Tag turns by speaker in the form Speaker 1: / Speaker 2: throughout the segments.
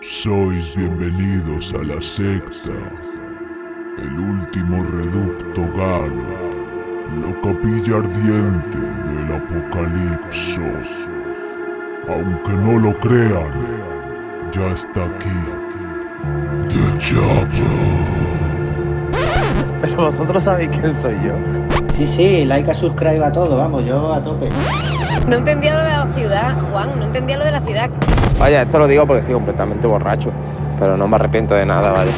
Speaker 1: Sois bienvenidos a la secta, el último reducto galo, la capilla ardiente del apocalipso. Aunque no lo crean, ya está aquí. The Chavo.
Speaker 2: Pero vosotros sabéis quién soy yo.
Speaker 3: Sí, sí, like a subscribe a todo, vamos, yo a tope.
Speaker 4: No entendía lo de la ciudad, Juan, no entendía lo de la ciudad.
Speaker 2: Vaya, esto lo digo porque estoy completamente borracho. Pero no me arrepiento de nada, vale.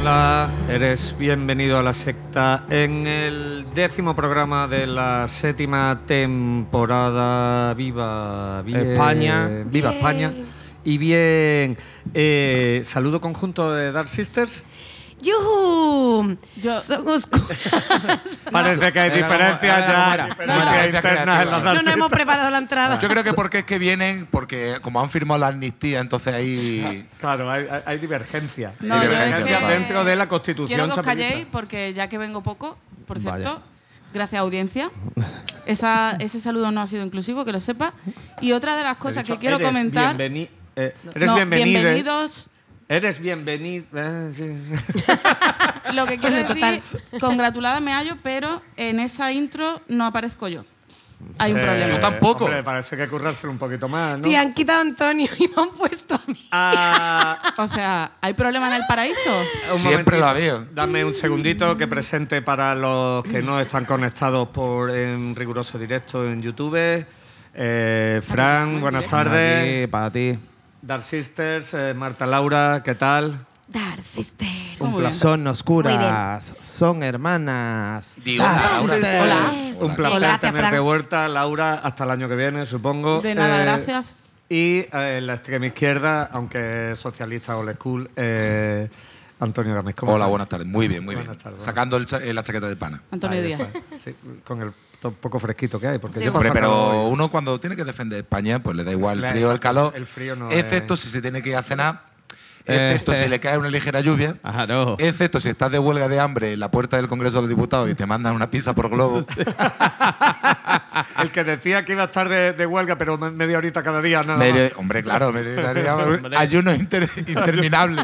Speaker 5: Hola, eres bienvenido a la secta en el décimo programa de la séptima temporada. Viva bien.
Speaker 6: España.
Speaker 5: viva España. Y bien, eh, saludo conjunto de Dark Sisters.
Speaker 7: ¡Yuhu!
Speaker 8: Yo-
Speaker 7: Son oscuras.
Speaker 5: Parece que hay
Speaker 6: era como-
Speaker 5: diferencias
Speaker 6: era como
Speaker 5: ya,
Speaker 6: era.
Speaker 5: diferencias
Speaker 6: No era.
Speaker 5: internas en las Dark
Speaker 7: No nos hemos
Speaker 5: Sisters.
Speaker 7: preparado la entrada.
Speaker 6: Yo creo que porque es que vienen, porque como han firmado la amnistía, entonces ahí.
Speaker 5: Claro, hay, hay- hay divergencia.
Speaker 8: No,
Speaker 5: Hay
Speaker 6: yo es
Speaker 5: divergencia
Speaker 6: que-
Speaker 5: dentro de la Constitución.
Speaker 8: Quiero que os
Speaker 5: chapinista.
Speaker 8: calléis porque ya que vengo poco, por
Speaker 6: Vaya.
Speaker 8: cierto, gracias audiencia, esa- ese saludo no ha sido inclusivo, que lo sepa. Y otra de las
Speaker 5: He
Speaker 8: cosas
Speaker 5: dicho,
Speaker 8: que quiero
Speaker 5: eres
Speaker 8: comentar...
Speaker 5: bienveni- eh, eres
Speaker 8: No,
Speaker 5: bienvenido. eh,
Speaker 8: bienvenidos.
Speaker 5: Eres bienvenido. eh, sí.
Speaker 8: Lo que quiero
Speaker 7: Bueno,
Speaker 8: decir, congratulada me hallo, pero en esa intro no aparezco yo. Hay un
Speaker 5: Eh.
Speaker 6: Yo
Speaker 8: problema.
Speaker 6: tampoco.
Speaker 5: Hombre, parece que currárselo un poquito más, ¿no?
Speaker 7: Te han quitado a Antonio y me han puesto a mí.
Speaker 5: Ah,
Speaker 8: O sea, ¿hay problema en el paraíso?
Speaker 5: un momentito.
Speaker 6: Siempre la veo.
Speaker 5: Dame un segundito que presente para los que no están conectados por en riguroso directo en YouTube. Eh, Fran, buenas tardes.
Speaker 6: para ti.
Speaker 5: Dark Sisters, eh, Marta Laura, ¿qué tal?
Speaker 7: Dark Sisters.
Speaker 8: Muy bien.
Speaker 9: Son oscuras, son hermanas.
Speaker 6: Digo,
Speaker 9: Ah,
Speaker 6: Laura.
Speaker 9: ustedes-
Speaker 8: Hola.
Speaker 5: Un placer
Speaker 7: Gracias,
Speaker 5: tenerte
Speaker 7: Fran.
Speaker 5: de vuelta, Laura, hasta el año que viene, supongo. Eh,
Speaker 8: De nada, gracias.
Speaker 5: Y eh, en la extrema izquierda, aunque es socialista o school, eh, Antonio Gámez. ¿cómo
Speaker 6: Hola,
Speaker 5: estás?
Speaker 6: buenas tardes. Muy bien, muy bien.
Speaker 5: Buenas tardes.
Speaker 6: Sacando el cha- eh, la chaqueta de pana.
Speaker 8: Antonio
Speaker 5: Ahí
Speaker 8: Díaz.
Speaker 5: está. Sí, con el to- poco fresquito que hay. Porque yo
Speaker 6: Hombre,
Speaker 5: paso calor
Speaker 6: pero
Speaker 5: hoy.
Speaker 6: uno cuando tiene que defender España, pues le da igual el
Speaker 5: Le-
Speaker 6: frío o el calor.
Speaker 5: el frío no
Speaker 6: Excepto
Speaker 5: es-
Speaker 6: si se tiene que ir a cenar,
Speaker 9: Eh,
Speaker 6: excepto si
Speaker 9: eh.
Speaker 6: le cae una ligera lluvia,
Speaker 9: Claro.
Speaker 6: excepto si estás de huelga de hambre en la puerta del Congreso de los Diputados y te mandan una pizza por globo.
Speaker 5: El que decía que iba a estar de, de huelga, pero me- media horita cada día, nada
Speaker 6: Me iré-
Speaker 5: más.
Speaker 6: hombre, claro, me iré- daría un ayuno inter- interminable.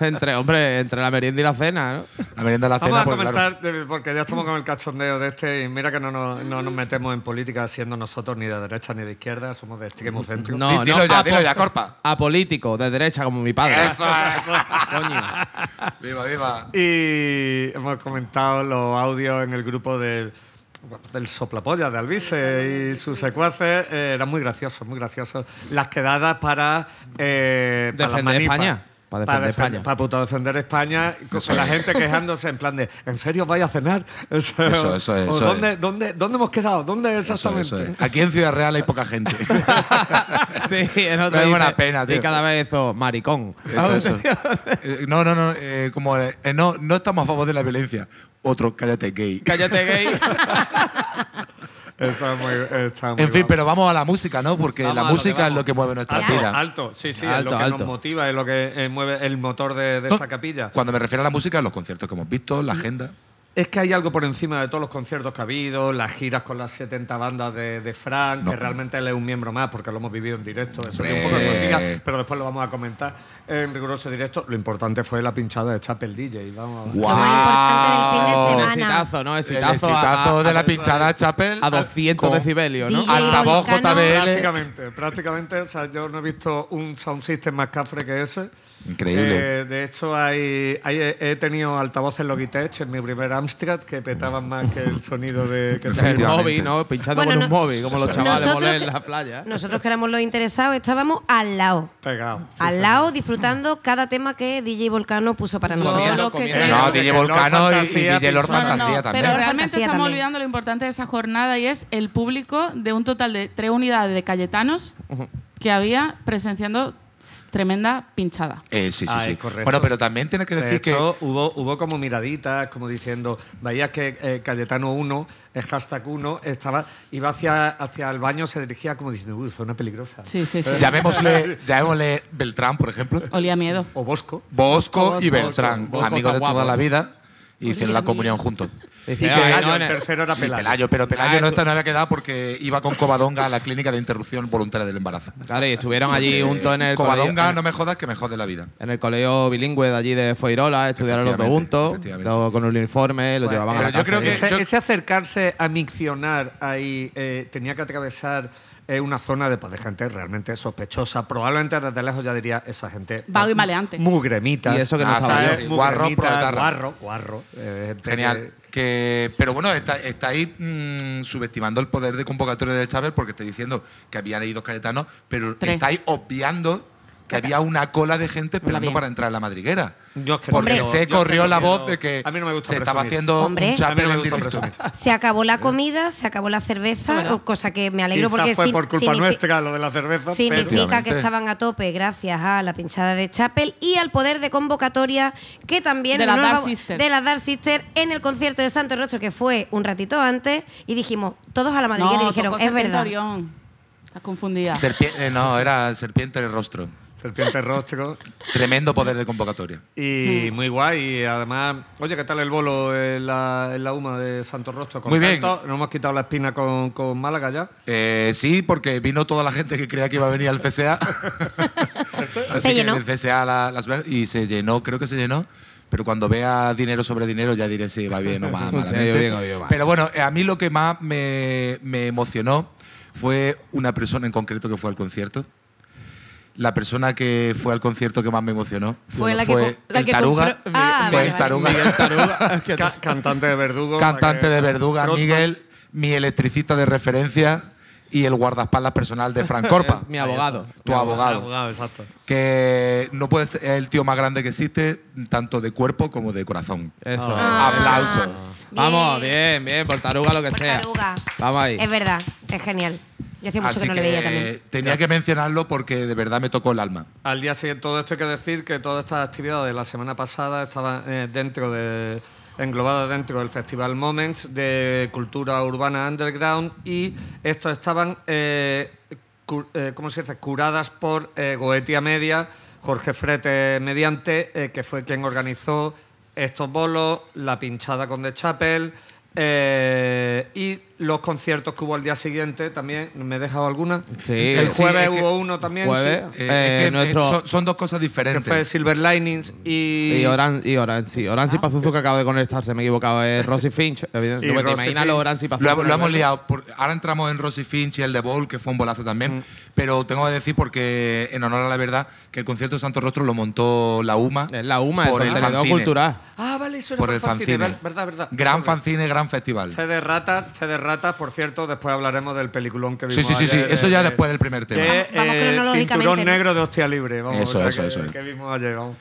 Speaker 9: Entre, hombre, entre la merienda y la cena, ¿no?
Speaker 6: La merienda de la
Speaker 5: Vamos
Speaker 6: cena,
Speaker 5: a
Speaker 6: pues, claro.
Speaker 5: comentar, eh, porque ya estamos con el cachondeo de este, y mira que no nos, no nos metemos en política siendo nosotros ni de derecha ni de izquierda, somos de extremo centro.
Speaker 9: No,
Speaker 6: Di- dilo
Speaker 9: no,
Speaker 6: ya,
Speaker 5: Ah,
Speaker 9: apo-
Speaker 5: pues.
Speaker 6: dilo ya, Corpa.
Speaker 9: Apolítico, de derecha como mi padre.
Speaker 6: Eso es. Viva, viva.
Speaker 5: Y hemos comentado los audios en el grupo del, del soplapolla de Alvise y sus secuaces. Eh, eran muy graciosos, muy graciosos. Las quedadas para. eh, para las
Speaker 9: Defender
Speaker 5: manifas.
Speaker 9: España, para defender
Speaker 5: defen-
Speaker 9: España.
Speaker 5: Para puto defender España. y Con la gente quejándose en plan de. ¿En serio vais a cenar? Eso,
Speaker 6: Eso, eso es,
Speaker 5: o
Speaker 6: eso
Speaker 5: ¿dónde,
Speaker 6: es.
Speaker 5: dónde, dónde hemos quedado? ¿Dónde
Speaker 6: Eso,
Speaker 5: exactamente?
Speaker 6: eso es. Aquí en Ciudad Real hay poca gente.
Speaker 9: sí, en otro
Speaker 6: Me da una
Speaker 9: dice-
Speaker 6: pena, tío.
Speaker 9: Y cada vez eso, maricón.
Speaker 6: Eso, eso. Eh, No, no, no. eh, como, eh, no. No estamos a favor de la violencia. Otro, cállate gay.
Speaker 9: Cállate, gay.
Speaker 5: Está muy- está muy
Speaker 6: En fin,
Speaker 5: guapo.
Speaker 6: pero vamos a la música, ¿no? Porque
Speaker 5: Vamos
Speaker 6: la
Speaker 5: a lo que
Speaker 6: música es
Speaker 5: vamos.
Speaker 6: lo que mueve nuestra
Speaker 5: alto,
Speaker 6: vida.
Speaker 5: Alto, sí, sí, es
Speaker 9: Alto,
Speaker 5: lo que
Speaker 9: alto.
Speaker 5: nos motiva, es lo que eh, mueve el motor de, de
Speaker 6: No,
Speaker 5: esta capilla.
Speaker 6: Cuando me refiero a la música, los conciertos que hemos visto, la agenda.
Speaker 5: Es que hay algo por encima de todos los conciertos que ha habido, las giras con las 70 bandas de, de Frank,
Speaker 6: No.
Speaker 5: que realmente él es un miembro más porque lo hemos vivido en directo. Eso
Speaker 6: Hombre.
Speaker 5: es un poco de noticia, pero después lo vamos a comentar en riguroso directo. Lo importante fue la pinchada de Chapel DJ. Vamos a-
Speaker 6: Guau.
Speaker 7: Lo más importante del fin de semana.
Speaker 9: Exitazo, ¿no?
Speaker 6: El
Speaker 9: Exitazo.
Speaker 6: exitazo
Speaker 9: a, a-
Speaker 6: de la pinchada Chapel.
Speaker 9: a 200
Speaker 6: con
Speaker 9: decibelios, ¿no?
Speaker 7: DJ
Speaker 6: Altavoz
Speaker 7: Volcano.
Speaker 6: JBL.
Speaker 5: Prácticamente, prácticamente. O sea, yo no he visto un sound system más cafre que ese.
Speaker 6: Increíble.
Speaker 5: Eh, de hecho, hay, hay- he tenido altavoces Logitech en mi primer Amstrad que petaban más que el sonido de que
Speaker 9: El
Speaker 6: Efectivamente.
Speaker 9: móvil, ¿no? Pinchando
Speaker 7: Bueno,
Speaker 9: con un
Speaker 7: no-
Speaker 9: móvil, como los
Speaker 7: Eso es.
Speaker 9: chavales
Speaker 7: Nosotros-
Speaker 9: moler en la playa.
Speaker 7: Nosotros que éramos los interesados estábamos al lado.
Speaker 5: pegado. Sí,
Speaker 7: Al
Speaker 5: sí.
Speaker 7: lado disfrutando cada tema que DJ Volcano puso para nosotros.
Speaker 9: Comiendo,
Speaker 8: Lo que
Speaker 9: comiendo.
Speaker 8: creo-
Speaker 6: No, DJ
Speaker 5: Lord
Speaker 6: Volcano y, y
Speaker 5: Fantasía,
Speaker 6: DJ Lord
Speaker 5: pinchada.
Speaker 6: Fantasía
Speaker 8: no,
Speaker 6: también.
Speaker 8: Pero
Speaker 7: Lord
Speaker 8: realmente
Speaker 7: Fantasía
Speaker 8: estamos
Speaker 7: también.
Speaker 8: olvidando lo importante de esa jornada y es el público de un total de tres unidades de Cayetanos que había presenciando tremenda pinchada.
Speaker 6: Eh, sí, sí,
Speaker 5: Ay,
Speaker 6: sí.
Speaker 5: correcto.
Speaker 6: Bueno, pero también tienes que
Speaker 5: De
Speaker 6: decir que.
Speaker 5: hecho, hubo, hubo como miraditas, como diciendo, veías que eh, Cayetano 1, el hashtag 1, estaba, iba hacia, hacia el baño, se dirigía como diciendo, uy, zona peligrosa.
Speaker 8: Sí, sí, sí.
Speaker 6: Llamémosle, llamémosle Beltrán, por ejemplo.
Speaker 8: Olía miedo.
Speaker 5: O Bosco.
Speaker 6: Bosco, y
Speaker 9: Bosco,
Speaker 6: Beltrán,
Speaker 9: Bosco
Speaker 6: amigos de
Speaker 9: está
Speaker 6: toda
Speaker 9: guapo.
Speaker 6: la vida, y hicieron la comunión juntos.
Speaker 9: Dice,
Speaker 5: Y
Speaker 9: "Ah,
Speaker 5: Pelayo,
Speaker 9: no,
Speaker 5: el
Speaker 9: no".
Speaker 5: tercero era
Speaker 6: Y
Speaker 5: Pelayo.
Speaker 6: Pelayo, pero Pelayo
Speaker 9: Ah, tú-
Speaker 6: no, esta no había quedado porque iba con Covadonga a la clínica de interrupción voluntaria del embarazo.
Speaker 9: Claro, y estuvieron allí
Speaker 6: Eh,
Speaker 9: juntos en el
Speaker 6: Covadonga,
Speaker 9: colegio,
Speaker 6: no me jodas que me jode la vida.
Speaker 9: en el colegio bilingüe de allí de Foirola, estudiaron los dos
Speaker 6: Efectivamente,
Speaker 9: juntos,
Speaker 6: efectivamente.
Speaker 9: todos con un uniforme, lo
Speaker 5: Bueno,
Speaker 9: llevaban
Speaker 6: pero
Speaker 9: a la casa.
Speaker 6: yo creo que-
Speaker 5: ese, ese acercarse a miccionar ahí eh, tenía que atravesar eh, una zona de, pues, de gente realmente sospechosa. Probablemente desde lejos ya diría esa gente.
Speaker 8: Vago y
Speaker 5: pues,
Speaker 8: maleante.
Speaker 5: Mugremitas.
Speaker 9: Y eso que no
Speaker 5: Ah,
Speaker 9: estaba yo.
Speaker 5: ¿sabes?
Speaker 6: Sí, sí, guarro,
Speaker 5: Mugremitas,
Speaker 6: proletarra.
Speaker 5: Guarro, guarro. eh, gente
Speaker 6: Genial.
Speaker 5: que-
Speaker 6: Que, pero bueno, está- estáis mm, subestimando el poder de convocatoria del Chávez porque estáis diciendo que habían ido Cayetanos, pero
Speaker 8: Tres.
Speaker 6: estáis obviando que había una cola de gente esperando
Speaker 8: bien.
Speaker 6: para entrar en la madriguera.
Speaker 5: Yo es que no
Speaker 6: porque
Speaker 5: quiero- yo
Speaker 6: se
Speaker 5: es que no
Speaker 6: corrió la
Speaker 5: quiero-
Speaker 6: voz de que
Speaker 5: a mí no me gusta
Speaker 6: se estaba
Speaker 5: presumir.
Speaker 6: haciendo
Speaker 7: Hombre.
Speaker 6: un
Speaker 5: A mí
Speaker 6: chapel
Speaker 5: no me
Speaker 6: en
Speaker 5: gusta
Speaker 6: directo.
Speaker 5: presumir.
Speaker 7: Se acabó la comida, se acabó la
Speaker 8: Eso es
Speaker 7: cerveza,
Speaker 8: verdad.
Speaker 7: o- cosa que me alegro
Speaker 5: Quizá
Speaker 7: porque
Speaker 5: fue
Speaker 7: sin-
Speaker 5: por culpa
Speaker 7: signifi-
Speaker 5: nuestra lo de la cerveza. pero-
Speaker 7: Significa que
Speaker 6: Efectivamente.
Speaker 7: estaban a tope gracias a la pinchada de Chapel y al poder de convocatoria que también
Speaker 8: De la
Speaker 7: no nos
Speaker 8: Dark
Speaker 7: vamos-
Speaker 8: Sister.
Speaker 7: de la Dark Sister en el concierto de Santo Rostro que fue un ratito antes y dijimos todos a la madriguera y
Speaker 8: No,
Speaker 7: dijeron
Speaker 8: tocó
Speaker 7: es
Speaker 8: Serpiente
Speaker 7: verdad.
Speaker 8: Orión. Estás confundida.
Speaker 6: Serpien- eh, no, era serpiente en el rostro.
Speaker 5: Serpiente rostro.
Speaker 6: Tremendo poder de convocatoria.
Speaker 5: Y
Speaker 7: Mm.
Speaker 5: muy guay. Y además, oye, ¿qué tal el bolo en la, en la UMA de Santo Rostro?
Speaker 6: Muy bien.
Speaker 5: Contento, Nos hemos quitado la espina con, con Málaga ya.
Speaker 6: Eh, sí, porque vino toda la gente que creía que iba a venir al CSA. Así
Speaker 7: Se
Speaker 6: que
Speaker 7: llenó.
Speaker 6: del CSA la- Las Vegas, y se llenó, creo que se llenó. Pero cuando vea dinero sobre dinero ya diré si va bien o mal.
Speaker 9: Sí,
Speaker 6: malamente.
Speaker 9: o bien o bien, mal.
Speaker 6: Pero bueno, eh, a mí lo que más me, me emocionó fue una persona en concreto que fue al concierto. La persona que fue al concierto que más me emocionó
Speaker 7: Fue la que co- la
Speaker 6: el
Speaker 7: que
Speaker 6: Taruga.
Speaker 7: compró- Ah,
Speaker 6: fue
Speaker 7: vale,
Speaker 6: el
Speaker 7: vale.
Speaker 6: Taruga.
Speaker 5: Ca- cantante de verdugo.
Speaker 6: Cantante
Speaker 5: para que-
Speaker 6: de Verduga,
Speaker 5: Frontman.
Speaker 6: Miguel, mi electricista de referencia y el guardaespaldas personal de Frank Corpa.
Speaker 9: Es mi abogado.
Speaker 6: Tu abogado.
Speaker 5: Abogado, exacto.
Speaker 6: Que no puedes ser el tío más grande que existe, tanto de cuerpo como de corazón.
Speaker 9: Eso.
Speaker 7: Ah,
Speaker 6: Aplauso.
Speaker 7: bien.
Speaker 9: Vamos, bien, bien, por taruga lo que
Speaker 7: Por
Speaker 9: sea.
Speaker 7: Taruga.
Speaker 9: Vamos ahí.
Speaker 7: Es verdad, es genial. Yo hacía mucho
Speaker 6: Así
Speaker 7: que no
Speaker 6: que
Speaker 7: le veía también.
Speaker 6: tenía que mencionarlo porque de verdad me tocó el alma.
Speaker 5: Al día siguiente, todo esto hay que decir que todas estas actividades de la semana pasada estaban eh, dentro de englobadas dentro del Festival Moments de Cultura Urbana Underground y estas estaban, eh, cu- eh, ¿cómo se dice?, curadas por eh, Goetia Media, Jorge Frete Mediante, eh, que fue quien organizó estos bolos, la pinchada con The Chapel eh, y los conciertos que hubo al día siguiente también. ¿Me he dejado alguna?
Speaker 9: Sí.
Speaker 5: El
Speaker 6: Sí,
Speaker 5: jueves
Speaker 6: es que-
Speaker 5: hubo uno también.
Speaker 9: Jueves,
Speaker 5: sí
Speaker 6: Eh,
Speaker 9: eh,
Speaker 6: es que, eh,
Speaker 9: nuestro-
Speaker 6: son, son dos cosas
Speaker 5: que fue
Speaker 6: diferentes.
Speaker 5: Silver Linings y,
Speaker 9: Y Oran, y Oranzi. Oranzi Pazuzu que acaba de conectarse, me he equivocado. Es Rosy Finch. evidentemente.
Speaker 5: Y
Speaker 9: Bueno, ¿Te
Speaker 5: Rosy
Speaker 9: imaginas
Speaker 5: Finch.
Speaker 9: lo Oranzi Pazuzu?
Speaker 6: Lo, hemos- lo hemos liado. por- ahora entramos en Rosy Finch y el de Ball, que fue un bolazo
Speaker 9: Mm.
Speaker 6: también. Pero tengo que decir, porque en honor a la verdad, que el concierto de Santo Rostro lo montó la UMA.
Speaker 9: Es la UMA, el
Speaker 6: por
Speaker 9: contenedor
Speaker 6: fanzine.
Speaker 9: cultural.
Speaker 5: Ah, vale, eso era
Speaker 6: Por el fancine.
Speaker 5: ver- Verdad, verdad.
Speaker 6: Gran
Speaker 5: Sorry.
Speaker 6: fancine, gran festival.
Speaker 5: Fe de ratas, fe de ratas, por cierto, después hablaremos del peliculón que
Speaker 6: Sí,
Speaker 5: vimos.
Speaker 6: sí, sí, sí.
Speaker 5: ayer,
Speaker 6: Eso
Speaker 5: eh,
Speaker 6: ya
Speaker 5: de-
Speaker 6: después del primer tema.
Speaker 5: de,
Speaker 7: Vamos
Speaker 5: eh,
Speaker 7: cronológicamente,
Speaker 5: Cinturón
Speaker 7: ¿no?
Speaker 5: negro de hostia libre. Vamos,
Speaker 6: Eso,
Speaker 5: o sea,
Speaker 6: eso,
Speaker 5: que,
Speaker 6: eso.
Speaker 5: Que vimos ayer, vamos.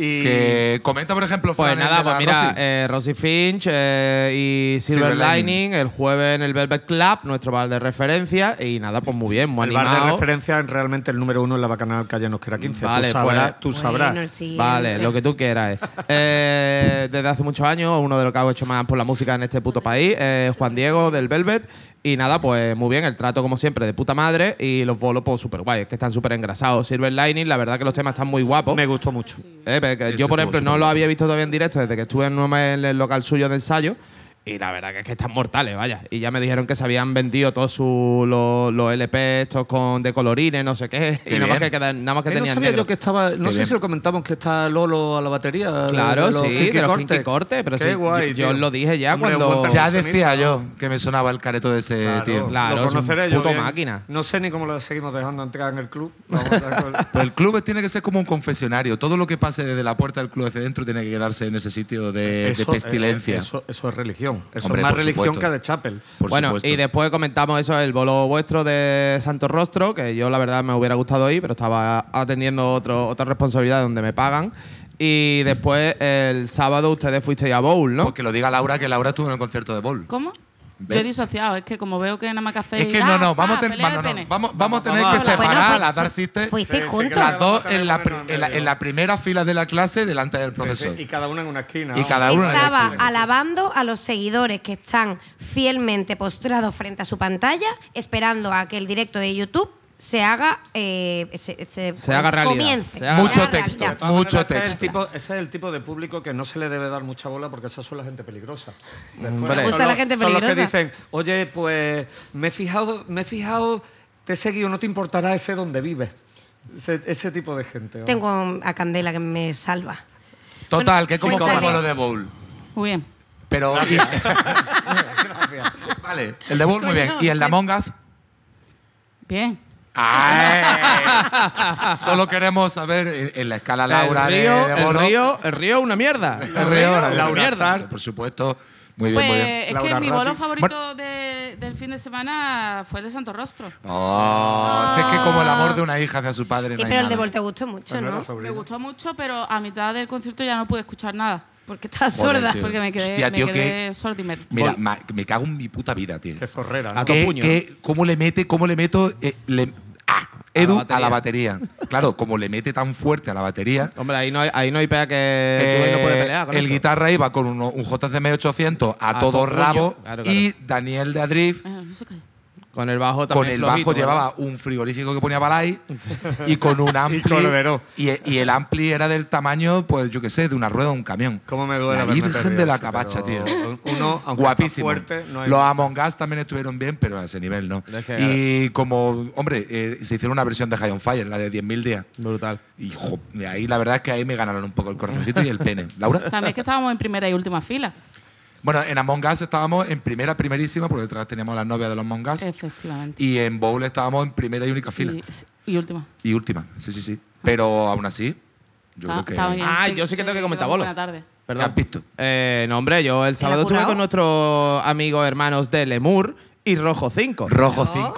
Speaker 5: Y
Speaker 6: Que comenta, por ejemplo,
Speaker 9: Pues
Speaker 6: Fran, el
Speaker 9: nada,
Speaker 6: de la
Speaker 9: pues mira,
Speaker 6: Rosy.
Speaker 9: eh, Rosy Finch eh, y Silver,
Speaker 6: Silver Lining.
Speaker 9: Lining, el jueves en el Velvet Club, nuestro bar de referencia. Y nada, pues muy bien, muy
Speaker 5: el
Speaker 9: animado.
Speaker 5: bar de referencia es realmente el número uno en la bacanal calle Nos Queda 15.
Speaker 9: Vale,
Speaker 5: tú sabrás.
Speaker 9: pues-
Speaker 5: tú sabrás.
Speaker 7: Bueno, el siguiente.
Speaker 9: Vale, lo que tú quieras. eh. Eh, desde hace muchos años, uno de los que hago hecho más por la música en este puto país, eh, Juan Diego del Velvet. Y nada, pues muy bien, el trato como siempre de puta madre y los bolos pues súper guay, que están súper engrasados. Silver Lining, la verdad que los temas están muy guapos.
Speaker 5: Me gustó mucho.
Speaker 9: Eh, porque
Speaker 6: Ese
Speaker 9: yo, por
Speaker 6: estuvo
Speaker 9: ejemplo, no
Speaker 6: súper
Speaker 9: lo
Speaker 6: guay.
Speaker 9: había visto todavía en directo desde que estuve en un- en el local suyo de ensayo. Y la verdad que es que están mortales, vaya. Y ya me dijeron que se habían vendido todos sus- los, los LP estos con de colorines, no sé qué. y
Speaker 6: Qué
Speaker 9: nada más
Speaker 6: bien.
Speaker 9: que, quedan- nada más que
Speaker 5: Eh,
Speaker 9: tenían
Speaker 5: no sabía
Speaker 9: negro.
Speaker 5: yo que estaba. No
Speaker 6: Qué
Speaker 5: sé
Speaker 6: bien.
Speaker 5: si lo comentamos que está Lolo a la batería. de-
Speaker 9: Claro,
Speaker 5: de los
Speaker 9: sí,
Speaker 5: Kinky
Speaker 9: de los
Speaker 5: Cortex.
Speaker 9: Kinky Cortex, pero
Speaker 5: Qué
Speaker 9: sí,
Speaker 5: guay.
Speaker 9: yo- yo
Speaker 5: tío.
Speaker 9: lo dije ya
Speaker 5: Hombre, un
Speaker 9: cuando-
Speaker 5: buen
Speaker 6: ya
Speaker 5: percusionista.
Speaker 6: decía yo que me sonaba el careto de ese
Speaker 5: Claro,
Speaker 6: tío.
Speaker 9: Claro,
Speaker 5: Eh, lo
Speaker 9: es un
Speaker 5: conoceré yo
Speaker 9: puto
Speaker 5: bien.
Speaker 9: máquina.
Speaker 5: No sé ni cómo lo seguimos dejando entrar en el club. Vamos a ver cómo-
Speaker 6: Pues el club tiene que ser como un confesionario. Todo lo que pase desde la puerta del club hacia dentro tiene que quedarse en ese sitio de, de
Speaker 5: Eso,
Speaker 6: pestilencia.
Speaker 5: eh, eso, eso es religión. Eso es
Speaker 6: Hombre,
Speaker 5: más
Speaker 6: por
Speaker 5: religión
Speaker 6: supuesto.
Speaker 5: que de Chapel.
Speaker 6: por
Speaker 9: bueno,
Speaker 6: supuesto.
Speaker 9: y después comentamos eso, el bolo vuestro de Santo Rostro, que yo la verdad me hubiera gustado ir, pero estaba atendiendo otro, otra responsabilidad donde me pagan. Y después el sábado ustedes fuisteis a Bowl, ¿no?
Speaker 6: Pues que lo diga Laura, que Laura estuvo en el concierto de Bowl.
Speaker 8: ¿Cómo? Yo he disociado, es que como veo que nada más que hacéis.
Speaker 6: Es que
Speaker 8: ah,
Speaker 6: no, no, vamos a
Speaker 8: ah,
Speaker 6: tener,
Speaker 8: pelea de
Speaker 6: no, no,
Speaker 8: pene.
Speaker 6: vamos, vamos a tener
Speaker 5: vamos.
Speaker 6: que
Speaker 5: Hola,
Speaker 7: bueno,
Speaker 6: separar
Speaker 7: fui-
Speaker 6: las dark sisters,
Speaker 7: Fuisteis
Speaker 5: Sí, sí,
Speaker 7: juntos.
Speaker 5: claro.
Speaker 6: las dos
Speaker 5: Vamos a
Speaker 6: en la,
Speaker 5: tener
Speaker 6: pri- en, la,
Speaker 5: medio.
Speaker 6: en la primera fila de la clase delante del
Speaker 5: Sí,
Speaker 6: profesor.
Speaker 5: sí, Y cada una en una esquina.
Speaker 6: Y
Speaker 5: ¿no?
Speaker 6: cada uno en la
Speaker 7: Estaba
Speaker 6: esquina.
Speaker 7: alabando a los seguidores que están fielmente postrados frente a su pantalla, esperando a que el directo de YouTube se haga eh, se,
Speaker 9: Se haga realidad.
Speaker 7: comience.
Speaker 9: Se haga
Speaker 6: Mucho
Speaker 7: haga
Speaker 6: texto.
Speaker 7: realidad.
Speaker 5: todas
Speaker 6: Mucho
Speaker 5: maneras, ese es el
Speaker 6: texto.
Speaker 5: tipo- ese es el tipo de público que no se le debe dar mucha bola porque esa son la gente peligrosa.
Speaker 6: Mm,
Speaker 5: Después
Speaker 9: Hombre. Me
Speaker 5: son
Speaker 7: gusta la
Speaker 5: los-
Speaker 7: gente
Speaker 5: son los que
Speaker 7: peligrosa.
Speaker 5: dicen, oye, pues me he fijado, me he fijado, te he seguido, no te importará ese donde vives. Ese, ese tipo de gente. ¿no?
Speaker 7: Tengo a Candela que me salva.
Speaker 6: Total, que
Speaker 7: Bueno,
Speaker 6: como
Speaker 7: sí,
Speaker 6: fue
Speaker 7: sale.
Speaker 6: con lo de Bowl.
Speaker 8: Muy bien.
Speaker 6: Pero. vale, el de Bowl muy bien.
Speaker 8: Coño,
Speaker 6: Y el de Among Us.
Speaker 8: Bien.
Speaker 6: ¡Ay! Solo queremos saber en, en la escala Laura
Speaker 9: el,
Speaker 6: de-
Speaker 9: río,
Speaker 6: de,
Speaker 9: el,
Speaker 6: Bono.
Speaker 9: río, el río es una mierda.
Speaker 6: El río, la
Speaker 5: Laura
Speaker 6: mierda.
Speaker 5: Char.
Speaker 6: Por supuesto. Muy bien,
Speaker 8: Pues
Speaker 6: muy bien.
Speaker 8: es
Speaker 5: Laura
Speaker 8: que mi bolo
Speaker 5: Ratti.
Speaker 8: favorito de- del fin de semana fue el de Santo Rostro.
Speaker 6: Oh, si es que como el amor de una hija hacia su padre.
Speaker 7: Sí,
Speaker 6: no hay
Speaker 7: pero el
Speaker 6: nada.
Speaker 7: de Vol te gustó mucho,
Speaker 5: Pues no era
Speaker 7: ¿no?
Speaker 5: sobrino.
Speaker 8: Me gustó mucho, pero a mitad del concierto ya no pude escuchar nada.
Speaker 7: Porque estás
Speaker 6: Joder,
Speaker 7: sorda.
Speaker 6: tío.
Speaker 8: Porque me quedé,
Speaker 6: Hostia,
Speaker 8: me
Speaker 6: tío,
Speaker 8: quedé
Speaker 6: que-
Speaker 8: sordimer.
Speaker 6: Mira, ma- me cago en mi puta vida, tío.
Speaker 5: Qué forrera.
Speaker 9: A
Speaker 5: ¿no?
Speaker 9: to-
Speaker 6: ¿Qué-
Speaker 9: puño.
Speaker 6: qué- ¿Cómo le mete, cómo le meto? eh, le- ah, Edu a la batería. Claro, como le mete tan fuerte a la batería.
Speaker 9: Hombre, ahí no hay, ahí no hay pega que
Speaker 6: eh,
Speaker 9: tú no puedes pelear. con
Speaker 6: el
Speaker 9: eso.
Speaker 6: guitarra iba con uno- un JCM 800 a,
Speaker 9: A
Speaker 6: todo
Speaker 9: todo puño.
Speaker 6: rabo
Speaker 9: Claro,
Speaker 6: y Daniel de Adrift
Speaker 8: Ah, no se calla.
Speaker 9: Con el bajo también.
Speaker 6: con el
Speaker 9: flojito,
Speaker 6: bajo
Speaker 9: ¿verdad?
Speaker 6: llevaba un frigorífico que ponía Balay y con un ampli
Speaker 5: Corderó.
Speaker 6: y, e- y el ampli era del tamaño pues yo qué sé de una rueda o un camión
Speaker 5: ¿Cómo me duele
Speaker 6: la
Speaker 5: haberme
Speaker 6: virgen
Speaker 5: perdido
Speaker 6: de la
Speaker 5: eso,
Speaker 6: capacha tío
Speaker 5: pero Uno, aunque
Speaker 6: guapísimo
Speaker 5: está fuerte, no hay
Speaker 6: los Among Us también estuvieron bien pero a ese nivel no
Speaker 9: Es que,
Speaker 6: y como hombre eh, se hicieron una versión de High on Fire la de 10.000 días
Speaker 9: Brutal.
Speaker 6: y jo, de ahí la verdad es que ahí me ganaron un poco el corazoncito y el pene Laura
Speaker 8: También es que estábamos en primera y última fila.
Speaker 6: bueno en Among Us estábamos en primera primerísima porque detrás teníamos a la novia de los Among Us
Speaker 8: Efectivamente.
Speaker 6: y en Bowl estábamos en primera ¿Ah, y única fila
Speaker 8: Y, y última.
Speaker 6: Y última, sí, sí, sí. Pero aún así, yo
Speaker 8: Ta-
Speaker 6: creo que.
Speaker 8: estaba bien.
Speaker 9: Ah, yo sí que tengo que comentar,
Speaker 8: quedó
Speaker 9: bolo.
Speaker 8: Buena tarde.
Speaker 9: Perdón.
Speaker 6: ¿Qué has visto?
Speaker 9: Eh, no, hombre, yo el sábado estuve
Speaker 7: apurado?
Speaker 9: con nuestros amigos hermanos de Lemur y Rojo 5.
Speaker 6: Rojo 5.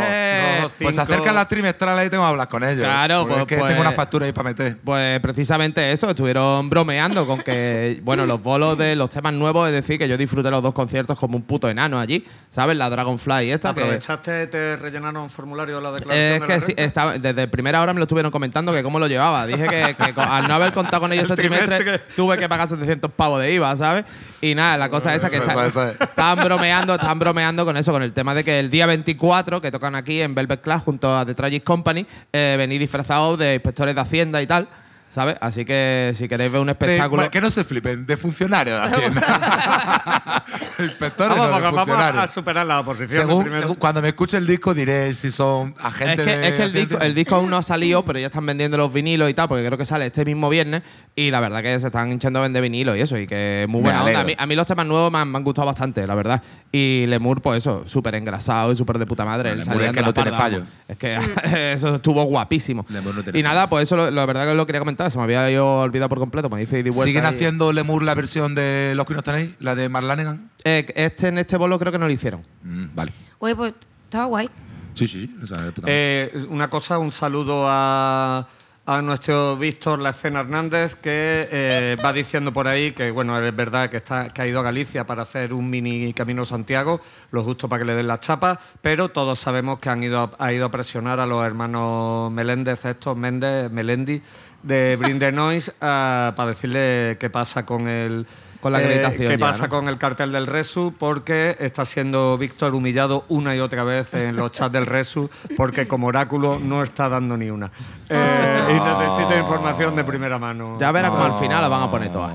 Speaker 9: Hombre.
Speaker 5: Rojo
Speaker 6: Pues se
Speaker 5: cinco.
Speaker 6: acercan las trimestrales y tengo que hablar con ellos.
Speaker 9: Claro,
Speaker 6: porque
Speaker 9: pues-
Speaker 6: es que
Speaker 9: pues-
Speaker 6: tengo una factura ahí para meter.
Speaker 9: Pues precisamente eso, estuvieron bromeando con que, bueno, los bolos de los temas nuevos, es decir, que yo disfruté los dos conciertos como un puto enano allí, ¿sabes? La Dragonfly y esta. que-
Speaker 5: ¿Aprovechaste, te rellenaron formulario de la declaración?
Speaker 9: es
Speaker 5: de
Speaker 9: que
Speaker 5: la
Speaker 9: sí,
Speaker 5: renta?
Speaker 9: estaba- desde primera hora me lo estuvieron comentando que cómo lo llevaba. Dije que, que co- al no haber contado con ellos
Speaker 5: El
Speaker 9: este trimestre,
Speaker 5: trimestre.
Speaker 9: tuve que pagar 700 pavos de IVA, ¿sabes? Y nada, la cosa esa que
Speaker 6: eso,
Speaker 9: está-
Speaker 6: eso, eso.
Speaker 9: estaban bromeando, estaban bromeando con eso, con el tema de que el día 24, que tocan aquí en Velvet Class junto a The Tragic Company, eh, venís disfrazados de inspectores de Hacienda y tal, ¿sabes? Así que si queréis ver un
Speaker 6: De-
Speaker 9: espectáculo.
Speaker 6: bueno, que no se flipen, de funcionarios de Hacienda. Inspectores,
Speaker 5: Vamos,
Speaker 6: no, de
Speaker 5: porque vamos a
Speaker 6: funcionarios.
Speaker 5: superar la oposición.
Speaker 6: Según,
Speaker 5: primero.
Speaker 6: según- cuando me escuche el disco diré si son
Speaker 9: Es
Speaker 6: agentes
Speaker 9: que,
Speaker 6: Este de
Speaker 9: es que el,
Speaker 6: Hacienda.
Speaker 9: disco, el disco aún no ha salido, pero ya están vendiendo los vinilos y tal, porque creo que sale este mismo viernes. Y la verdad que se están hinchando a vender vinilos y eso, y que muy
Speaker 6: Me
Speaker 9: buena onda.
Speaker 6: alegro.
Speaker 9: A mí, a mí los temas nuevos me han, me han gustado bastante, la verdad. Y Lemur, pues eso, súper engrasado y súper de puta madre. él
Speaker 6: Lemur es
Speaker 9: salía dando
Speaker 6: que no
Speaker 9: la
Speaker 6: tiene
Speaker 9: parda,
Speaker 6: fallo.
Speaker 9: vamos. Es que eso estuvo guapísimo.
Speaker 6: Lemur no tiene
Speaker 9: y nada,
Speaker 6: fallo.
Speaker 9: pues eso, lo- la verdad que lo quería comentar, se me había yo olvidado por completo, me dice ida y vuelta.
Speaker 6: ¿Siguen
Speaker 9: y-
Speaker 6: haciendo Lemur la versión de Los que no tenéis? ¿La de Marlanegan?
Speaker 9: Eh, este en este bolo creo que no lo hicieron.
Speaker 6: Mm, vale.
Speaker 7: Oye, pues estaba guay.
Speaker 6: Sí, sí, sí. o sea, de puta madre.
Speaker 5: Eh, una cosa, un saludo a, a nuestro Víctor La Escena Hernández, que eh, va diciendo por ahí que, bueno, es verdad que, está, que ha ido a Galicia para hacer un mini Camino Santiago, lo justo para que le den la chapa, pero todos sabemos que han ido a, ha ido a presionar a los hermanos Meléndez, estos Méndez, Melendi, de Brindenois, para decirle qué pasa con el... eh,
Speaker 9: Con la acreditación
Speaker 5: ¿Qué
Speaker 9: ya,
Speaker 5: pasa
Speaker 9: ¿no?
Speaker 5: con el cartel del Resu porque está siendo Víctor humillado una y otra vez en los chats del Resu porque como oráculo no está dando ni una. Eh, y necesita información de primera mano.
Speaker 9: Ah.
Speaker 5: Ah.
Speaker 9: Ya verás como al final las van a poner todas.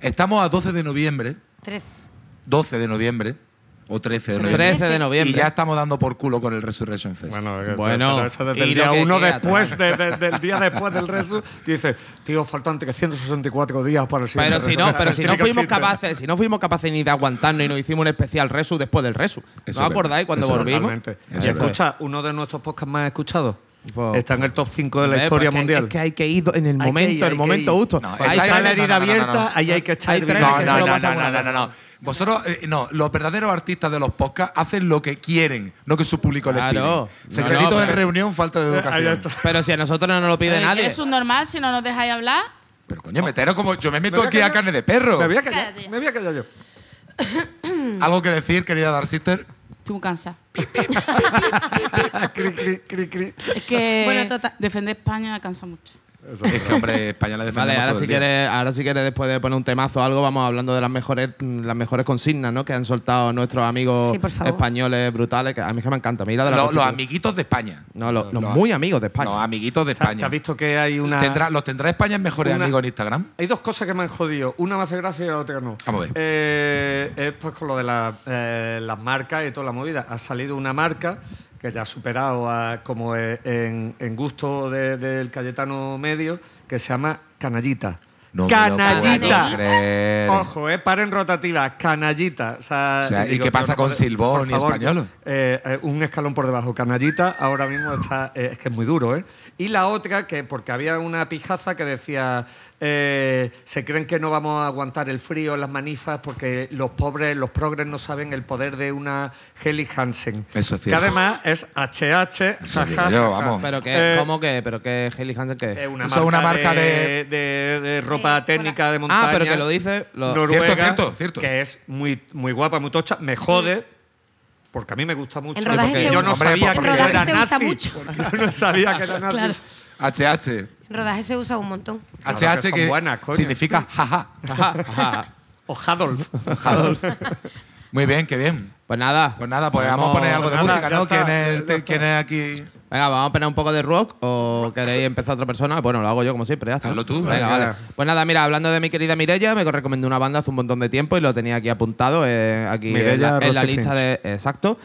Speaker 6: Estamos a 12 de noviembre.
Speaker 7: Tres.
Speaker 6: 12 de noviembre o 13 de noviembre.
Speaker 9: 13 de noviembre.
Speaker 6: Y ya estamos dando por culo con el Resurrection Fest.
Speaker 5: Bueno, que-
Speaker 9: Bueno,
Speaker 5: pero eso desde
Speaker 9: y
Speaker 5: el
Speaker 9: lo
Speaker 5: día
Speaker 9: que
Speaker 5: uno
Speaker 9: queda,
Speaker 5: después, de- de- del día después del Resu, dice, tío, faltan 364 días para el siguiente
Speaker 9: Pero si
Speaker 5: Resu".
Speaker 9: no, pero si no
Speaker 5: Típico
Speaker 9: fuimos
Speaker 5: chiste.
Speaker 9: capaces, si no fuimos capaces ni de aguantarnos y nos hicimos un especial resu después del resu.
Speaker 6: Eso
Speaker 9: ¿No
Speaker 6: es
Speaker 9: acordáis
Speaker 6: verdad,
Speaker 9: cuando
Speaker 6: eso es
Speaker 9: volvimos?
Speaker 5: Totalmente.
Speaker 6: Eso es
Speaker 5: Y
Speaker 6: verdad.
Speaker 5: escucha, uno de nuestros podcasts más escuchados.
Speaker 9: Pues-
Speaker 5: Está en el top 5 de la
Speaker 9: Eh,
Speaker 5: historia
Speaker 9: porque
Speaker 5: mundial.
Speaker 9: Es que hay que ir en el
Speaker 5: Hay que
Speaker 9: momento,
Speaker 5: ir,
Speaker 9: el
Speaker 5: hay
Speaker 9: momento
Speaker 5: que ir.
Speaker 9: justo.
Speaker 6: No,
Speaker 5: Ahí
Speaker 9: Hay
Speaker 6: está
Speaker 5: está
Speaker 9: trenes-
Speaker 5: la herida
Speaker 6: no, no, no, no,
Speaker 5: abierta,
Speaker 6: no.
Speaker 5: ahí hay que echar
Speaker 9: Hay
Speaker 5: el
Speaker 9: trenes
Speaker 5: vinagre.
Speaker 6: no,
Speaker 9: que
Speaker 6: no,
Speaker 9: solo
Speaker 6: no,
Speaker 9: pasan
Speaker 6: no,
Speaker 9: una
Speaker 6: no, no,
Speaker 9: vez.
Speaker 6: no. Vosotros, eh, no, los verdaderos artistas de los podcasts hacen lo que quieren, no que su público
Speaker 9: Claro.
Speaker 6: les
Speaker 9: No,
Speaker 6: pide. Secretitos
Speaker 9: no,
Speaker 6: en
Speaker 9: pero-
Speaker 6: reunión, falta de
Speaker 5: eh, Ahí
Speaker 6: educación.
Speaker 5: está.
Speaker 9: Pero si a nosotros no nos lo pide
Speaker 8: Eh,
Speaker 9: nadie.
Speaker 8: Es subnormal si no nos dejáis hablar.
Speaker 6: Pero coño, meteros como yo me meto
Speaker 5: voy a
Speaker 6: aquí a
Speaker 5: callar.
Speaker 6: carne de perro.
Speaker 5: Me voy a callar,
Speaker 8: Cállate.
Speaker 5: me voy a callar yo.
Speaker 9: Mm.
Speaker 6: ¿Algo que decir, querida Dark Sister?
Speaker 8: Estoy muy cansada.
Speaker 5: Cri, cri, cri, cri.
Speaker 8: Es que
Speaker 7: Bueno, total-
Speaker 8: defender España cansa mucho.
Speaker 6: Es que, hombre, España la defendemos
Speaker 9: Vale, ahora
Speaker 6: todo
Speaker 9: si,
Speaker 6: el día.
Speaker 9: quieres, ahora si quieres, después de poner un temazo o algo, vamos hablando de las mejores, mm, las mejores consignas ¿no? que han soltado nuestros amigos
Speaker 7: Sí, por favor.
Speaker 9: españoles brutales, que a mí es que me encanta. Mira de la
Speaker 6: Lo- Los,
Speaker 9: Constitución.
Speaker 6: amiguitos de España.
Speaker 9: No, los, los
Speaker 6: Los-
Speaker 9: muy amigos de España.
Speaker 6: Los amiguitos de
Speaker 5: ¿Te
Speaker 6: España.
Speaker 5: has visto que hay una.
Speaker 6: ¿Tendrá- ¿Los tendrá España en mejores
Speaker 5: Una-
Speaker 6: amigos en Instagram?
Speaker 5: Hay dos cosas que me han jodido. Una me hace gracia y la otra no.
Speaker 6: Vamos a ver.
Speaker 5: Eh, es pues con lo de la- eh, las marcas y toda la movida. Ha salido una marca que ya ha superado a- como eh, en, en gusto de- del Cayetano Medio, que se llama Canallita.
Speaker 6: No me lo puedo
Speaker 5: ¡Canallita!
Speaker 6: creer.
Speaker 5: Ojo, eh, paren rotativas, canallita. O sea,
Speaker 6: O sea, ¿y
Speaker 5: digo,
Speaker 6: qué
Speaker 5: tío,
Speaker 6: pasa
Speaker 5: no
Speaker 6: con
Speaker 5: puede-
Speaker 6: Silbón
Speaker 5: por
Speaker 6: y
Speaker 5: favor,
Speaker 6: Españolo?
Speaker 5: eh, eh, un escalón por debajo. Canallita ahora mismo está. eh, es que es muy duro, ¿eh? Y la otra, que porque había una pijaza que decía. eh, se creen que no vamos a aguantar el frío en las manifas porque los pobres, los progres no saben el poder de una Heli Hansen.
Speaker 6: Eso es
Speaker 5: Que
Speaker 6: cierto.
Speaker 5: además es HH.
Speaker 6: Eso digo
Speaker 5: jaja,
Speaker 6: yo,
Speaker 5: jaja.
Speaker 6: vamos.
Speaker 9: Pero que,
Speaker 5: Eh,
Speaker 9: ¿cómo que? ¿Pero que Haley Hansen que
Speaker 5: Es Eh, una
Speaker 6: Eso es
Speaker 5: marca,
Speaker 6: Eh, una marca
Speaker 5: de, de- de ropa
Speaker 7: Eh,
Speaker 5: técnica
Speaker 7: hola.
Speaker 5: de montaña.
Speaker 9: Ah, pero que lo dice. lo-
Speaker 5: Noruega,
Speaker 6: Cierto, cierto, cierto.
Speaker 5: que es muy, muy guapa, muy tocha. Me jode porque a mí me gusta mucho.
Speaker 7: En rodaje
Speaker 5: porque
Speaker 7: se
Speaker 5: yo
Speaker 7: usa-
Speaker 5: no sabía
Speaker 6: en
Speaker 5: que yo
Speaker 6: rodaje
Speaker 5: era
Speaker 7: se usa
Speaker 5: nazi.
Speaker 7: mucho.
Speaker 5: Porque Yo no sabía que era nazi.
Speaker 7: Claro.
Speaker 6: HH.
Speaker 7: En rodaje se usa un montón.
Speaker 5: Claro
Speaker 6: HH
Speaker 5: que
Speaker 6: que,
Speaker 5: son buenas, coño.
Speaker 6: significa jaja.
Speaker 5: O Hadolf.
Speaker 6: Muy bien, qué bien.
Speaker 9: Pues nada.
Speaker 6: Pues nada, pues vamos a poner algo de
Speaker 5: nada,
Speaker 6: música,
Speaker 5: ya
Speaker 6: ¿no?
Speaker 5: está,
Speaker 6: ¿Quién
Speaker 5: ya
Speaker 6: es,
Speaker 5: está.
Speaker 6: quién es aquí?
Speaker 9: Venga, vamos a poner un poco de rock o queréis empezar otra persona. Bueno, lo hago yo como siempre, ya está.
Speaker 6: Hazlo tú.
Speaker 9: Venga,
Speaker 6: Venga.
Speaker 9: vale. Pues nada, mira, hablando de mi querida Mirella, me recomendó una banda hace un montón de tiempo y lo tenía aquí apuntado eh, aquí en
Speaker 5: Mireia
Speaker 9: la, en la
Speaker 5: Rossi
Speaker 9: lista de. Exacto.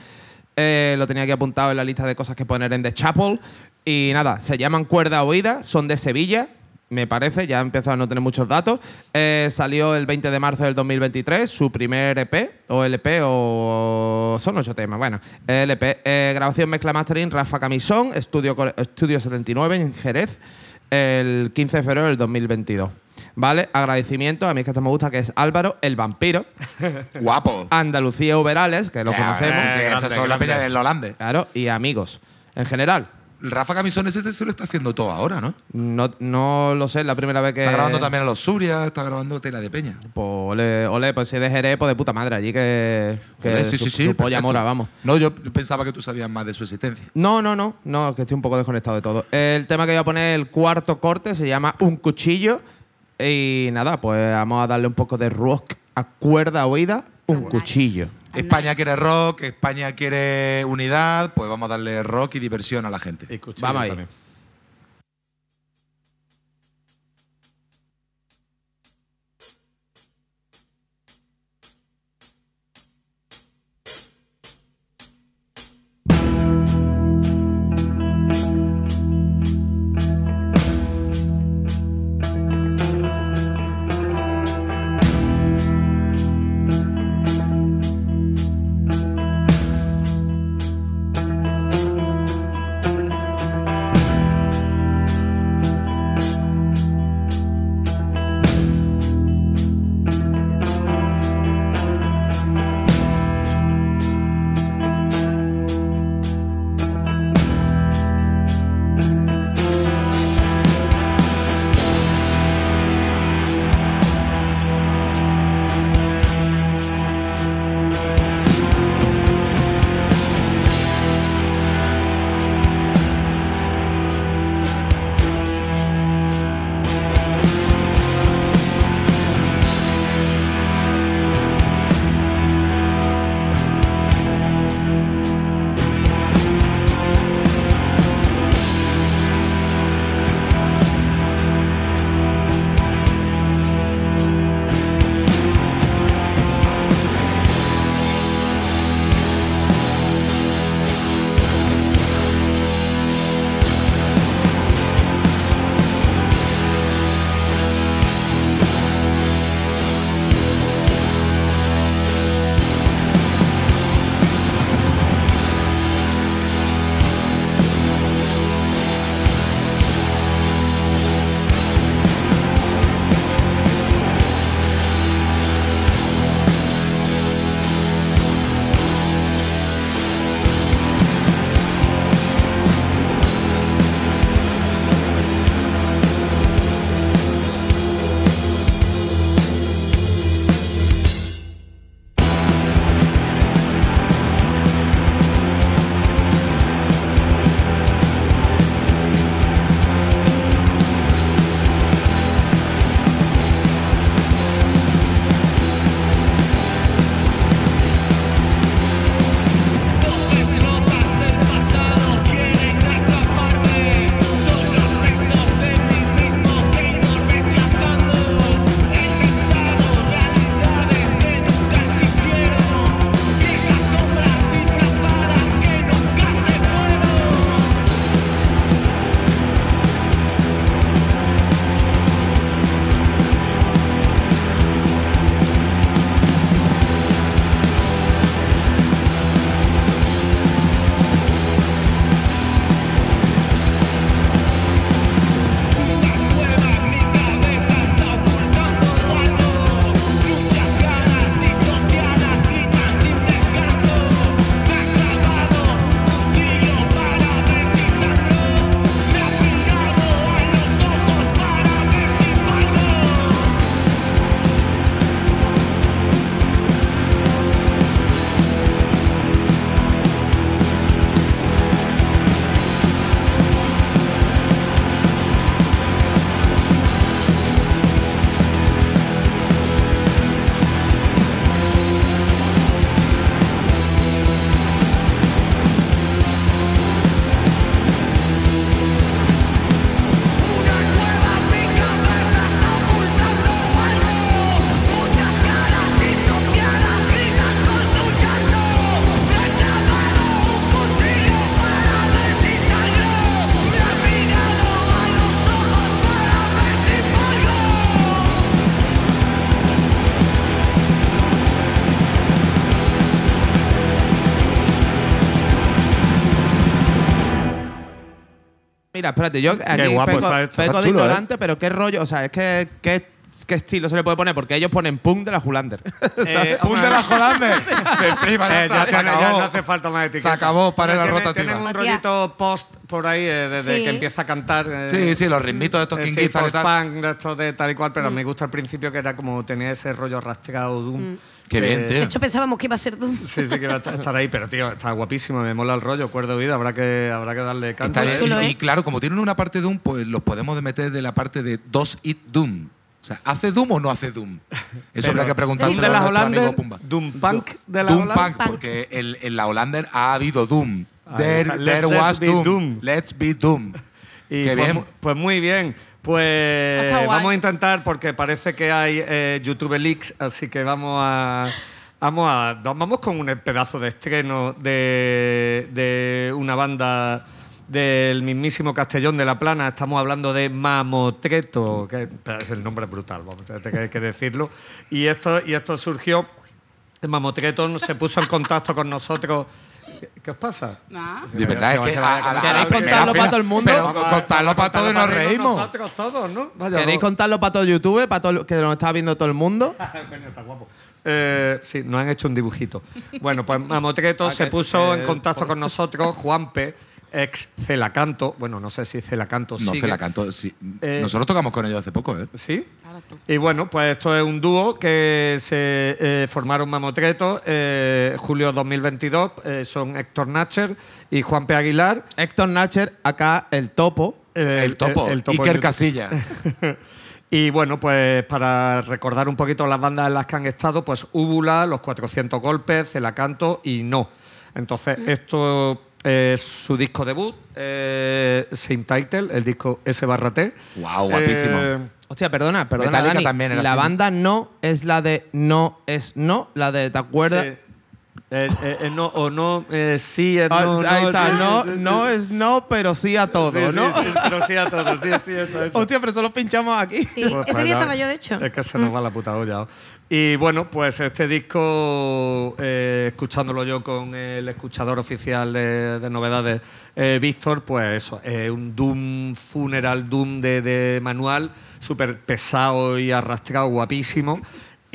Speaker 9: Eh, lo tenía aquí apuntado en la lista de cosas que poner en The Chapel. Y nada, se llaman Cuerda Oída, son de Sevilla. Me parece, ya empiezo a no tener muchos datos. Eh, salió el 20 de marzo del 2023 su primer EP, o LP, o. Son ocho temas, bueno. LP. Eh, grabación Mezcla Mastering, Rafa Camisón, Estudio, Core- Estudio 79 en Jerez, el 15 de febrero del 2022. ¿Vale? Agradecimiento, a mí es que esto me gusta, que es Álvaro, el vampiro,
Speaker 6: Guapo.
Speaker 9: Andalucía Uberales, que lo
Speaker 6: Eh,
Speaker 9: conocemos.
Speaker 6: Ah, sí, sí,
Speaker 5: Grande,
Speaker 6: esas son las
Speaker 5: grande.
Speaker 6: peñas del Holande.
Speaker 9: Claro, y amigos. En general,
Speaker 6: Rafa Camisón ese se lo está haciendo todo ahora, ¿no?
Speaker 9: no, no lo sé, es la primera vez que.
Speaker 6: Está grabando también a los Surias, está grabando Tela de Peña.
Speaker 9: Pues ole, ole, pues si es de Jerez, pues de puta madre, allí que. que
Speaker 6: Hombre, sí,
Speaker 9: su-
Speaker 6: sí, sí.
Speaker 9: su polla
Speaker 6: perfecto.
Speaker 9: mora, vamos.
Speaker 6: No, yo pensaba que tú sabías más de su existencia.
Speaker 9: No, no, no, no, es que estoy un poco desconectado de todo. El tema que voy a poner, el cuarto corte, se llama Un Cuchillo. Y nada, pues vamos a darle un poco de rock a cuerda oída, un cuchillo.
Speaker 6: España quiere rock, España quiere unidad, pues vamos a darle rock y diversión a la gente.
Speaker 5: Y cuchillo
Speaker 9: Vamos ahí.
Speaker 5: también.
Speaker 10: Cuerda
Speaker 9: Mira, espérate, yo aquí
Speaker 5: guapo
Speaker 9: peco,
Speaker 5: está esto.
Speaker 9: peco
Speaker 5: Está
Speaker 9: de
Speaker 10: chulo, ¿eh?
Speaker 9: ignorante, pero qué rollo, o sea, es que qué, qué estilo se le puede poner, porque ellos ponen punk de la Hulander.
Speaker 5: Eh,
Speaker 6: ¡Pum de la Jolander! ¡Me flipa! ya
Speaker 5: Eh, ya,
Speaker 6: está, se
Speaker 5: tiene- ya
Speaker 6: acabó.
Speaker 5: no hace falta más etiqueta.
Speaker 6: Se acabó, para
Speaker 5: No,
Speaker 6: la
Speaker 5: tiene-
Speaker 6: rotativa.
Speaker 5: Tienen un
Speaker 7: Hostia.
Speaker 5: rollito post por ahí eh, desde
Speaker 7: Sí.
Speaker 5: que empieza a cantar. eh,
Speaker 6: Sí, sí, los ritmitos de estos
Speaker 5: eh,
Speaker 6: King
Speaker 5: sí,
Speaker 6: Gizzard y tal.
Speaker 5: post-punk, de estos de tal y cual,
Speaker 7: Mm.
Speaker 5: pero me gusta al principio que era como tenía ese rollo rastreado
Speaker 7: Mm.
Speaker 5: Doom. eh,
Speaker 6: Qué
Speaker 5: que-
Speaker 6: bien,
Speaker 7: De
Speaker 6: tío.
Speaker 7: hecho, pensábamos que iba a ser tú.
Speaker 5: Sí, sí, que va a estar- estar ahí, pero tío, está guapísimo, me mola el rollo, cuerdo de vida, habrá que, habrá que darle canto.
Speaker 6: Está
Speaker 7: Muy
Speaker 6: bien.
Speaker 7: chulo,
Speaker 6: y,
Speaker 7: ¿eh?
Speaker 6: y claro, como tienen una parte Doom, pues los podemos meter de la parte de 2 It Doom. O sea, ¿hace Doom o no hace Doom? Eso habrá que
Speaker 5: preguntarse.
Speaker 6: preguntárselo
Speaker 5: de
Speaker 6: a
Speaker 5: la
Speaker 6: nuestro
Speaker 5: Holanda,
Speaker 6: amigo Pumba.
Speaker 5: Doom Punk de la
Speaker 6: Doom
Speaker 5: Holanda.
Speaker 6: Punk, porque el- en la Holander ha habido Doom.
Speaker 5: Ahí
Speaker 6: There,
Speaker 5: está.
Speaker 6: there
Speaker 5: Let's- let's
Speaker 6: was
Speaker 5: be
Speaker 6: Doom.
Speaker 5: Doom.
Speaker 6: Let's be Doom.
Speaker 5: Y
Speaker 6: Qué
Speaker 5: pues,
Speaker 6: bien.
Speaker 5: mu- pues muy bien. Pues
Speaker 8: Está guay.
Speaker 5: vamos a intentar, porque parece que hay eh, YouTube Leaks, así que vamos a. Vamos a. Vamos con un pedazo de estreno de, de una banda del mismísimo Castellón de la Plana. Estamos hablando de Mamotreto, que es el nombre es brutal, vamos, hay que decirlo. Y esto, y esto surgió. Mamotreto se puso en contacto con nosotros. ¿Qué- ¿Qué os pasa?
Speaker 9: Ah.
Speaker 8: Nah.
Speaker 6: De verdad, es que a, a la- a la
Speaker 9: ¿Queréis
Speaker 6: primera
Speaker 9: contarlo
Speaker 6: fila-
Speaker 9: para todo el mundo?
Speaker 6: Pero
Speaker 5: Vamos a-
Speaker 6: contarlo para todos y nos reímos.
Speaker 5: Nosotros todos, ¿no? Vaya,
Speaker 9: ¿Queréis
Speaker 5: no.
Speaker 9: contarlo para todo YouTube, para todo el- que lo está viendo todo el mundo?
Speaker 5: Coño, está guapo. Eh, sí, nos han hecho un dibujito. Bueno, pues Mamotreto
Speaker 9: Ah,
Speaker 5: se
Speaker 9: que-
Speaker 5: puso
Speaker 9: que-
Speaker 5: en contacto con nosotros, Juanpe, ex Celacanto. Bueno, no sé si Celacanto
Speaker 6: No,
Speaker 5: sigue.
Speaker 6: se la cantó. sí.
Speaker 5: Pues Eh,
Speaker 6: Nosotros tocamos con ellos hace poco, ¿eh?
Speaker 5: ¿Sí? Y bueno, pues esto es un dúo que se eh, formaron Mamotreto eh, julio 2022. eh, son Héctor Nacher y Juanpe Aguilar.
Speaker 9: Héctor Nacher, acá el topo.
Speaker 5: Eh,
Speaker 6: El topo.
Speaker 5: el- el topo
Speaker 6: Iker
Speaker 5: YouTube.
Speaker 6: Casilla.
Speaker 5: Y bueno, pues para recordar un poquito las bandas en las que han estado, pues Úbula, Los 400 Golpes, Celacanto y No. Entonces, esto es su disco debut, eh, Same Title, el disco S barra T.
Speaker 6: Guau, guapísimo.
Speaker 5: Eh,
Speaker 9: Hostia, perdona, perdona.
Speaker 6: Metallica
Speaker 9: Dani.
Speaker 6: también era
Speaker 9: la
Speaker 6: así.
Speaker 9: banda no es la de no es no, la de ¿te acuerdas?
Speaker 5: eh, eh, eh, no, o no, eh, sí, eh,
Speaker 9: Ah,
Speaker 5: no,
Speaker 9: ahí está, no,
Speaker 5: eh,
Speaker 9: no es no, pero sí a todo,
Speaker 5: sí, sí,
Speaker 9: ¿no?
Speaker 5: sí, pero sí a todo, sí, sí, eso, eso.
Speaker 9: Hostia, pero solo pinchamos aquí.
Speaker 7: Sí,
Speaker 5: Pues,
Speaker 7: ese
Speaker 5: pues,
Speaker 7: día
Speaker 5: no,
Speaker 7: estaba yo, de hecho. Mm.
Speaker 5: Es que se nos va la puta olla. Y bueno, pues este disco, eh, escuchándolo yo con el escuchador oficial de, de novedades, eh, Víctor, pues eso, es un Doom funeral, Doom de, de manual, súper pesado y arrastrado, guapísimo.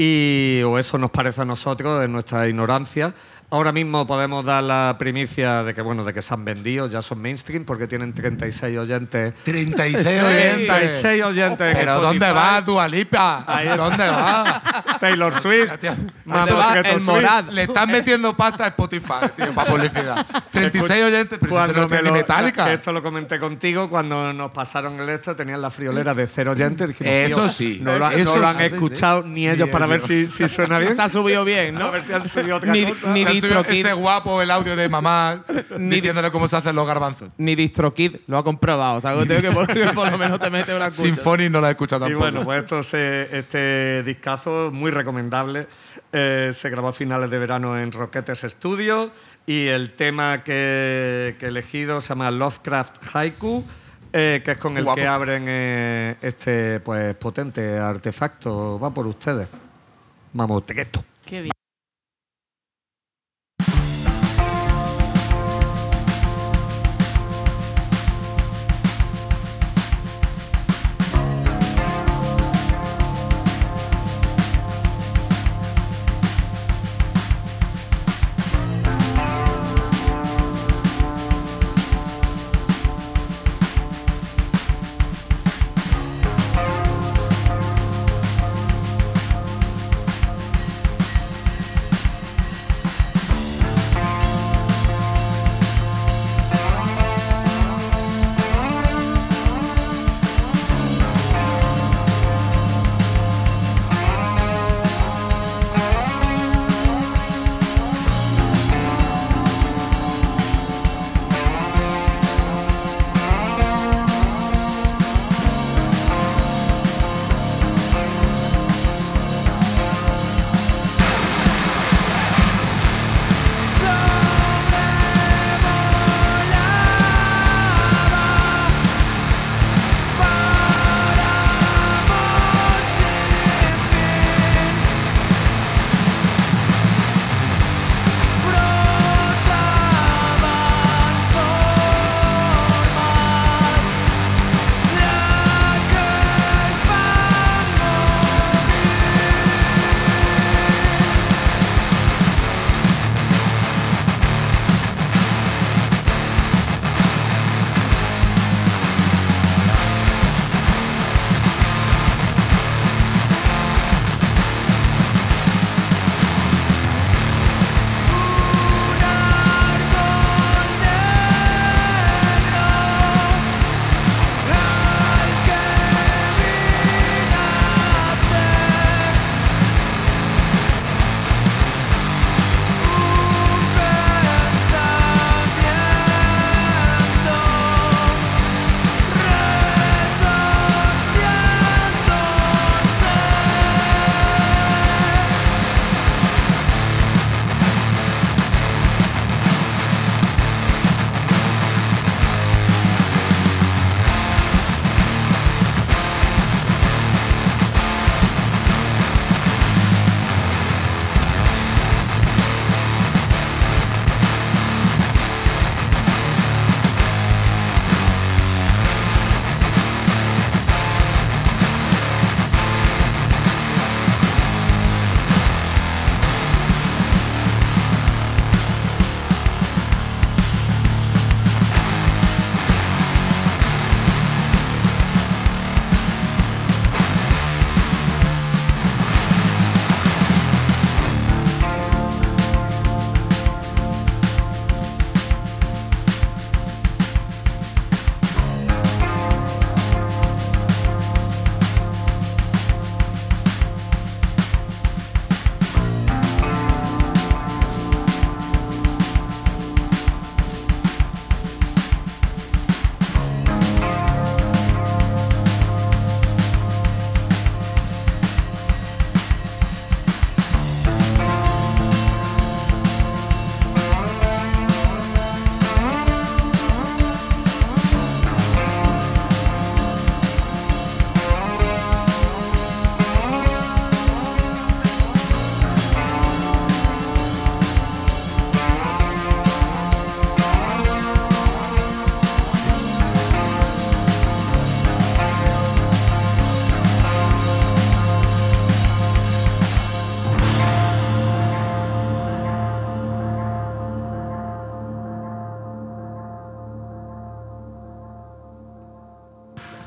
Speaker 5: Y o eso nos parece a nosotros, en nuestra ignorancia. Ahora mismo podemos dar la primicia de que, bueno, de que se han vendido, ya son mainstream, porque tienen 36 oyentes
Speaker 6: 36 oyentes.
Speaker 5: 36 oyentes. en
Speaker 6: Pero ¿dónde
Speaker 5: Spotify.
Speaker 6: vas, Dualipa?
Speaker 5: Ahí está.
Speaker 6: ¿Dónde vas?
Speaker 5: Taylor Swift.
Speaker 6: Hostia, tío.
Speaker 5: Mamá,
Speaker 9: Se va
Speaker 5: Taylor
Speaker 9: el
Speaker 5: Swift.
Speaker 9: morad.
Speaker 6: Le están metiendo pasta a Spotify, tío, para publicidad. 36 oyentes, pero si eso
Speaker 5: Cuando
Speaker 6: no
Speaker 5: me
Speaker 6: tiene ni
Speaker 5: lo-
Speaker 6: Metallica.
Speaker 5: que Esto lo comenté contigo cuando nos pasaron el esto, tenían la friolera de cero oyentes. Dijimos,
Speaker 6: Eso
Speaker 5: tío,
Speaker 6: sí.
Speaker 5: No lo, ha-
Speaker 6: Eso
Speaker 5: no lo han
Speaker 6: sí.
Speaker 5: escuchado ni ellos para ver si, si suena bien.
Speaker 9: Se ha subido bien,
Speaker 5: A
Speaker 9: ¿no?
Speaker 5: ver si han subido otra
Speaker 9: Ni-
Speaker 5: cosa.
Speaker 9: ni-
Speaker 6: Se ha subido
Speaker 9: DistroKid.
Speaker 6: Ese guapo, el audio de mamá, diciéndole cómo se hacen los garbanzos.
Speaker 9: Ni DistroKid lo ha comprobado. O sea, que tengo que por, que por lo menos te mete una cucha.
Speaker 6: Symphony no la he escuchado
Speaker 5: Y
Speaker 6: tampoco.
Speaker 5: bueno, pues esto se- este discazo muy recomendable. eh, se grabó a finales de verano en Roquetes Studio y el tema que, que he elegido se llama Lovecraft Haiku, eh, que es con el
Speaker 6: Guapo.
Speaker 5: que abren eh, este pues potente artefacto. Va por ustedes. Mamotreto.
Speaker 8: Qué bien.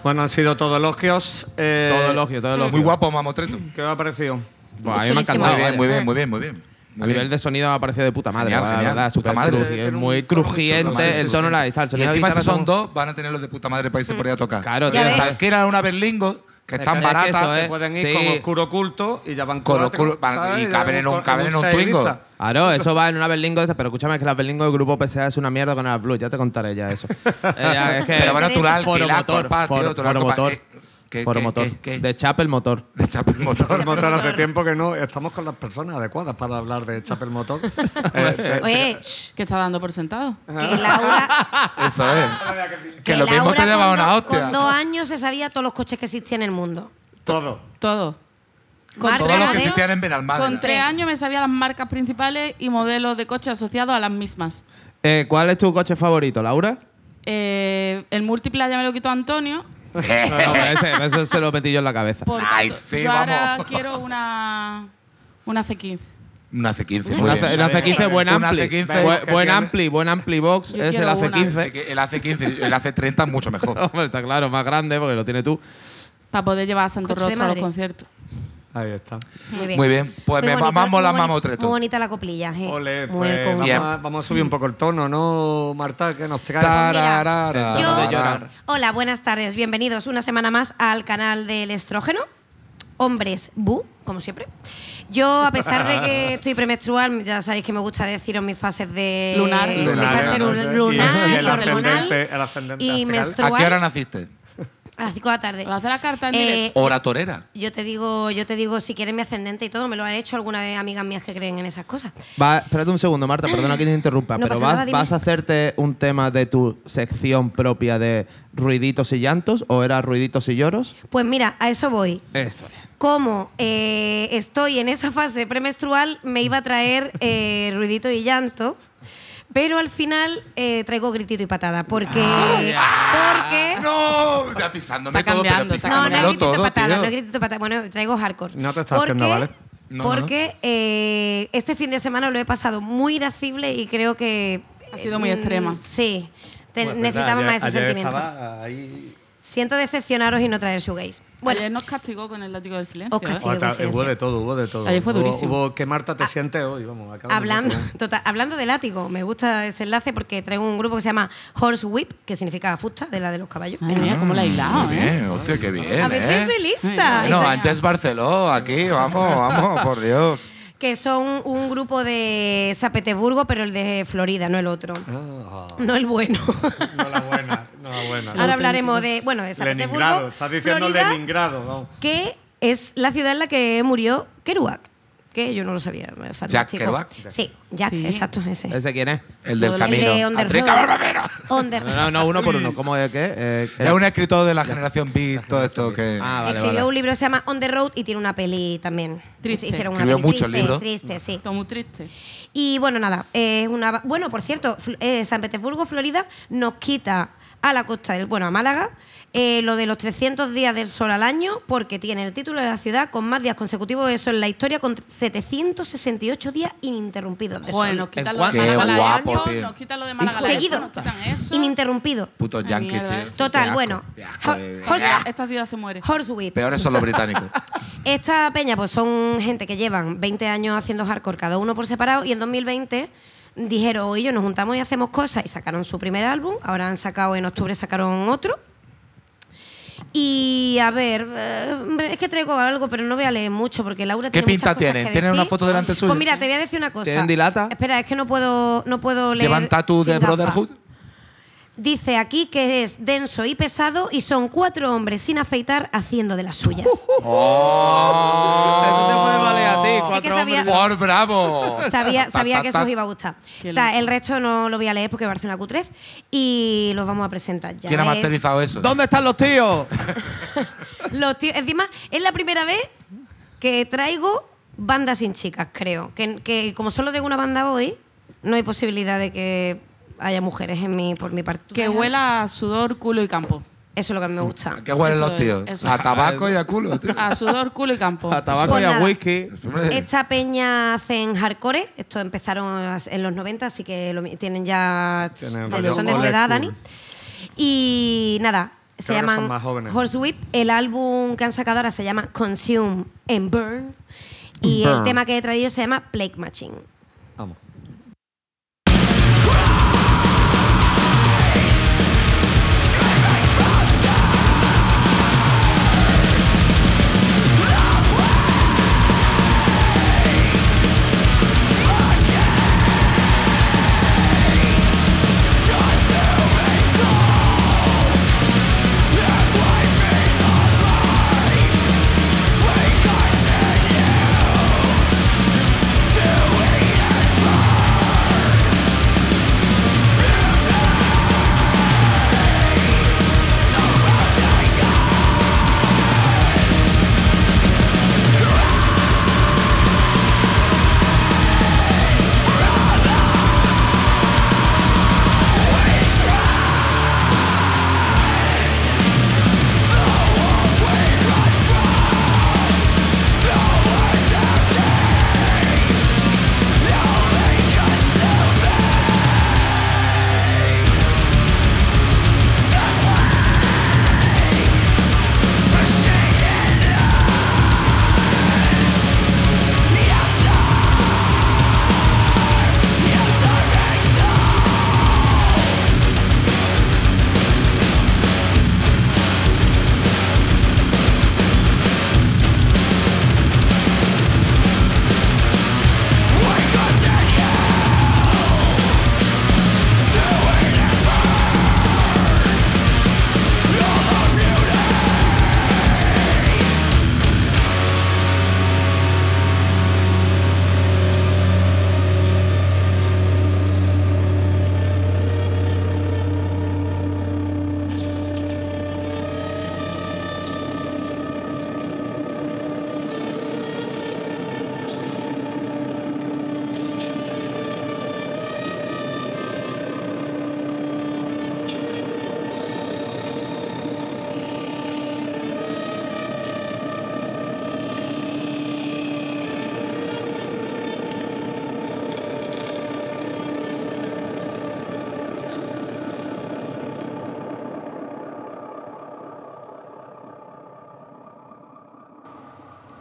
Speaker 5: Bueno, han sido todos elogios. eh,
Speaker 9: todo elogio, todo elogio.
Speaker 6: Muy guapo, mamotreto.
Speaker 5: ¿Qué os ha parecido?
Speaker 9: Buah, a mí me ha
Speaker 7: Chulísimo.
Speaker 9: encantado.
Speaker 6: Muy bien,
Speaker 7: vale.
Speaker 6: muy bien, muy bien, muy bien.
Speaker 9: A nivel de sonido me ha parecido de puta madre,
Speaker 6: Genial,
Speaker 9: la
Speaker 6: genial.
Speaker 9: verdad.
Speaker 6: Puta
Speaker 9: súper
Speaker 6: madre,
Speaker 9: cruji-
Speaker 6: tiene
Speaker 9: es
Speaker 6: un
Speaker 9: muy
Speaker 6: tono
Speaker 9: crujiente
Speaker 6: chulo, madre,
Speaker 9: el tono de la
Speaker 6: sí,
Speaker 9: distancia. El
Speaker 6: sí. Y
Speaker 9: sonido de
Speaker 6: encima si
Speaker 9: guitarra
Speaker 6: son
Speaker 9: como-
Speaker 6: dos, van a tener los de puta madre para irse por ahí a tocar.
Speaker 9: Claro,
Speaker 7: Ya
Speaker 9: tío.
Speaker 7: ves.
Speaker 9: ¿sabes?
Speaker 6: Que era una berlingo, que
Speaker 5: Es
Speaker 6: es tan
Speaker 5: que es que
Speaker 6: barata.
Speaker 9: eso eh.
Speaker 5: se
Speaker 9: es.
Speaker 5: pueden ir
Speaker 9: Sí.
Speaker 5: con oscuro culto y ya van
Speaker 6: ¿eh? Con
Speaker 5: cuatro,
Speaker 6: oscuro- van-
Speaker 5: ¿sabes?
Speaker 6: y
Speaker 5: Ya
Speaker 6: caben en un-
Speaker 5: con-
Speaker 6: caben en un
Speaker 5: seis
Speaker 6: Twingo.
Speaker 5: listas.
Speaker 9: Claro, eso va en una berlingo, de estas, pero escúchame que la berlingo del grupo PSA es una mierda con el Blue, ya te contaré ya eso. Eh, ya, es que
Speaker 6: Pero bueno, tú la
Speaker 9: Foro
Speaker 6: alquilas,
Speaker 9: motor,
Speaker 6: compa, tío,
Speaker 9: foro-
Speaker 6: tú la
Speaker 9: foro
Speaker 6: compa-
Speaker 9: motor,
Speaker 6: eh, ¿qué,
Speaker 9: foro
Speaker 6: qué,
Speaker 9: motor.
Speaker 6: qué, qué?
Speaker 9: De Chapel motor.
Speaker 6: De Chapel Motor.
Speaker 5: Chapel Motor hace tiempo que no. Estamos con las personas adecuadas para hablar de Chapel Motor. Eh, eh,
Speaker 7: Oye, shh,
Speaker 8: que está dando por sentado.
Speaker 7: que Laura,
Speaker 6: Eso es. Ah. Que lo mismo
Speaker 7: Laura
Speaker 6: te llevaba
Speaker 7: con
Speaker 6: una
Speaker 7: dos-
Speaker 6: hostia.
Speaker 7: Con dos años se sabía todos los coches que existían en el mundo. ¿eh?
Speaker 5: todo.
Speaker 8: Todo.
Speaker 7: Con
Speaker 6: todos
Speaker 7: tres
Speaker 6: los que
Speaker 7: años-
Speaker 6: existían en Benalmádena.
Speaker 8: Con tres años me sabía las marcas principales y modelos de coche asociados a las mismas.
Speaker 9: Eh, ¿Cuál es tu coche favorito, Laura?
Speaker 8: Eh, el múltiple ya me lo quitó Antonio.
Speaker 6: Eh,
Speaker 9: No, ese- eso se lo metí yo en la cabeza.
Speaker 8: Por
Speaker 6: Ay,
Speaker 8: tanto,
Speaker 6: sí,
Speaker 8: yo ahora
Speaker 6: vamos.
Speaker 8: quiero una, una C15.
Speaker 6: Una C15. muy
Speaker 9: Una
Speaker 6: bien.
Speaker 9: C- la C15 buen
Speaker 6: Una
Speaker 9: ampli.
Speaker 6: C15.
Speaker 9: Buen- Buen
Speaker 5: Yo
Speaker 9: ampli, buen ampli box,
Speaker 8: quiero
Speaker 9: es el
Speaker 8: una.
Speaker 9: AC15.
Speaker 6: El AC15, el AC30 es mucho mejor.
Speaker 9: Hombre, está claro, más grande porque lo tienes tú.
Speaker 8: Para poder llevar a Santo
Speaker 7: Coche de
Speaker 8: Rostro a los
Speaker 7: Madrid.
Speaker 8: conciertos.
Speaker 5: Ahí está.
Speaker 7: Muy bien.
Speaker 6: Muy bien. Pues
Speaker 7: Muy
Speaker 6: me
Speaker 7: bonita-
Speaker 6: mamamos la
Speaker 7: muy boni-
Speaker 6: mamotreto.
Speaker 7: Muy bonita la coplilla, eh.
Speaker 5: Ole,
Speaker 7: Muy
Speaker 5: pues
Speaker 7: bien.
Speaker 5: vamos,
Speaker 6: Bien.
Speaker 5: a, vamos a subir un poco el tono, ¿no, Marta? Que nos trae.
Speaker 6: Tararara.
Speaker 9: Yo-
Speaker 6: Tararara.
Speaker 9: de llorar.
Speaker 7: Hola, buenas tardes. Bienvenidos una semana más al canal del estrógeno. Hombres bu, como siempre. Yo, a pesar de que estoy premenstrual, ya sabéis que me gusta deciros mis fases de.
Speaker 8: Lunar.
Speaker 7: mis
Speaker 6: Lunar,
Speaker 7: fases
Speaker 6: ¿no?
Speaker 7: lu- lunar,
Speaker 5: Y el
Speaker 7: hormonal
Speaker 5: ascendente- el ascendente
Speaker 7: y
Speaker 5: astral.
Speaker 6: ¿A
Speaker 7: menstrual.
Speaker 6: qué hora naciste?
Speaker 7: A las 5 de la tarde.
Speaker 8: Lo hace la carta en
Speaker 7: Eh,
Speaker 8: directo.
Speaker 6: Hora torera.
Speaker 7: Yo te digo, yo te digo, si quieres mi ascendente y todo, me lo han hecho alguna vez amigas mías que creen en esas cosas.
Speaker 9: Va, espérate un segundo, Marta, perdona que te interrumpa,
Speaker 7: No
Speaker 9: pero
Speaker 7: pasa
Speaker 9: vas,
Speaker 7: nada, dime.
Speaker 9: ¿vas a hacerte un tema de tu sección propia de ruiditos y llantos o era ruiditos y lloros?
Speaker 7: Pues mira, a eso voy.
Speaker 9: Eso
Speaker 5: pues,
Speaker 9: es.
Speaker 7: Como eh, estoy en esa fase premenstrual, me iba a traer eh, ruidito y llanto. Pero al final eh, traigo gritito y patada. Porque. Porque.
Speaker 6: Ah, No, ya pisándome
Speaker 8: Está
Speaker 6: todo, pero
Speaker 8: cambiando, está
Speaker 7: No, no es
Speaker 6: pisándomelo
Speaker 8: cambiando.
Speaker 7: gritito y
Speaker 6: todo,
Speaker 7: patada, no es
Speaker 6: tío.
Speaker 7: gritito y patada. Bueno, traigo hardcore.
Speaker 5: No te está haciendo, ¿vale?
Speaker 6: No,
Speaker 7: porque eh, este fin de semana lo he pasado muy irascible y creo que.
Speaker 8: Ha sido muy
Speaker 7: mm,
Speaker 8: extrema.
Speaker 7: Sí. Te-
Speaker 5: Pues,
Speaker 7: necesitamos
Speaker 5: verdad,
Speaker 7: más ese
Speaker 5: ayer- ayer
Speaker 7: sentimiento.
Speaker 5: estaba ahí-
Speaker 7: Siento decepcionaros y no traer shoegaze. Bueno,
Speaker 8: Ayer nos castigó con el látigo del silencio.
Speaker 7: Os castigo.
Speaker 8: ¿eh?
Speaker 5: Oh, ta-
Speaker 7: conciencia.
Speaker 5: hubo de todo, hubo de todo.
Speaker 8: Ayer fue
Speaker 5: Hubo-
Speaker 8: durísimo.
Speaker 5: Hubo, que Marta te siente hoy, vamos. acabo de
Speaker 7: Ah. Hablando,
Speaker 5: meter.
Speaker 7: total, hablando de látigo, me gusta ese enlace porque traigo un grupo que se llama Horse Whip, que significa fusta, de la de los caballos.
Speaker 8: Madre mía, cómo la ha hilado,
Speaker 6: Muy
Speaker 8: ¿eh?
Speaker 6: bien, hostia, qué bien,
Speaker 7: A veces
Speaker 6: ¿eh?
Speaker 7: soy
Speaker 8: Ah,
Speaker 7: lista.
Speaker 6: Bueno,
Speaker 7: Eso-
Speaker 6: Ángel Barceló, aquí, vamos, vamos, por Dios.
Speaker 7: que son un grupo de San Petersburgo, pero el de Florida, no el otro.
Speaker 5: Ah,
Speaker 7: No el bueno.
Speaker 5: no la buena, no la buena.
Speaker 7: Ahora hablaremos de, bueno, de San
Speaker 5: Leningrado,
Speaker 7: Petersburgo.
Speaker 5: estás diciendo
Speaker 7: Florida,
Speaker 5: Leningrado. vamos.
Speaker 7: que es la ciudad en la que murió Kerouac. Que yo no lo sabía. Fantástico.
Speaker 6: Kerouac.
Speaker 7: Sí, Jack,
Speaker 8: Sí.
Speaker 7: exacto, ese.
Speaker 9: ¿Ese quién es?
Speaker 6: El del
Speaker 8: Todo lo-
Speaker 6: camino.
Speaker 7: El de On the
Speaker 6: Enrique
Speaker 7: Road.
Speaker 6: Barbero.
Speaker 7: On the
Speaker 9: No, no, no, uno por uno. ¿Cómo es que? Eh,
Speaker 6: Es un escritor de la generación Beat, todo esto que...
Speaker 9: Ah, vale,
Speaker 7: Escribió un
Speaker 9: vale.
Speaker 7: libro que se llama On the Road y tiene una peli también.
Speaker 8: Triste.
Speaker 7: Hicieron una
Speaker 6: Escribió
Speaker 7: peli
Speaker 6: muchos
Speaker 7: triste,
Speaker 6: libros.
Speaker 7: triste, sí.
Speaker 8: Todo muy triste.
Speaker 7: Y bueno, nada, es una va- bueno, por cierto, Fl- eh, San Petersburgo, Florida, nos quita a la costa del, bueno, a Málaga, eh, lo de los 300 días del sol al año, porque tiene el título de la ciudad con más días consecutivos de sol en la historia, con 768 días ininterrumpidos de sol.
Speaker 8: Joder, nos quitan lo
Speaker 9: cuánto?
Speaker 8: de Málaga
Speaker 6: Qué guapo,
Speaker 8: Gallardo,
Speaker 6: tío.
Speaker 8: nos quitan lo de Málaga
Speaker 7: Hijo.
Speaker 8: Gallardo,
Speaker 7: Seguido.
Speaker 8: nos quitan eso.
Speaker 7: Ininterrumpido.
Speaker 6: Ah, Putos
Speaker 8: Ay,
Speaker 6: yanquis,
Speaker 8: mierda.
Speaker 6: tío.
Speaker 7: Total,
Speaker 6: Qué asco,
Speaker 7: bueno.
Speaker 6: qué asco de-
Speaker 7: Jorge-
Speaker 8: Esta ciudad se muere.
Speaker 7: Horsewhip.
Speaker 6: Peores son los británicos.
Speaker 7: Esta peña, pues son gente que llevan 20 años haciendo hardcore, cada uno por separado, y en 2020 dijeron, oye, nos juntamos y hacemos cosas, y sacaron su primer álbum, ahora han sacado, en octubre sacaron otro. Y a ver, eh, es que traigo algo, pero no voy a leer mucho porque Laura
Speaker 6: ¿Qué
Speaker 7: tiene muchas
Speaker 6: pinta
Speaker 7: cosas
Speaker 6: tienen?
Speaker 7: que
Speaker 6: ¿Tienen
Speaker 7: decir.
Speaker 6: una foto delante suya?
Speaker 7: Pues mira, te voy a decir una cosa.
Speaker 9: ¿Tienen dilata?
Speaker 7: Espera, es que no puedo, no puedo leer.
Speaker 6: ¿Llevan tatu de
Speaker 7: sin gafas.
Speaker 6: Brotherhood?
Speaker 7: Dice aquí que es denso y pesado y son cuatro hombres sin afeitar haciendo de las suyas.
Speaker 9: Eso te puede valer a ti,
Speaker 7: Es que
Speaker 9: cuatro
Speaker 7: sabía-
Speaker 9: hombres.
Speaker 6: ¡Por bravo!
Speaker 7: Sabía,
Speaker 6: Ta, ta,
Speaker 7: sabía
Speaker 6: ta,
Speaker 7: que eso
Speaker 6: ta.
Speaker 7: os iba a gustar.
Speaker 8: Qué
Speaker 7: Ta,
Speaker 8: loco.
Speaker 7: el resto no lo voy a leer porque me parece una cutrez. Y los vamos a presentar ya.
Speaker 6: ¿Quién ha
Speaker 7: Eh,
Speaker 6: masterizado eso?
Speaker 9: ¿Dónde están los tíos?
Speaker 7: los tíos- encima, es la primera vez que traigo bandas sin chicas, creo. Que, que como solo traigo una banda hoy, no hay posibilidad de que haya mujeres en mi, por mi parte.
Speaker 8: Que huela a sudor, culo y campo.
Speaker 7: Eso es lo que a mí me gusta.
Speaker 6: ¿A qué
Speaker 8: Eso
Speaker 6: huelen los
Speaker 8: es,
Speaker 6: tíos?
Speaker 8: eso
Speaker 6: a
Speaker 8: es. Ah.
Speaker 6: tabaco y a culo, tío.
Speaker 8: A sudor, culo y campo.
Speaker 9: A tabaco
Speaker 7: Pues
Speaker 9: y a
Speaker 7: nada.
Speaker 9: whisky.
Speaker 6: Hombre,
Speaker 7: Esta peña hacen hardcore, esto empezaron en los 90, así que lo mi- tienen ya
Speaker 5: Tienen
Speaker 7: son
Speaker 5: rollo
Speaker 7: de tu edad,
Speaker 5: old school.
Speaker 7: Dani. Y nada, se
Speaker 5: Creo que son
Speaker 7: llaman
Speaker 5: más jóvenes.
Speaker 7: Horse Whip. El álbum que han sacado ahora se llama Consume and Burn. Y el
Speaker 9: Burn.
Speaker 7: tema que he traído se llama Plague Machine.
Speaker 5: Vamos.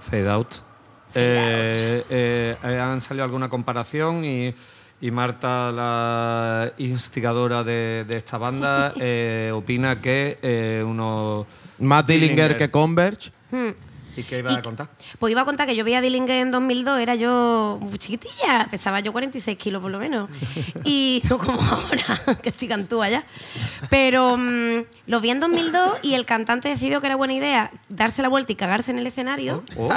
Speaker 5: Fade out. Eh, eh, eh, han salido alguna comparación y, y Marta, la instigadora de, de esta banda, eh, opina que eh, uno...
Speaker 9: Más Dillinger
Speaker 5: Dillinger.
Speaker 9: que Converge.
Speaker 7: Hmm.
Speaker 5: ¿Y qué iba
Speaker 7: Y-
Speaker 5: a contar?
Speaker 7: Pues iba a contar que yo veía a Dillinger en 2002, era yo muy chiquitilla, pesaba yo 46 kilos por lo menos. Y no como ahora, que estoy cantúa ya. Pero mm, lo vi en 2002 y el cantante decidió que era buena idea darse la vuelta y cagarse en el escenario.
Speaker 5: Oh,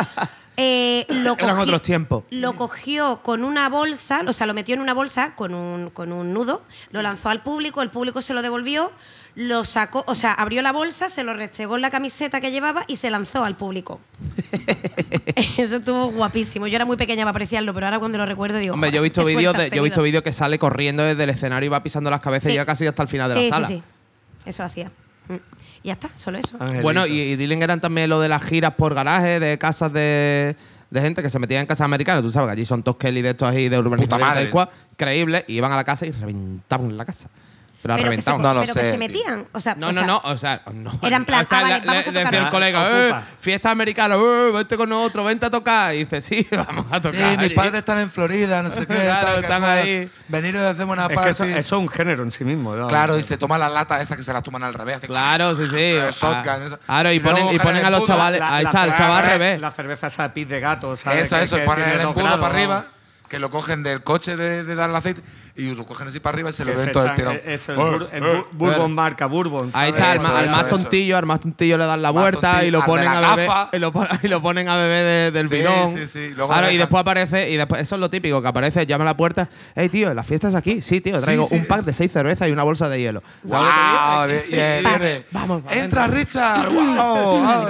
Speaker 7: Eh, lo
Speaker 10: Eran
Speaker 7: cogió-
Speaker 10: otros tiempos.
Speaker 7: Lo cogió con una bolsa, o sea, lo metió en una bolsa con un, con un nudo, lo lanzó al público, el público se lo devolvió, lo sacó, o sea, abrió la bolsa, se lo restregó en la camiseta que llevaba y se lanzó al público. Eso estuvo guapísimo. Yo era muy pequeña para apreciarlo, pero ahora cuando lo recuerdo digo.
Speaker 9: Hombre, yo he
Speaker 7: "Joder,
Speaker 9: visto
Speaker 7: qué este
Speaker 9: vídeos
Speaker 7: suerte
Speaker 9: de-
Speaker 7: has
Speaker 9: yo he visto
Speaker 7: tenido".
Speaker 9: vídeos que sale corriendo desde el escenario y va pisando las cabezas y
Speaker 7: Sí.
Speaker 9: ya casi hasta el final de
Speaker 7: Sí,
Speaker 9: la sala. Ah,
Speaker 7: sí, sí. Eso lo hacía. Mm. Y ya está, solo eso.
Speaker 5: Angelito.
Speaker 9: Bueno, y, y Dillinger eran también lo de las giras por garaje, de casas de, de gente que se metía en casas americanas. Tú sabes que allí son Todd Kelly de estos ahí de urbanización
Speaker 6: Puta
Speaker 9: y
Speaker 6: madre.
Speaker 9: tal cual, creíble, y iban a la casa y reventaban la casa. Pero, la
Speaker 7: Pero que se,
Speaker 9: reventaban.
Speaker 10: No lo
Speaker 7: pero que
Speaker 10: sé,
Speaker 7: se
Speaker 10: tío.
Speaker 7: metían. O sea,
Speaker 9: No,
Speaker 7: o
Speaker 9: no,
Speaker 7: sea,
Speaker 9: no, o sea, no.
Speaker 7: Era en plan,
Speaker 9: o sea,
Speaker 7: ah, vale,
Speaker 9: le-
Speaker 7: vamos a
Speaker 9: le
Speaker 7: tocar.
Speaker 9: decía el colega, eh,
Speaker 5: Ocupa.
Speaker 9: fiesta americana, eh, vente con nosotros, vente a tocar. Y dice, sí, vamos a
Speaker 6: Sí,
Speaker 9: tocar.
Speaker 6: mis padres están en Florida, no sé qué.
Speaker 9: Claro,
Speaker 6: tal, que
Speaker 9: están
Speaker 6: cual.
Speaker 9: ahí.
Speaker 6: Veniros y hacemos una
Speaker 5: es que eso,
Speaker 6: party.
Speaker 5: eso es un género en sí mismo. ¿no?
Speaker 6: Claro, y se toman las latas esas que se las toman al revés. hacen
Speaker 9: Claro, sí, sí.
Speaker 6: Ah, shotgun,
Speaker 9: Ah,
Speaker 6: eso.
Speaker 9: Claro, y
Speaker 6: Y luego
Speaker 9: ponen, y
Speaker 6: ojalá
Speaker 9: ponen a los
Speaker 6: embudo.
Speaker 9: chavales,
Speaker 5: La-
Speaker 9: ahí
Speaker 5: la-
Speaker 9: está, el
Speaker 5: la-
Speaker 9: chaval al
Speaker 5: la-
Speaker 9: revés.
Speaker 5: La cerveza esa pis de gato, ¿sabes?
Speaker 6: Eso,
Speaker 5: Que-
Speaker 6: eso,
Speaker 5: que
Speaker 6: ponen
Speaker 5: tiene
Speaker 6: el
Speaker 5: dos
Speaker 6: embudo
Speaker 5: grados,
Speaker 6: para arriba, que lo cogen del coche de, de dar el aceite y lo cogen así para arriba y se
Speaker 5: Que
Speaker 6: lo
Speaker 5: se
Speaker 6: ven todo el
Speaker 5: echan- eh,
Speaker 6: tirón. Eh,
Speaker 5: es el bur- el bur- Bourbon marca Bourbon.
Speaker 9: Ahí
Speaker 5: ¿sabes?
Speaker 9: está, al
Speaker 6: Eso,
Speaker 9: ma- al,
Speaker 6: eso,
Speaker 9: más
Speaker 6: eso.
Speaker 9: tontillo, al más tontillo le dan la
Speaker 6: Más
Speaker 9: vuelta y
Speaker 6: tontillo,
Speaker 9: lo
Speaker 6: al de
Speaker 9: ponen
Speaker 6: la
Speaker 9: a beber.
Speaker 6: gafa.
Speaker 9: Y lo, pon- y lo ponen a beber de- del
Speaker 6: Sí,
Speaker 9: bidón.
Speaker 6: sí, sí, luego
Speaker 9: Claro,
Speaker 6: lo
Speaker 9: y
Speaker 6: dejan.
Speaker 9: después aparece, y después, eso es lo típico, que aparece, llama a la puerta, hey tío, la fiesta es aquí. Sí, tío, traigo
Speaker 6: sí.
Speaker 9: un pack de seis cervezas y una bolsa de hielo.
Speaker 6: ¡Wow! de-
Speaker 5: Eh,
Speaker 6: y ahí viene,
Speaker 9: Vamos, vamos.
Speaker 6: eh, ¡Entra Richard! ¡Wow! wow.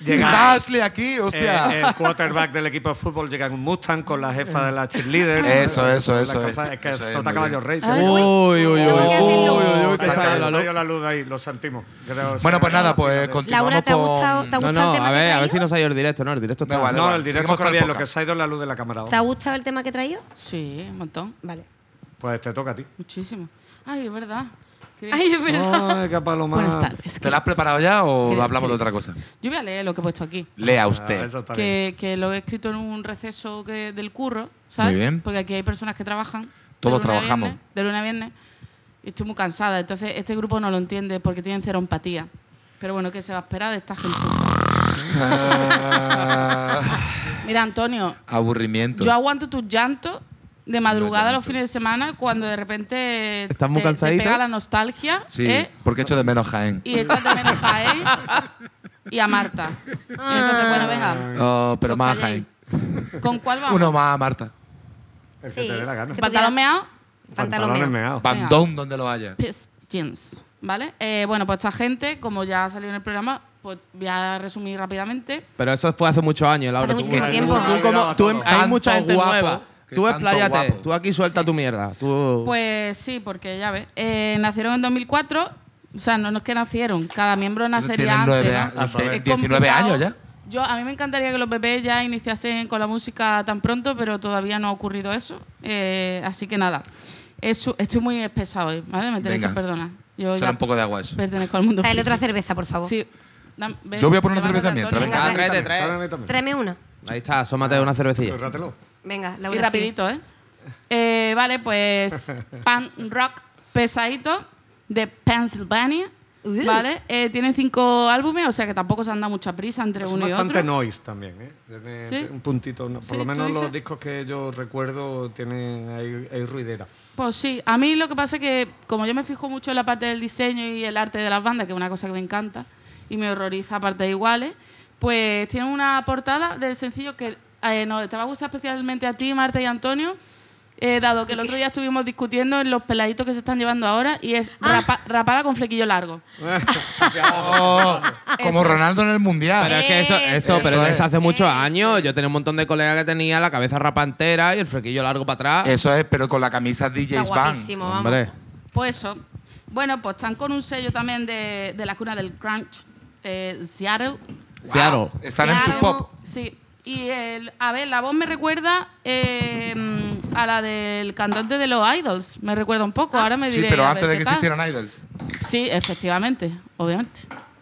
Speaker 5: Llega-
Speaker 6: ¡Está Ashley aquí! ¡Hostia!
Speaker 5: Eh, el quarterback del equipo de fútbol llega en un Mustang con la jefa de la cheerleader.
Speaker 6: Eso,
Speaker 5: ¿sabes?
Speaker 6: eso,
Speaker 5: Con la
Speaker 6: eso,
Speaker 5: cosa-
Speaker 6: es-
Speaker 5: Es que
Speaker 6: eso es
Speaker 5: sota
Speaker 6: muy Oh,
Speaker 5: caballo rey.
Speaker 6: bien.
Speaker 8: Ay,
Speaker 5: Uy,
Speaker 9: Uy, uy, uy, uy,
Speaker 7: Tengo que hacerlo.
Speaker 9: uy, uy, que
Speaker 5: saca-
Speaker 9: sale la luz.
Speaker 5: salió la luz de ahí, lo sentimos. Creo que
Speaker 6: Bueno, pues
Speaker 5: salió
Speaker 6: nada,
Speaker 5: la
Speaker 6: pues,
Speaker 5: luz.
Speaker 6: continu-
Speaker 7: Laura, ¿te ha
Speaker 6: Continuamos
Speaker 7: gustado,
Speaker 6: con-
Speaker 7: ¿te ha
Speaker 9: No,
Speaker 7: gustado
Speaker 9: no,
Speaker 7: el tema
Speaker 9: a
Speaker 7: que he
Speaker 9: ver, a ver
Speaker 7: traído?
Speaker 9: si nos ha ido el directo, no, el directo está.
Speaker 6: Da igual, da
Speaker 5: No,
Speaker 6: Vale,
Speaker 5: el directo
Speaker 6: seguimos con
Speaker 5: está
Speaker 6: el
Speaker 5: bien, lo que
Speaker 6: podcast.
Speaker 5: se ha ido es la luz de la cámara.
Speaker 7: ¿Te ha gustado el tema que he traído?
Speaker 8: Sí, un montón.
Speaker 7: Vale.
Speaker 5: Pues te toca a ti.
Speaker 8: Muchísimo. Ay, es verdad. Qué bien.
Speaker 7: Ay, es verdad.
Speaker 5: Ay, qué paloma.
Speaker 8: Buenas tardes.
Speaker 6: ¿Te la has preparado
Speaker 8: ¿Qué
Speaker 6: ya o
Speaker 8: dices?
Speaker 6: hablamos de otra
Speaker 8: ¿Qué
Speaker 6: cosa?
Speaker 8: dices? Yo voy a leer lo que he puesto aquí.
Speaker 6: Lea
Speaker 5: Ah,
Speaker 6: usted.
Speaker 5: eso está bien.
Speaker 8: Que, que lo he escrito en un receso que- del curro, ¿sabes?
Speaker 6: Muy bien.
Speaker 8: Porque aquí hay personas que trabajan. de
Speaker 6: Todos
Speaker 8: lunes a
Speaker 6: trabajamos.
Speaker 8: viernes- de lunes a viernes. Y estoy muy cansada. Entonces, este grupo no lo entiende porque tienen cero empatía. Pero bueno, ¿qué se va a esperar de esta gente? Mira, Antonio,
Speaker 6: Aburrimiento.
Speaker 8: Yo aguanto tus llantos de madrugada
Speaker 6: No
Speaker 8: los fines de semana cuando de repente
Speaker 9: Estás muy
Speaker 8: te, te
Speaker 9: cansadito.
Speaker 8: pega la nostalgia
Speaker 6: sí,
Speaker 8: ¿eh?
Speaker 6: porque echo de menos Jaén.
Speaker 8: y echas de menos a él y a Marta. Y entonces, bueno, venga.
Speaker 6: Oh, pero
Speaker 8: os
Speaker 6: más a
Speaker 8: calláis.
Speaker 6: Jaén.
Speaker 8: ¿Con cuál vamos?
Speaker 6: Uno más a Marta.
Speaker 5: Es que
Speaker 7: Sí.
Speaker 5: te dé la gana.
Speaker 7: Que-
Speaker 8: ¿Pantalón meao?
Speaker 5: Pantalones
Speaker 7: Pantalón
Speaker 5: meados.
Speaker 6: Bandón donde lo haya.
Speaker 8: Piss jeans. ¿Vale? Eh, bueno, pues esta gente, como ya ha salido en el programa, pues voy a resumir rápidamente.
Speaker 9: Pero eso fue hace muchos años, Laura.
Speaker 7: Hace
Speaker 9: Tú-
Speaker 7: muchísimo
Speaker 9: tú-
Speaker 7: tiempo.
Speaker 9: tú como- tú-
Speaker 5: Tanto
Speaker 9: hay mucha gente
Speaker 6: guapo,
Speaker 9: nueva.
Speaker 6: que
Speaker 9: Tú
Speaker 6: tanto
Speaker 9: expláyate.
Speaker 6: guapo.
Speaker 9: Tú aquí suelta tu mierda. Tú...
Speaker 8: Pues sí, porque ya ves. eh, nacieron en 2004. O sea, no, no es que nacieron. Cada miembro nacería
Speaker 6: Tienen
Speaker 8: antes.
Speaker 6: nueve
Speaker 8: ¿no?
Speaker 6: a-
Speaker 8: Es
Speaker 6: ve-
Speaker 8: complicado.
Speaker 6: 19 años ya.
Speaker 8: Yo, a mí me encantaría que los bebés ya iniciasen con la música tan pronto, pero todavía no ha ocurrido eso. Eh, así que nada. Eso, estoy muy espesa hoy, ¿vale? Me tenéis
Speaker 6: Venga.
Speaker 8: que perdonar. Yo
Speaker 6: Será
Speaker 8: ya
Speaker 6: un poco de agua eso.
Speaker 8: Pertenezco al mundo.
Speaker 7: Dale
Speaker 8: friki.
Speaker 7: otra cerveza, por favor.
Speaker 8: Sí. Dame- ven,
Speaker 6: Yo voy a poner una
Speaker 8: levántate,
Speaker 6: cerveza mientras,
Speaker 8: Antonio.
Speaker 6: venga.
Speaker 9: Ah, tráete, tráete.
Speaker 5: Pantalones también.
Speaker 7: Tráeme una.
Speaker 9: Ahí está, asómate una cervecilla.
Speaker 5: Córratelo.
Speaker 7: Venga, Laura.
Speaker 8: Y
Speaker 7: sí.
Speaker 8: rapidito, ¿eh? Eh, Vale, pues punk rock pesadito de Pennsylvania.
Speaker 7: Uh.
Speaker 8: Vale, Eh, tienen cinco álbumes, o sea que tampoco se han dado mucha prisa entre
Speaker 5: Es
Speaker 8: uno y
Speaker 5: Pues bastante
Speaker 8: otro.
Speaker 5: noise también, ¿eh? Tiene
Speaker 8: Sí.
Speaker 5: un puntito. no-
Speaker 8: Sí,
Speaker 5: Por lo
Speaker 8: ¿tú
Speaker 5: menos los
Speaker 8: dices?
Speaker 5: discos que yo recuerdo tienen hay, hay ruidera.
Speaker 8: Pues sí, a mí lo que pasa es que como yo me fijo mucho en la parte del diseño y el arte de las bandas, que es una cosa que me encanta y me horroriza a partes iguales, pues tienen una portada del sencillo que eh, no, te va a gustar especialmente a ti, Marta y Antonio, eh, dado que el otro día estuvimos discutiendo en los peladitos que se están llevando ahora y es rapa- rapada con flequillo largo.
Speaker 6: Oh, como
Speaker 8: Eso. Eh.
Speaker 6: Ronaldo en el Mundial.
Speaker 9: Pero es que eso, eso,
Speaker 8: Eso
Speaker 9: pero
Speaker 6: es.
Speaker 9: eso hace muchos
Speaker 8: Eso
Speaker 9: años. Yo tenía un montón de colegas que tenía la cabeza rapantera y el flequillo largo para atrás.
Speaker 6: Eso es, pero con la camisa DJ
Speaker 7: Está
Speaker 6: Van.
Speaker 7: guapísimo, vamos.
Speaker 9: Hombre.
Speaker 8: Pues eso. Bueno, pues están con un sello también de, de la cuna del crunch, eh, Seattle.
Speaker 9: Seattle.
Speaker 6: Están en su
Speaker 8: Seattle,
Speaker 6: pop.
Speaker 8: Sí. Y el, a ver, la voz me recuerda eh, mm, a la del cantante de los Idols. Me recuerda un poco. Ahora me
Speaker 6: Ah. Sí,
Speaker 8: diré.
Speaker 6: pero
Speaker 8: a
Speaker 6: antes
Speaker 8: ver
Speaker 6: de que
Speaker 8: qué tal.
Speaker 6: existieran Idols.
Speaker 8: Sí, efectivamente, obviamente.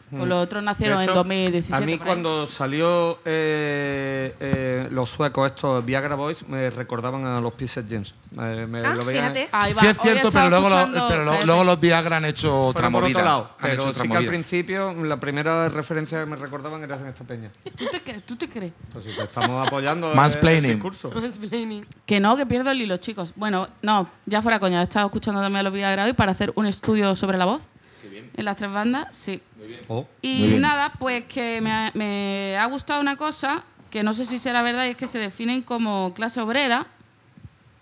Speaker 6: Mm.
Speaker 8: Pues los otros
Speaker 5: De
Speaker 8: nacieron
Speaker 5: hecho,
Speaker 8: en 2017.
Speaker 5: A mí
Speaker 8: por ahí.
Speaker 5: cuando salió eh, eh, los suecos estos Viagra Boys me recordaban a los Pisces James. Eh, me
Speaker 7: Ah,
Speaker 5: lo veía-
Speaker 7: fíjate.
Speaker 8: Ahí va.
Speaker 6: Sí es
Speaker 8: Hoy he
Speaker 6: cierto,
Speaker 8: estado
Speaker 6: pero luego, los,
Speaker 8: escuchando-
Speaker 6: pero lo-
Speaker 8: espérate.
Speaker 6: luego los Viagra han hecho otra
Speaker 5: Fueron por
Speaker 6: movida.
Speaker 5: otro lado,
Speaker 6: han hecho
Speaker 5: pero
Speaker 6: otra
Speaker 5: sí que al
Speaker 6: movida.
Speaker 5: principio la primera referencia que me recordaban era en esta peña.
Speaker 8: ¿Tú te crees? ¿Tú te crees?
Speaker 5: Pues si te estamos apoyando el- el
Speaker 6: Mansplaining.
Speaker 5: discurso.
Speaker 8: Que no, que pierdo el hilo, chicos. Bueno, no, ya fuera coña. He estado escuchando también a los Villagra hoy para hacer un estudio sobre la voz. En las tres bandas, sí.
Speaker 5: Oh.
Speaker 6: Muy
Speaker 8: Y
Speaker 6: bien.
Speaker 8: nada, pues que me ha, me ha gustado una cosa que no sé si será verdad y es que se definen como clase obrera,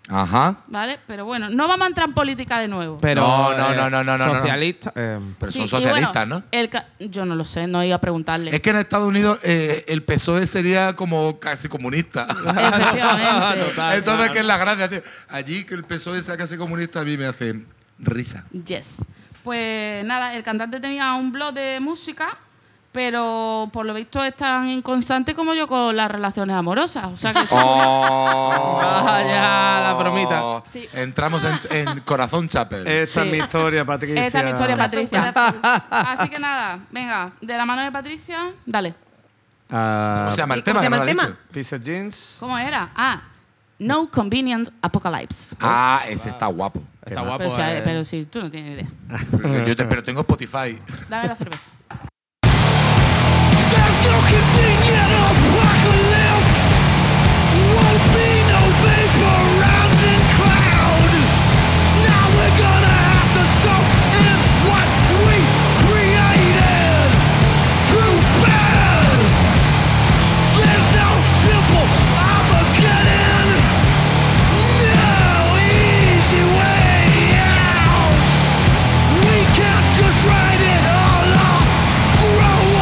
Speaker 6: Ajá.
Speaker 8: ¿vale? Pero bueno, no vamos a entrar en política de nuevo.
Speaker 9: Pero,
Speaker 6: No, no,
Speaker 9: eh,
Speaker 6: no, no, no, no, no.
Speaker 9: Socialista. eh,
Speaker 6: Pero
Speaker 8: Sí,
Speaker 6: son
Speaker 8: y bueno,
Speaker 6: socialistas, ¿no?
Speaker 8: el ca- yo no lo sé, no iba a preguntarle.
Speaker 6: Es que en Estados Unidos eh, el PSOE sería como casi comunista.
Speaker 8: Efectivamente.
Speaker 9: Total.
Speaker 6: Entonces, ¿qué es la gracia, tío? Allí que el PSOE E sea casi comunista a mí me hace risa.
Speaker 8: Yes. Pues nada, el cantante tenía un blog de música, pero por lo visto es tan inconstante como yo con las relaciones amorosas. O sea que eso-
Speaker 6: Oh,
Speaker 8: Oh.
Speaker 9: Vaya, Ah, la bromita.
Speaker 8: Sí.
Speaker 6: Entramos en, en Corazón Chapel.
Speaker 5: Esta es
Speaker 8: Sí.
Speaker 5: mi historia, Patricia.
Speaker 8: Esa es mi historia, Patricia.
Speaker 7: Corazón,
Speaker 8: Así que nada, venga, de la mano de Patricia, dale.
Speaker 5: Ah,
Speaker 6: ¿Cómo se llama el
Speaker 7: ¿y
Speaker 6: tema?
Speaker 7: cómo se
Speaker 6: ¿No
Speaker 7: llama
Speaker 6: lo
Speaker 7: el
Speaker 6: has
Speaker 7: tema?
Speaker 6: dicho?
Speaker 5: Pisces Jeans.
Speaker 8: ¿Cómo era? Ah, No Convenient Apocalypse.
Speaker 6: Ah, ese está guapo.
Speaker 9: Está guapo.
Speaker 8: pero, si,
Speaker 9: eh.
Speaker 8: pero si tú no tienes idea.
Speaker 6: Yo te- pero tengo Spotify.
Speaker 8: Dame la cerveza.
Speaker 10: There's no convenient apocalypse. Won't be no vaporizing cloud. Now we're gonna have to soak in what we created. Too bad. There's no simple Armageddon. No easy way out. We can't just write it all off.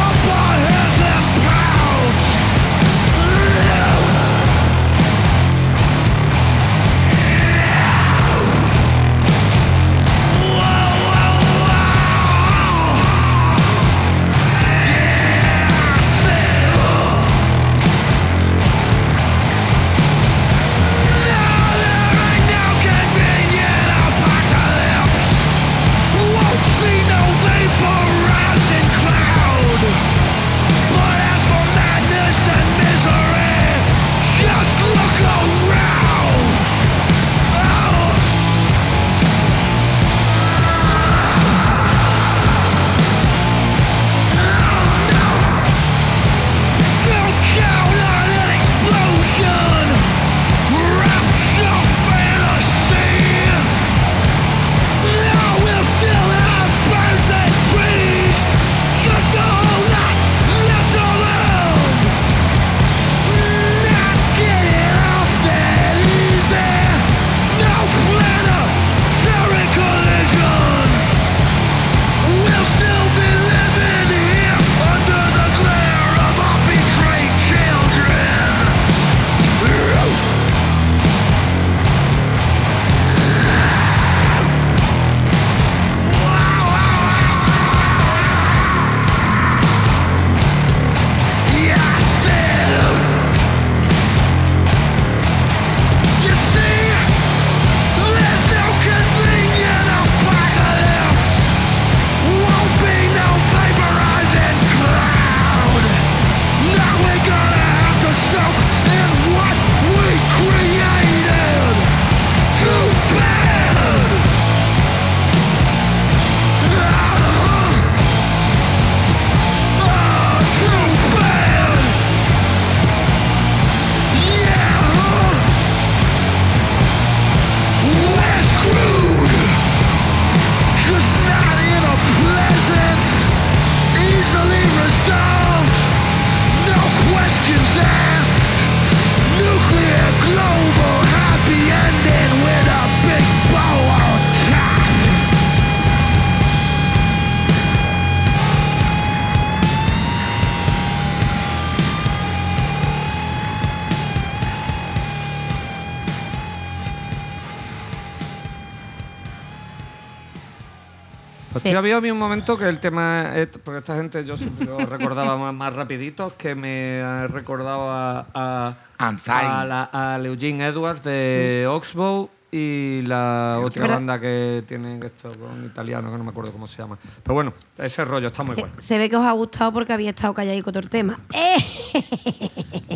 Speaker 7: Sí.
Speaker 5: Pues Yo había habido un momento que el tema, es- porque esta gente yo siempre lo recordaba más, más rapidito, que me eh, recordaba a,
Speaker 6: Anzai.
Speaker 5: a, la- al Eugene Edwards
Speaker 7: Mm.
Speaker 5: de Oxbow y la otra
Speaker 7: Pero-
Speaker 5: banda que tienen esto con italiano, que no me acuerdo cómo se llama. Pero bueno, ese rollo está muy
Speaker 7: Eh,
Speaker 5: bueno.
Speaker 7: Se ve que os ha gustado porque había estado calladico todo el tema.
Speaker 6: Eh,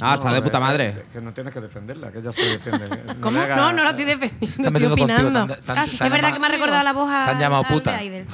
Speaker 9: Ah, está
Speaker 5: No,
Speaker 9: de
Speaker 5: eh,
Speaker 9: puta
Speaker 5: Que,
Speaker 9: madre.
Speaker 5: que no tienes que defenderla, que ella se defiende. le
Speaker 7: ¿Cómo?
Speaker 5: hagas-
Speaker 7: No, no lo estoy defendiendo. Estoy
Speaker 6: metiendo contigo,
Speaker 7: opinando.
Speaker 6: te han- te han-
Speaker 7: Ah,
Speaker 6: te
Speaker 7: sí,
Speaker 6: han
Speaker 7: es verdad
Speaker 6: llamado-
Speaker 7: que me ha recordado la voz a.
Speaker 6: Te han llamado
Speaker 7: al de
Speaker 6: puta.
Speaker 7: Aiden.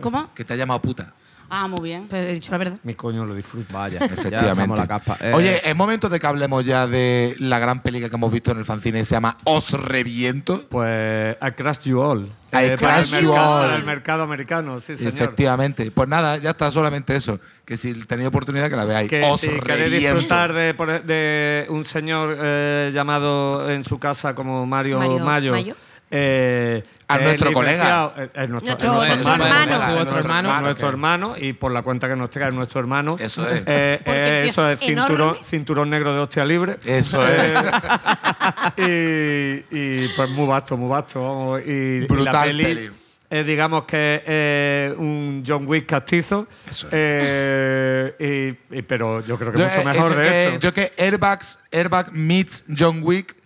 Speaker 8: ¿Cómo?
Speaker 6: Que te ha llamado puta.
Speaker 8: Ah, muy bien.
Speaker 7: Pero Pues he dicho la verdad.
Speaker 5: Mi coño lo disfruta.
Speaker 9: Vaya, Ya
Speaker 6: Efectivamente.
Speaker 9: estamos la caspa. Eh,
Speaker 6: Oye, es momento de que hablemos ya de la gran película que hemos visto en el fanzine que se llama Os Reviento.
Speaker 5: Pues I Crashed You All.
Speaker 6: I
Speaker 5: Eh, para el
Speaker 6: Crashed You
Speaker 5: mercado-
Speaker 6: All.
Speaker 5: Para el mercado americano, sí, señor.
Speaker 6: Efectivamente. Pues nada, ya está solamente eso. Que si tenéis oportunidad que la veáis.
Speaker 5: que
Speaker 6: Os
Speaker 5: si queréis
Speaker 6: Reviento.
Speaker 5: disfrutar de, por e- de un señor eh, llamado en su casa como Mario,
Speaker 7: Mario
Speaker 5: Mayo.
Speaker 7: Mayo.
Speaker 5: eh,
Speaker 6: A
Speaker 5: que es
Speaker 6: nuestro
Speaker 5: licenciado-
Speaker 6: colega.
Speaker 5: eh, Es, nuestro,
Speaker 7: Nuestro-
Speaker 5: es
Speaker 7: nuestro hermano.
Speaker 5: Es
Speaker 9: Nuestro
Speaker 5: Nuestro hermano.
Speaker 9: hermano,
Speaker 5: Nuestro
Speaker 6: ok.
Speaker 5: hermano. Y por la cuenta que nos traiga, es nuestro hermano.
Speaker 6: Eso es.
Speaker 5: Eh,
Speaker 7: Porque el
Speaker 5: eh,
Speaker 7: tío
Speaker 5: eso es
Speaker 7: es
Speaker 5: cinturón,
Speaker 7: enorme.
Speaker 5: cinturón negro de hostia libre.
Speaker 6: Eso es.
Speaker 5: y, y, pues muy vasto, muy vasto. vamos. Y- Y, la
Speaker 6: Brutal
Speaker 5: peli,
Speaker 6: peli.
Speaker 5: eh, digamos que es un John Wick castizo.
Speaker 6: Eso es.
Speaker 5: Eh, y- y- pero yo creo que
Speaker 6: Yo,
Speaker 5: mucho
Speaker 6: eh,
Speaker 5: mejor,
Speaker 6: eso,
Speaker 5: de
Speaker 6: eh,
Speaker 5: hecho.
Speaker 6: yo que Airbags, Airbag meets John Wick,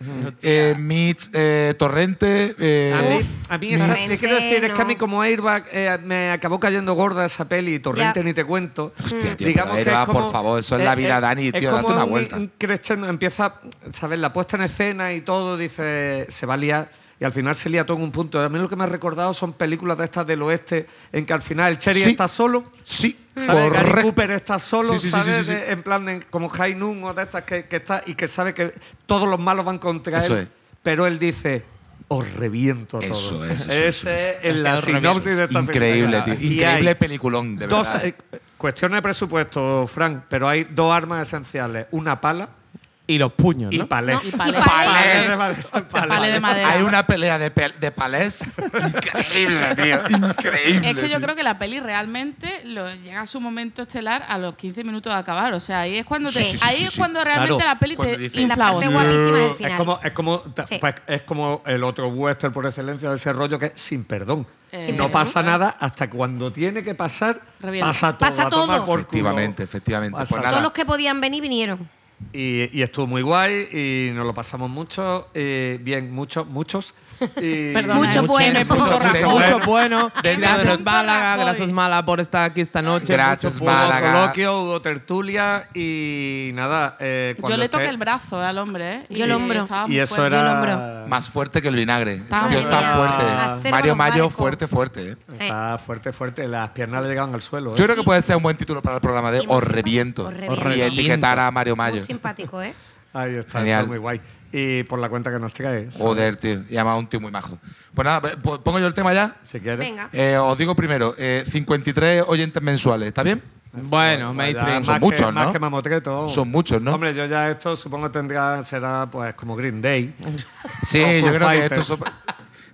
Speaker 6: eh, meets eh, Torrente. eh,
Speaker 5: Mm. a mí, a mí esa,
Speaker 7: Torrente,
Speaker 5: te quiero decir, es que a mí
Speaker 7: no.
Speaker 5: como Airbag eh, me acabó cayendo gorda esa peli y Torrente
Speaker 7: Ya.
Speaker 5: ni te cuento.
Speaker 6: Hostia, tío, pero Airbag, por favor, eso es la vida, Dani,
Speaker 5: eh, es
Speaker 6: tío, date
Speaker 5: como
Speaker 6: una
Speaker 5: un-
Speaker 6: vuelta.
Speaker 5: un crescendo, empieza, ¿sabes? La puesta en escena y todo, dice, se va a liar. Y al final se lía todo en un punto. A mí lo que me ha recordado son películas de estas del oeste en que al final el Cherry
Speaker 6: Sí.
Speaker 5: está solo.
Speaker 6: Sí,
Speaker 5: ¿sabes? Gary
Speaker 6: correcto.
Speaker 5: Cooper está solo,
Speaker 6: Sí, sí, sí,
Speaker 5: ¿sabes?
Speaker 6: sí, sí, sí.
Speaker 5: De- En plan, de- como High Noon o de estas que, que está y que sabe que todos los malos van contra
Speaker 6: Eso
Speaker 5: él.
Speaker 6: es.
Speaker 5: Pero él dice, os reviento a todos.
Speaker 6: Eso es, eso es,
Speaker 5: Ese
Speaker 6: eso es.
Speaker 5: es la
Speaker 6: Eso es
Speaker 5: sinopsis de esta
Speaker 6: Increíble,
Speaker 5: película.
Speaker 6: tío.
Speaker 5: Y hay
Speaker 6: Increíble peliculón, de
Speaker 5: dos,
Speaker 6: verdad.
Speaker 5: eh, cuestiones de presupuesto, Frank, pero hay dos armas esenciales. Una pala
Speaker 9: Y los puños,
Speaker 5: y
Speaker 9: ¿no?
Speaker 7: No,
Speaker 5: palés.
Speaker 7: y
Speaker 8: palés.
Speaker 5: Palés.
Speaker 8: Palés de madera.
Speaker 6: Hay una pelea de, pe- de palés increíble, tío. Increíble.
Speaker 8: Es que yo
Speaker 6: tío.
Speaker 8: creo que la peli realmente lo, llega a su momento estelar a los 15 minutos de acabar. O sea, ahí es cuando, te,
Speaker 6: Sí, sí, sí,
Speaker 8: ahí
Speaker 6: sí,
Speaker 8: es
Speaker 6: sí.
Speaker 8: cuando realmente
Speaker 5: Claro.
Speaker 8: la peli
Speaker 6: Cuando
Speaker 8: te
Speaker 6: dice-
Speaker 7: La
Speaker 8: infla
Speaker 7: parte
Speaker 8: hostia.
Speaker 7: guapísima del
Speaker 5: Es
Speaker 7: final.
Speaker 5: como, es, como, ta-
Speaker 7: Sí.
Speaker 5: pues, es como el otro western por excelencia de ese rollo que es sin perdón.
Speaker 8: Eh,
Speaker 7: Sin
Speaker 5: no
Speaker 7: perdón.
Speaker 5: pasa nada hasta cuando tiene que pasar.
Speaker 8: Revienta.
Speaker 5: Pasa todo.
Speaker 7: Pasa
Speaker 5: a tomar
Speaker 7: todo.
Speaker 5: por culo.
Speaker 6: Efectivamente, efectivamente.
Speaker 5: Pasa todo.
Speaker 6: Pues nada.
Speaker 7: Todos los que podían venir vinieron.
Speaker 5: Y, y estuvo muy guay y nos lo pasamos mucho. eh, bien, muchos, muchos. Y-
Speaker 8: Perdona,
Speaker 7: Mucho
Speaker 8: eh.
Speaker 7: bueno.
Speaker 8: Mucho
Speaker 9: Mucho,
Speaker 8: Rajoy.
Speaker 5: Rajoy.
Speaker 9: mucho bueno.
Speaker 6: Dentro de
Speaker 9: Gracias,
Speaker 6: los-
Speaker 9: Málaga.
Speaker 8: Rajoy.
Speaker 9: Gracias, Málaga, por estar aquí esta noche.
Speaker 6: Gracias,
Speaker 9: Mucho
Speaker 5: Hubo
Speaker 9: bueno.
Speaker 6: Málaga.
Speaker 5: coloquio, hubo tertulia y nada. eh,
Speaker 8: Yo
Speaker 5: cuando
Speaker 8: le toqué
Speaker 5: esté-
Speaker 8: el brazo eh, al hombre. ¿eh?
Speaker 7: Yo el hombro.
Speaker 8: estaba muy
Speaker 5: Y eso
Speaker 8: fuerte.
Speaker 5: era.
Speaker 6: Más fuerte que el vinagre.
Speaker 8: Está
Speaker 6: Tío, está
Speaker 7: Mario-
Speaker 6: fuerte.
Speaker 7: Acero
Speaker 6: Mario Mayo,
Speaker 7: barbaco.
Speaker 6: fuerte, fuerte. eh.
Speaker 5: Está fuerte, fuerte. Las piernas le llegaban al suelo. ¿eh?
Speaker 6: Yo creo que puede ser un buen título para el programa de
Speaker 7: Y muy
Speaker 6: Os
Speaker 7: simpa-
Speaker 6: Reviento.
Speaker 7: Os Reviento.
Speaker 6: Y etiquetar a Mario Mayo.
Speaker 7: Muy simpático, ¿eh?
Speaker 5: Ahí está,
Speaker 6: Genial.
Speaker 5: está muy guay. Y por la cuenta que nos trae. ¿eh?
Speaker 6: Joder, tío. Y además un tío muy majo. Pues nada, pues, pongo yo el tema ya.
Speaker 5: Si quieres.
Speaker 7: Venga.
Speaker 6: Eh, os digo primero, eh, 53 oyentes mensuales, ¿está bien?
Speaker 9: Bueno,
Speaker 5: Vaya,
Speaker 9: mainstream.
Speaker 5: más que-
Speaker 6: muchos,
Speaker 5: Más
Speaker 6: ¿no?
Speaker 5: que mamotreto.
Speaker 6: Son muchos, ¿no?
Speaker 5: Hombre, yo ya esto supongo tendrá, será pues como Green Day.
Speaker 6: Sí,
Speaker 5: Los
Speaker 6: yo
Speaker 5: Foo
Speaker 6: creo que
Speaker 5: Fighters.
Speaker 6: estos son,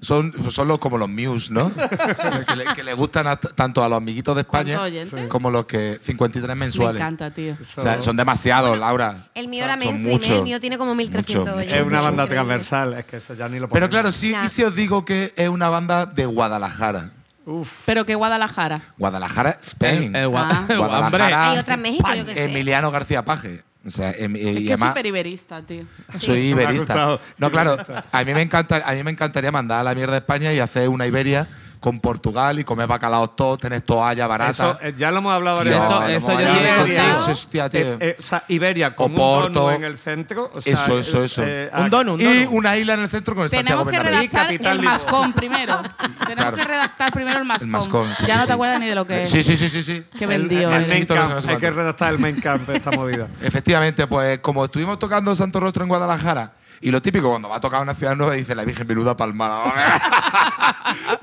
Speaker 6: son, son los, como los Muse, ¿no? que, le, que le gustan a t- tanto a los amiguitos de España
Speaker 8: ¿Cuántos oyentes?
Speaker 6: como los que 53
Speaker 8: Me
Speaker 6: mensuales.
Speaker 8: encanta, tío.
Speaker 6: O sea, son demasiados, Laura.
Speaker 7: El mío era
Speaker 6: Son
Speaker 7: mainstream,
Speaker 6: muchos.
Speaker 7: ¿eh? el mío tiene como 1300
Speaker 6: Mucho,
Speaker 7: oyentes.
Speaker 6: mucho,
Speaker 5: es una
Speaker 6: mucho.
Speaker 5: banda transversal, es que eso ya ni lo
Speaker 6: Pero
Speaker 5: ponemos.
Speaker 6: claro, sí,
Speaker 7: Ya.
Speaker 6: y si os digo que es una banda de Guadalajara.
Speaker 5: Uf,
Speaker 8: Pero que Guadalajara.
Speaker 6: Guadalajara, Spain.
Speaker 9: El- el gua-
Speaker 8: Ah.
Speaker 9: el
Speaker 6: Guadalajara.
Speaker 9: hambre.
Speaker 7: Hay otra en México, yo qué sé.
Speaker 6: Emiliano García Paje. O sea, em- y
Speaker 8: Es que es
Speaker 6: además-
Speaker 8: súper iberista, tío.
Speaker 6: Soy
Speaker 5: Me ha
Speaker 6: iberista.
Speaker 5: gustado.
Speaker 6: No, claro, a mí, me encanta, a mí me encantaría mandar a la mierda a España y hacer una Iberia con Portugal y comer bacalao todo, tener toalla barata.
Speaker 5: eso, eh, ya lo hemos hablado
Speaker 6: Tío,
Speaker 5: varias
Speaker 9: Eso-
Speaker 5: veces.
Speaker 9: eso
Speaker 6: madre
Speaker 9: yo
Speaker 6: mía,
Speaker 9: quiero
Speaker 6: sí,
Speaker 9: contigo.
Speaker 6: sí, hostia, tío.
Speaker 5: Eh, eh, o sea, Iberia con un
Speaker 6: Oporto.
Speaker 5: dono en el centro. o sea,
Speaker 6: Eso, eso, eso.
Speaker 9: Un donut.
Speaker 6: y una isla en el centro con el Santiago
Speaker 8: Tenemos que
Speaker 6: Bernabéu.
Speaker 8: redactar
Speaker 5: Capital
Speaker 8: el
Speaker 5: Lisboa.
Speaker 8: mascón primero. Tenemos que redactar primero el mascón.
Speaker 6: El mascón, sí,
Speaker 8: ya
Speaker 6: sí,
Speaker 8: no
Speaker 6: sí. Eh,
Speaker 8: te acuerdas ni de lo que es.
Speaker 6: Sí, sí, sí, sí, sí.
Speaker 8: Qué
Speaker 5: el, el
Speaker 8: vendido.
Speaker 5: main
Speaker 8: es.
Speaker 6: Sí, todo lo que no
Speaker 5: camp,
Speaker 6: se
Speaker 5: hay que
Speaker 6: manda.
Speaker 5: redactar el main camp de esta movida.
Speaker 6: Efectivamente, pues como estuvimos tocando Santo Rostro en Guadalajara, y lo típico, cuando va a tocar una ciudad nueva, dice la Virgen Viruda Palmada.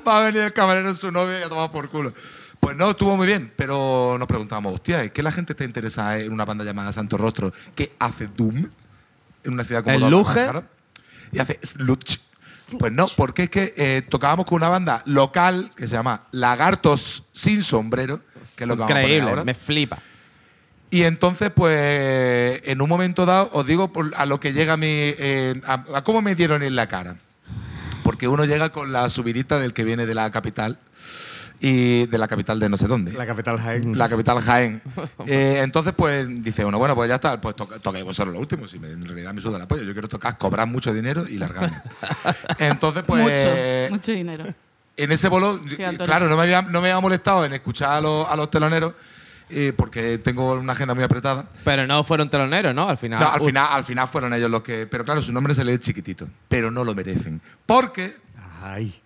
Speaker 6: va a venir el camarero en su novia y a tomar por culo. Pues no, estuvo muy bien, pero nos preguntábamos, hostia, ¿es que la gente está interesada en una banda llamada Santo Rostro que hace Doom en una ciudad como
Speaker 9: ¿El
Speaker 6: Guadalajara? Y hace Sludge. Pues no, porque es que eh, tocábamos con una banda local que se llama Lagartos sin Sombrero, que es lo que vamos a poner
Speaker 9: Increíble,
Speaker 6: ahora.
Speaker 9: me flipa.
Speaker 6: Y entonces, pues, en un momento dado, os digo por- a lo que llega mi. eh, a, a cómo me dieron en la cara. Porque uno llega con la subidita del que viene de la capital y de la capital de no sé dónde.
Speaker 5: La capital Jaén.
Speaker 6: La capital Jaén. Eh, entonces, pues dice uno, bueno, pues ya está, pues toca toqué vosotros lo último. Si me- en realidad me suda la polla, yo quiero tocar, cobrar mucho dinero y largarme. entonces, pues.
Speaker 8: mucho, mucho dinero.
Speaker 6: En ese bolo,
Speaker 8: Sí, Antonio.
Speaker 6: claro, no me, había, no me había molestado en escuchar a los, a los teloneros eh, porque tengo una agenda muy apretada.
Speaker 9: Pero no fueron teloneros, ¿no? Al final.
Speaker 6: No, al,
Speaker 9: uh,
Speaker 6: final, al final fueron ellos los que. Pero claro, su nombre se lee chiquitito. Pero no lo merecen. Porque
Speaker 5: Ay.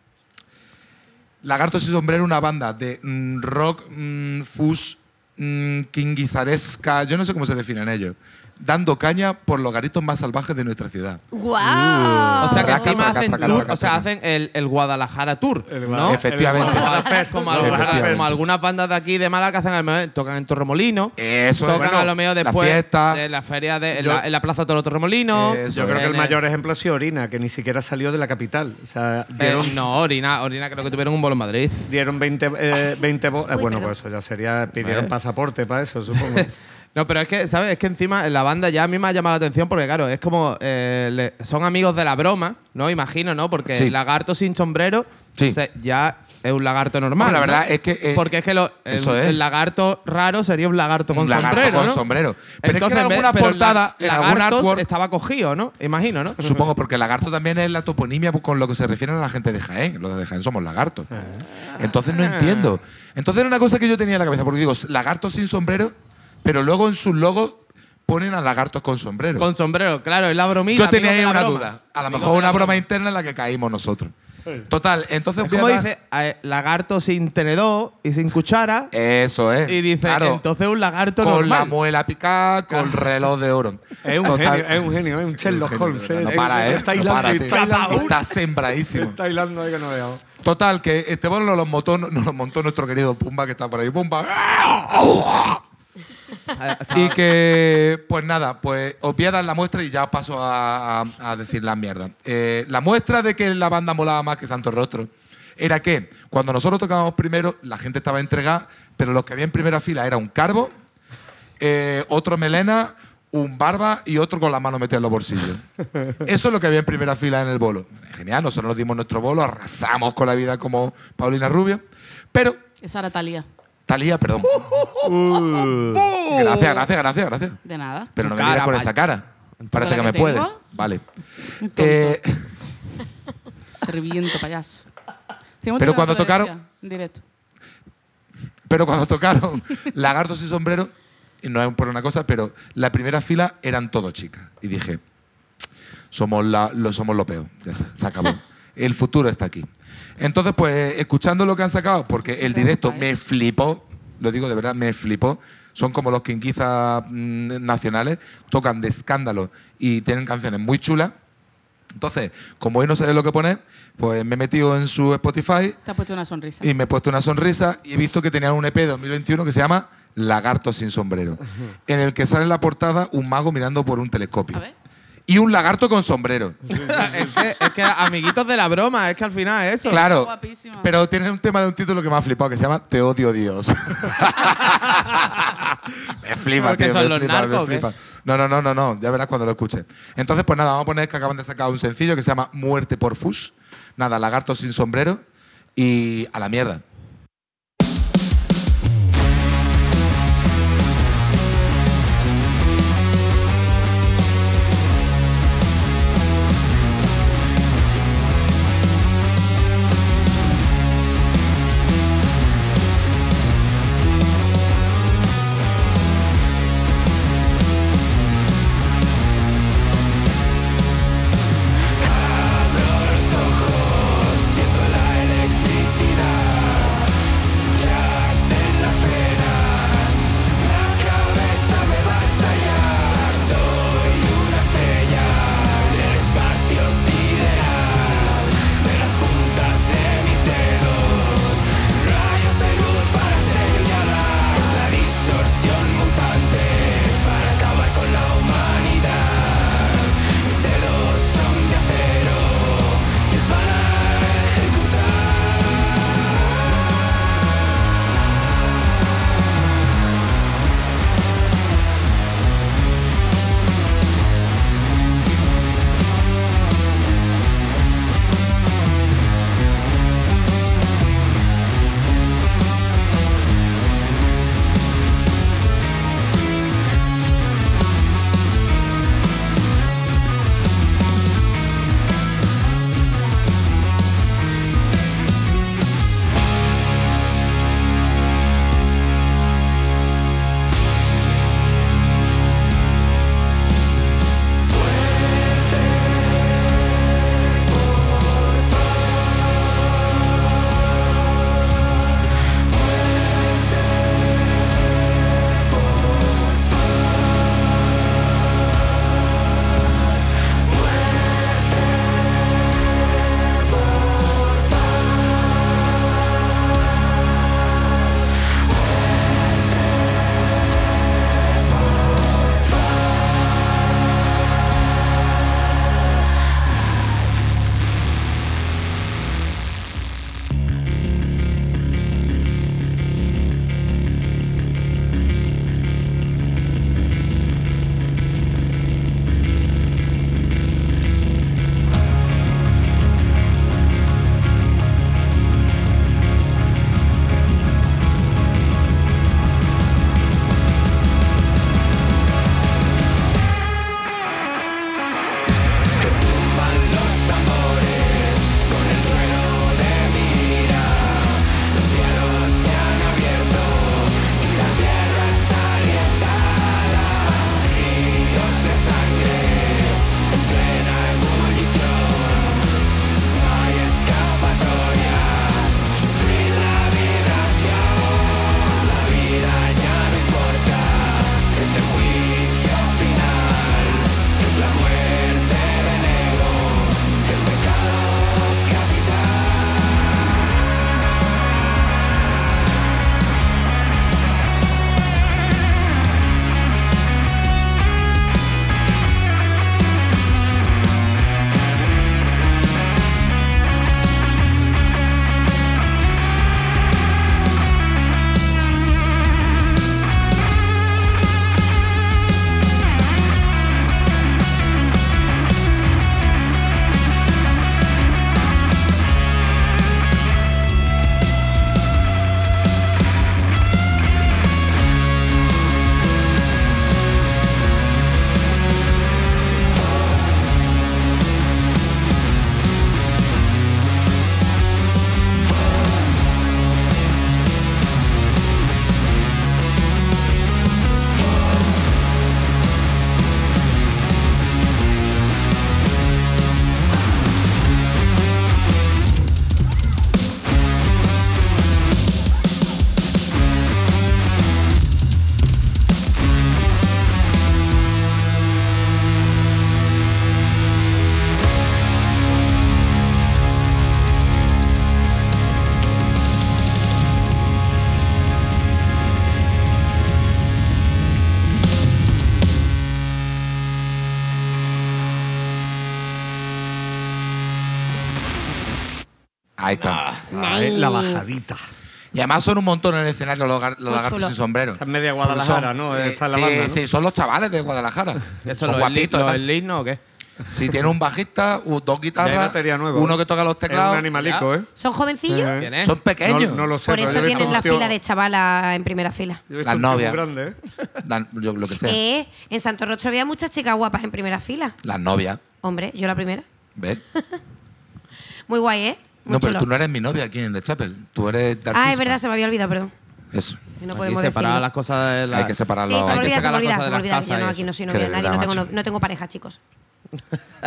Speaker 6: Lagartos y Sombrero una banda de mm, rock, mm, fus, mm, kinguizaresca, yo no sé cómo se definen ellos. Dando caña por los garitos más salvajes de nuestra ciudad.
Speaker 7: ¡Guau!
Speaker 5: Uh.
Speaker 9: O sea que
Speaker 6: Raca,
Speaker 9: encima
Speaker 6: raca,
Speaker 9: hacen
Speaker 6: raca,
Speaker 9: tour,
Speaker 6: raca,
Speaker 9: o sea,
Speaker 6: raca.
Speaker 9: hacen el, el Guadalajara Tour,
Speaker 5: El
Speaker 9: ¿no?
Speaker 5: Guadalajara-
Speaker 6: Efectivamente.
Speaker 5: el Guadalajara Fest,
Speaker 9: Como,
Speaker 5: el Guadalajara
Speaker 9: algunas,
Speaker 5: Fest.
Speaker 9: como algunas bandas de aquí de Málaga que hacen al mejor- tocan en Torremolino.
Speaker 6: Eh, Eso es,
Speaker 9: tocan
Speaker 6: bueno,
Speaker 9: a lo mejor
Speaker 6: la
Speaker 9: después
Speaker 6: fiesta.
Speaker 9: de la feria de en,
Speaker 5: Yo-
Speaker 9: la, en la Plaza Toro Torremolino.
Speaker 6: Eso
Speaker 5: Yo creo que
Speaker 9: En
Speaker 5: el mayor ejemplo ha sido Orina, que ni siquiera salió de la capital. O sea,
Speaker 9: eh,
Speaker 5: dieron,
Speaker 9: no, Orina, Orina creo que tuvieron un bolo en Madrid.
Speaker 5: dieron 20, eh, 20 bo- eh,
Speaker 7: Uy,
Speaker 5: bueno,
Speaker 7: perdón.
Speaker 5: pues eso ya sería, pidieron
Speaker 9: Vale.
Speaker 5: pasaporte para eso, supongo.
Speaker 9: No, pero es que, ¿sabes? Es que encima la banda ya a mí me ha llamado la atención porque, claro, es como. eh, le- son amigos de la broma, ¿no? Imagino, ¿no? Porque
Speaker 6: Sí.
Speaker 9: el lagarto sin sombrero
Speaker 6: Sí.
Speaker 9: se- ya es un lagarto normal.
Speaker 6: Hombre, la
Speaker 9: ¿no?
Speaker 6: verdad es que, eh,
Speaker 9: porque es que lo- el,
Speaker 6: eso es.
Speaker 9: el lagarto raro sería un lagarto con
Speaker 6: Un lagarto
Speaker 9: sombrero.
Speaker 6: con
Speaker 9: ¿no?
Speaker 6: sombrero. Pero es que en
Speaker 9: Entonces, en vez-
Speaker 6: alguna
Speaker 9: pero
Speaker 6: portada,
Speaker 9: la-
Speaker 6: en algún
Speaker 9: lagartos
Speaker 6: artwork-
Speaker 9: estaba cogido, ¿no? Imagino, ¿no?
Speaker 6: Pues Supongo, porque lagarto también es la toponimia con lo que se refieren a la gente de Jaén. Los de Jaén somos lagartos. Entonces no entiendo. Entonces era una cosa que yo tenía en la cabeza, porque digo, lagartos sin sombrero, pero luego en sus logos ponen a lagartos con sombrero.
Speaker 9: Con sombrero, claro, es la bromita.
Speaker 6: yo tenía
Speaker 9: amigos de la
Speaker 6: ahí una
Speaker 9: broma.
Speaker 6: duda. A lo
Speaker 9: Amigos de
Speaker 6: mejor
Speaker 9: la
Speaker 6: una broma interna en la que caímos nosotros. Total, entonces...
Speaker 9: Es
Speaker 6: voy a
Speaker 9: como
Speaker 6: dar-
Speaker 9: dice, eh, lagarto sin tenedor y sin cuchara.
Speaker 6: Eso es.
Speaker 9: y dice,
Speaker 6: Eh, Claro,
Speaker 9: entonces un lagarto
Speaker 6: con la
Speaker 9: normal.
Speaker 6: muela picada, con reloj de oro.
Speaker 5: es, un
Speaker 6: Total-
Speaker 5: genio, es un genio, es un Sherlock
Speaker 6: genio,
Speaker 5: Holmes.
Speaker 6: de verdad,
Speaker 5: eh.
Speaker 6: No para, ¿eh?
Speaker 5: Está
Speaker 6: No
Speaker 5: hilando,
Speaker 6: para, tío.
Speaker 5: está hilando.
Speaker 6: Está sembradísimo.
Speaker 5: Está hilando ahí que no veo.
Speaker 6: Total, que este bolo nos lo montó, nos lo montó nuestro querido Pumba, que está por ahí. Pumba. y que, pues nada, pues os voy a dar la muestra y ya paso a, a- a decir la mierda. Eh, la muestra de que la banda molaba más que Santo Rostro era que cuando nosotros tocábamos primero, la gente estaba entregada, pero los que había en primera fila era un carbo, eh, otro melena, un barba y otro con la mano metida en los bolsillos. Eso es lo que había en primera fila en el bolo. Genial, nosotros nos dimos nuestro bolo, arrasamos con la vida como Paulina Rubio. Pero,
Speaker 8: Esa era Talía.
Speaker 6: Talía, perdón. Gracias, gracias, gracias, gracias.
Speaker 8: De nada.
Speaker 6: Pero no
Speaker 9: Tu
Speaker 6: me mires
Speaker 9: cara,
Speaker 6: con
Speaker 9: vaya.
Speaker 6: esa cara. Parece
Speaker 8: la
Speaker 6: que
Speaker 8: que
Speaker 6: me puedes.
Speaker 8: tengo?
Speaker 6: Vale.
Speaker 8: Tonto.
Speaker 6: Eh,
Speaker 8: Te reviento, payaso. Tengo
Speaker 6: Pero
Speaker 8: otra
Speaker 6: cuando
Speaker 8: referencia
Speaker 6: tocaron-
Speaker 8: en directo.
Speaker 6: pero cuando tocaron Lagartos y Sombrero, y no es por una cosa, pero la primera fila eran todos chicas. Y dije, somos, la, lo, somos lo peor. Ya está, se acabó. El futuro está aquí. Entonces, pues, escuchando lo que han sacado, porque el directo me flipó, lo digo de verdad, me flipó. Son como los quinquizas mm, nacionales, tocan de escándalo y tienen canciones muy chulas. Entonces, como hoy no sé lo que poner, pues me he metido en su Spotify
Speaker 8: Te has puesto una sonrisa.
Speaker 6: y me he puesto una sonrisa y he visto que tenían un E EP 2021 que se llama Lagarto sin sombrero, en el que sale en la portada un mago mirando por un telescopio.
Speaker 8: A ver.
Speaker 6: Y un lagarto con sombrero.
Speaker 9: es, que, es que amiguitos de la broma, es que al final es eso.
Speaker 6: Claro.
Speaker 8: guapísima.
Speaker 6: Pero tienen un tema de un título que me ha flipado, que se llama Te odio Dios. me flipa,
Speaker 9: ¿Pero qué
Speaker 6: tío.
Speaker 9: son
Speaker 6: me
Speaker 9: los
Speaker 6: flipa,
Speaker 9: narcos
Speaker 6: me
Speaker 9: o qué?
Speaker 6: flipa. No, no, no, no, no. Ya verás cuando lo escuches. Entonces, pues nada, vamos a poner que acaban de sacar un sencillo que se llama Muerte por Fus. Nada, lagarto sin sombrero y a la mierda.
Speaker 10: Siento la electricidad
Speaker 6: Ahí
Speaker 9: Ah.
Speaker 6: está.
Speaker 5: Ahí, la bajadita.
Speaker 6: Y además son un montón en el escenario los, gar- los lagartos
Speaker 7: chulo.
Speaker 6: sin sombrero.
Speaker 5: Está en media
Speaker 6: Porque eh,
Speaker 5: Guadalajara, ¿no? Está en la
Speaker 6: sí,
Speaker 5: banda, ¿no?
Speaker 6: sí, son los chavales de Guadalajara.
Speaker 9: ¿Eso
Speaker 6: son
Speaker 9: lo es
Speaker 6: guapitos.
Speaker 9: lo
Speaker 6: están-
Speaker 9: es Lizno o qué?
Speaker 6: Sí, tiene un bajista, u- dos
Speaker 5: Ya hay
Speaker 6: guitarras,
Speaker 5: batería nueva. ¿eh?
Speaker 6: uno que toca los
Speaker 5: Es un
Speaker 6: teclados.
Speaker 5: animalico, ¿eh?
Speaker 7: ¿Son jovencillos?
Speaker 5: Eh,
Speaker 9: ¿Quién es?
Speaker 6: Son
Speaker 5: No,
Speaker 6: pequeños.
Speaker 5: no lo sé.
Speaker 7: Por
Speaker 5: pero yo
Speaker 7: eso
Speaker 5: he visto
Speaker 7: tienen
Speaker 5: un
Speaker 7: la
Speaker 5: tío-
Speaker 7: fila de chavala en primera fila.
Speaker 5: yo he visto
Speaker 6: Las
Speaker 5: un tío muy
Speaker 6: novias.
Speaker 5: grande, ¿eh?
Speaker 6: Dan- yo lo que sea.
Speaker 7: Eh, en Santo Rostro había muchas chicas guapas en primera fila.
Speaker 6: Las novias.
Speaker 7: Hombre, yo la primera.
Speaker 6: ¿Ves?
Speaker 7: Muy guay, ¿eh? Muy
Speaker 6: No, pero
Speaker 7: chulo.
Speaker 6: tú no eres mi novia aquí en The Chapel. Tú eres Dark
Speaker 7: Ah, es
Speaker 6: Chispa.
Speaker 7: verdad, se me había olvidado, perdón.
Speaker 6: Eso.
Speaker 7: Que No
Speaker 9: Aquí
Speaker 7: podemos
Speaker 9: separar
Speaker 7: decirlo.
Speaker 9: las cosas de la-
Speaker 6: Hay que separar
Speaker 7: Sí,
Speaker 6: los-
Speaker 7: se me
Speaker 9: hay que
Speaker 7: olvida, se
Speaker 9: sacar
Speaker 7: me
Speaker 9: las
Speaker 7: olvida,
Speaker 9: cosas
Speaker 7: se
Speaker 9: de
Speaker 7: me
Speaker 9: las
Speaker 7: olvida. Yo
Speaker 9: casas
Speaker 7: no,
Speaker 9: y
Speaker 7: aquí no soy
Speaker 6: Qué
Speaker 7: novia de
Speaker 6: debilidad,
Speaker 7: nadie, no tengo,
Speaker 6: macho.
Speaker 7: no- no tengo pareja, chicos.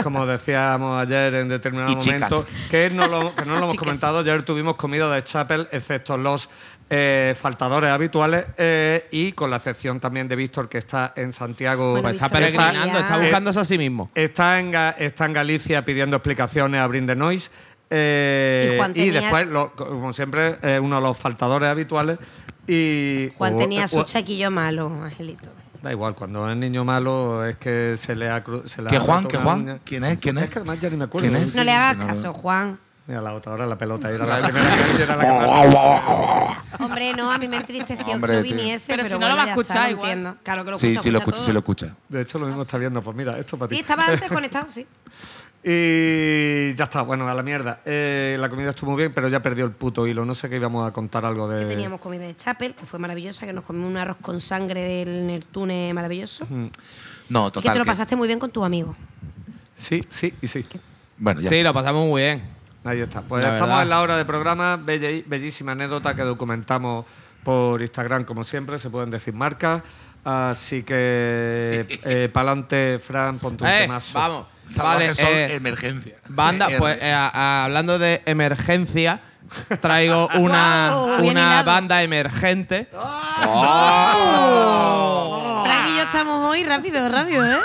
Speaker 5: Como decíamos ayer en determinado
Speaker 6: Y chicas.
Speaker 5: momento, que no lo, que no lo hemos
Speaker 7: Chiques.
Speaker 5: comentado, ayer tuvimos comida de Chapel, excepto los eh, faltadores habituales, eh, y con la excepción también de Víctor, que está en Santiago. Eh,
Speaker 7: Bueno,
Speaker 9: Pues está
Speaker 7: Víctor,
Speaker 9: peregrinando,
Speaker 7: ya.
Speaker 9: está buscándose a sí mismo.
Speaker 5: Está en, Ga- está en Galicia pidiendo explicaciones a Brinde Noise. eh,
Speaker 7: Y Juan tenía-
Speaker 5: después, lo- como siempre, eh, uno de los faltadores habituales. Y
Speaker 7: Juan
Speaker 5: o-
Speaker 7: tenía su
Speaker 5: o-
Speaker 7: chaquillo malo, Angelito.
Speaker 5: Da igual, cuando es niño malo es que se le ha. cru- Se le ha
Speaker 6: ¿Qué Juan?
Speaker 5: roto
Speaker 6: ¿Qué
Speaker 5: una
Speaker 6: Juan?
Speaker 5: uña.
Speaker 6: ¿Quién es? ¿Quién es?
Speaker 5: Es que además ya ni me acuerdo.
Speaker 6: ¿Quién es?
Speaker 7: No le
Speaker 6: sí,
Speaker 7: hagas
Speaker 6: no, no.
Speaker 7: caso, Juan.
Speaker 5: Mira la otra, ahora la pelota. Era la primera que era la que más-
Speaker 7: Hombre, no, a mí me entristeció
Speaker 6: Hombre,
Speaker 7: que no
Speaker 6: tío.
Speaker 7: viniese,
Speaker 8: Pero
Speaker 7: pero,
Speaker 8: si no
Speaker 7: bueno,
Speaker 8: lo va a
Speaker 7: ya
Speaker 8: escuchar
Speaker 7: está, lo
Speaker 8: igual.
Speaker 7: entiendo. Claro que lo
Speaker 6: Sí,
Speaker 7: escucha,
Speaker 6: sí lo
Speaker 7: escucha
Speaker 6: escucha, sí lo
Speaker 7: todo.
Speaker 6: escucha.
Speaker 5: De hecho, lo mismo está viendo. Pues mira, esto para ti.
Speaker 7: Y estaba antes conectado, sí.
Speaker 5: Y ya está, bueno, a la mierda. Eh, la comida estuvo muy bien, pero ya perdió el puto hilo. No sé qué íbamos a contar algo
Speaker 6: Eh.
Speaker 5: de.
Speaker 7: Teníamos comida de chapel, que fue maravillosa, que nos comimos un arroz con sangre del Nertune maravilloso.
Speaker 6: No,
Speaker 7: que
Speaker 6: total.
Speaker 7: te lo
Speaker 6: que-
Speaker 7: pasaste muy bien con tu amigo.
Speaker 5: Sí, sí y sí.
Speaker 6: Bueno, ya.
Speaker 9: Sí, lo pasamos muy bien.
Speaker 5: Ahí está. Pues
Speaker 9: La
Speaker 5: estamos
Speaker 9: verdad.
Speaker 5: en la hora de programa. Belle- bellísima anécdota que documentamos por Instagram, como siempre. Se pueden decir marcas. Así que. Eh, Pa'lante, Fran, ponte un
Speaker 9: Eh,
Speaker 5: temazo.
Speaker 9: vamos.
Speaker 6: Salvajes son
Speaker 9: eh,
Speaker 6: emergencia.
Speaker 9: Banda,
Speaker 6: Eh,
Speaker 9: pues eh, a- a- hablando de emergencia, traigo una,
Speaker 7: Guau, bien
Speaker 9: una
Speaker 7: hilado.
Speaker 9: banda emergente.
Speaker 7: Frank y yo estamos hoy rápido, rápido, ¿eh?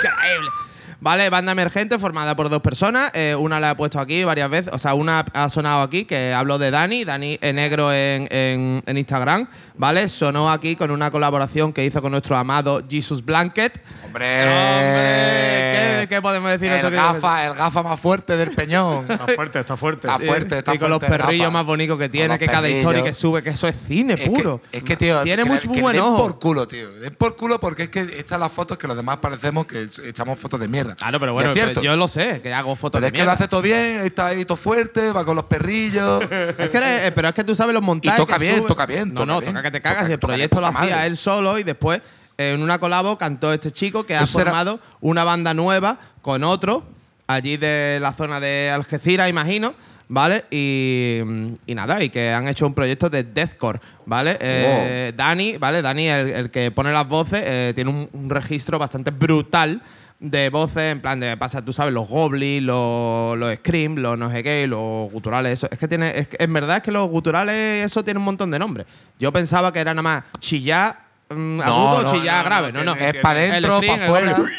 Speaker 9: Vale, banda emergente formada por dos personas. eh, una la he puesto aquí varias veces. O sea, una ha sonado aquí, que hablo de Dani, Dani en negro en, en- en Instagram. Vale, sonó aquí con una colaboración que hizo con nuestro amado Jesus Blanket.
Speaker 6: Hombre,
Speaker 9: Hombre, ¿qué- qué podemos decir
Speaker 6: El
Speaker 9: nosotros que no
Speaker 6: gafa, el gafa más fuerte del peñón.
Speaker 5: Está fuerte, está fuerte.
Speaker 6: Está fuerte, está
Speaker 9: Eh, y con los
Speaker 6: fuerte,
Speaker 9: perrillos
Speaker 6: Rafa.
Speaker 9: más bonitos que
Speaker 6: Con
Speaker 9: tiene,
Speaker 6: los
Speaker 9: que cada
Speaker 6: perrillos.
Speaker 9: historia que sube, que eso es cine
Speaker 6: Es que-
Speaker 9: puro.
Speaker 6: Es que, tío,
Speaker 9: tiene
Speaker 6: que-
Speaker 9: mucho
Speaker 6: que
Speaker 9: muy buen
Speaker 6: den
Speaker 9: ojo.
Speaker 6: por culo, tío. Es por culo porque es que echan las fotos que los demás parecemos que echamos fotos de mierda.
Speaker 9: Claro,
Speaker 6: Y
Speaker 9: pero bueno,
Speaker 6: es cierto.
Speaker 9: yo lo sé, que hago fotos de
Speaker 6: Pero es que lo
Speaker 9: mierda.
Speaker 6: hace todo bien, está ahí todo fuerte, va con los perrillos.
Speaker 9: Es que eres- eh, pero es que tú sabes los montajes.
Speaker 6: Y toca
Speaker 9: que
Speaker 6: bien,
Speaker 9: sube.
Speaker 6: toca bien,
Speaker 9: No,
Speaker 6: toca
Speaker 9: no,
Speaker 6: bien.
Speaker 9: toca que te cagas.
Speaker 6: Toca-
Speaker 9: y el
Speaker 6: toca de
Speaker 9: proyecto lo
Speaker 6: puta
Speaker 9: hacía
Speaker 6: madre.
Speaker 9: él solo y después eh, en una colabo cantó este chico que ha
Speaker 6: Eso era-
Speaker 9: formado una banda nueva con otro allí de la zona de Algeciras, imagino. ¿Vale? Y, y nada, y que han hecho un proyecto de deathcore, ¿vale? Eh, Dani, ¿vale? Dani, el, el que pone las voces, eh, tiene un, un registro bastante brutal de voces, en plan de pasa, tú sabes, los goblins, los, los scream, los no sé qué, los guturales, eso. Es que tiene, es que- en verdad es que los guturales, eso tiene un montón de nombres. Yo pensaba que era nada más chillar mm, agudo o chillar grave, no, no.
Speaker 5: tiene-
Speaker 6: Es para
Speaker 9: El
Speaker 6: adentro,
Speaker 9: scream,
Speaker 6: para
Speaker 9: el
Speaker 6: afuera.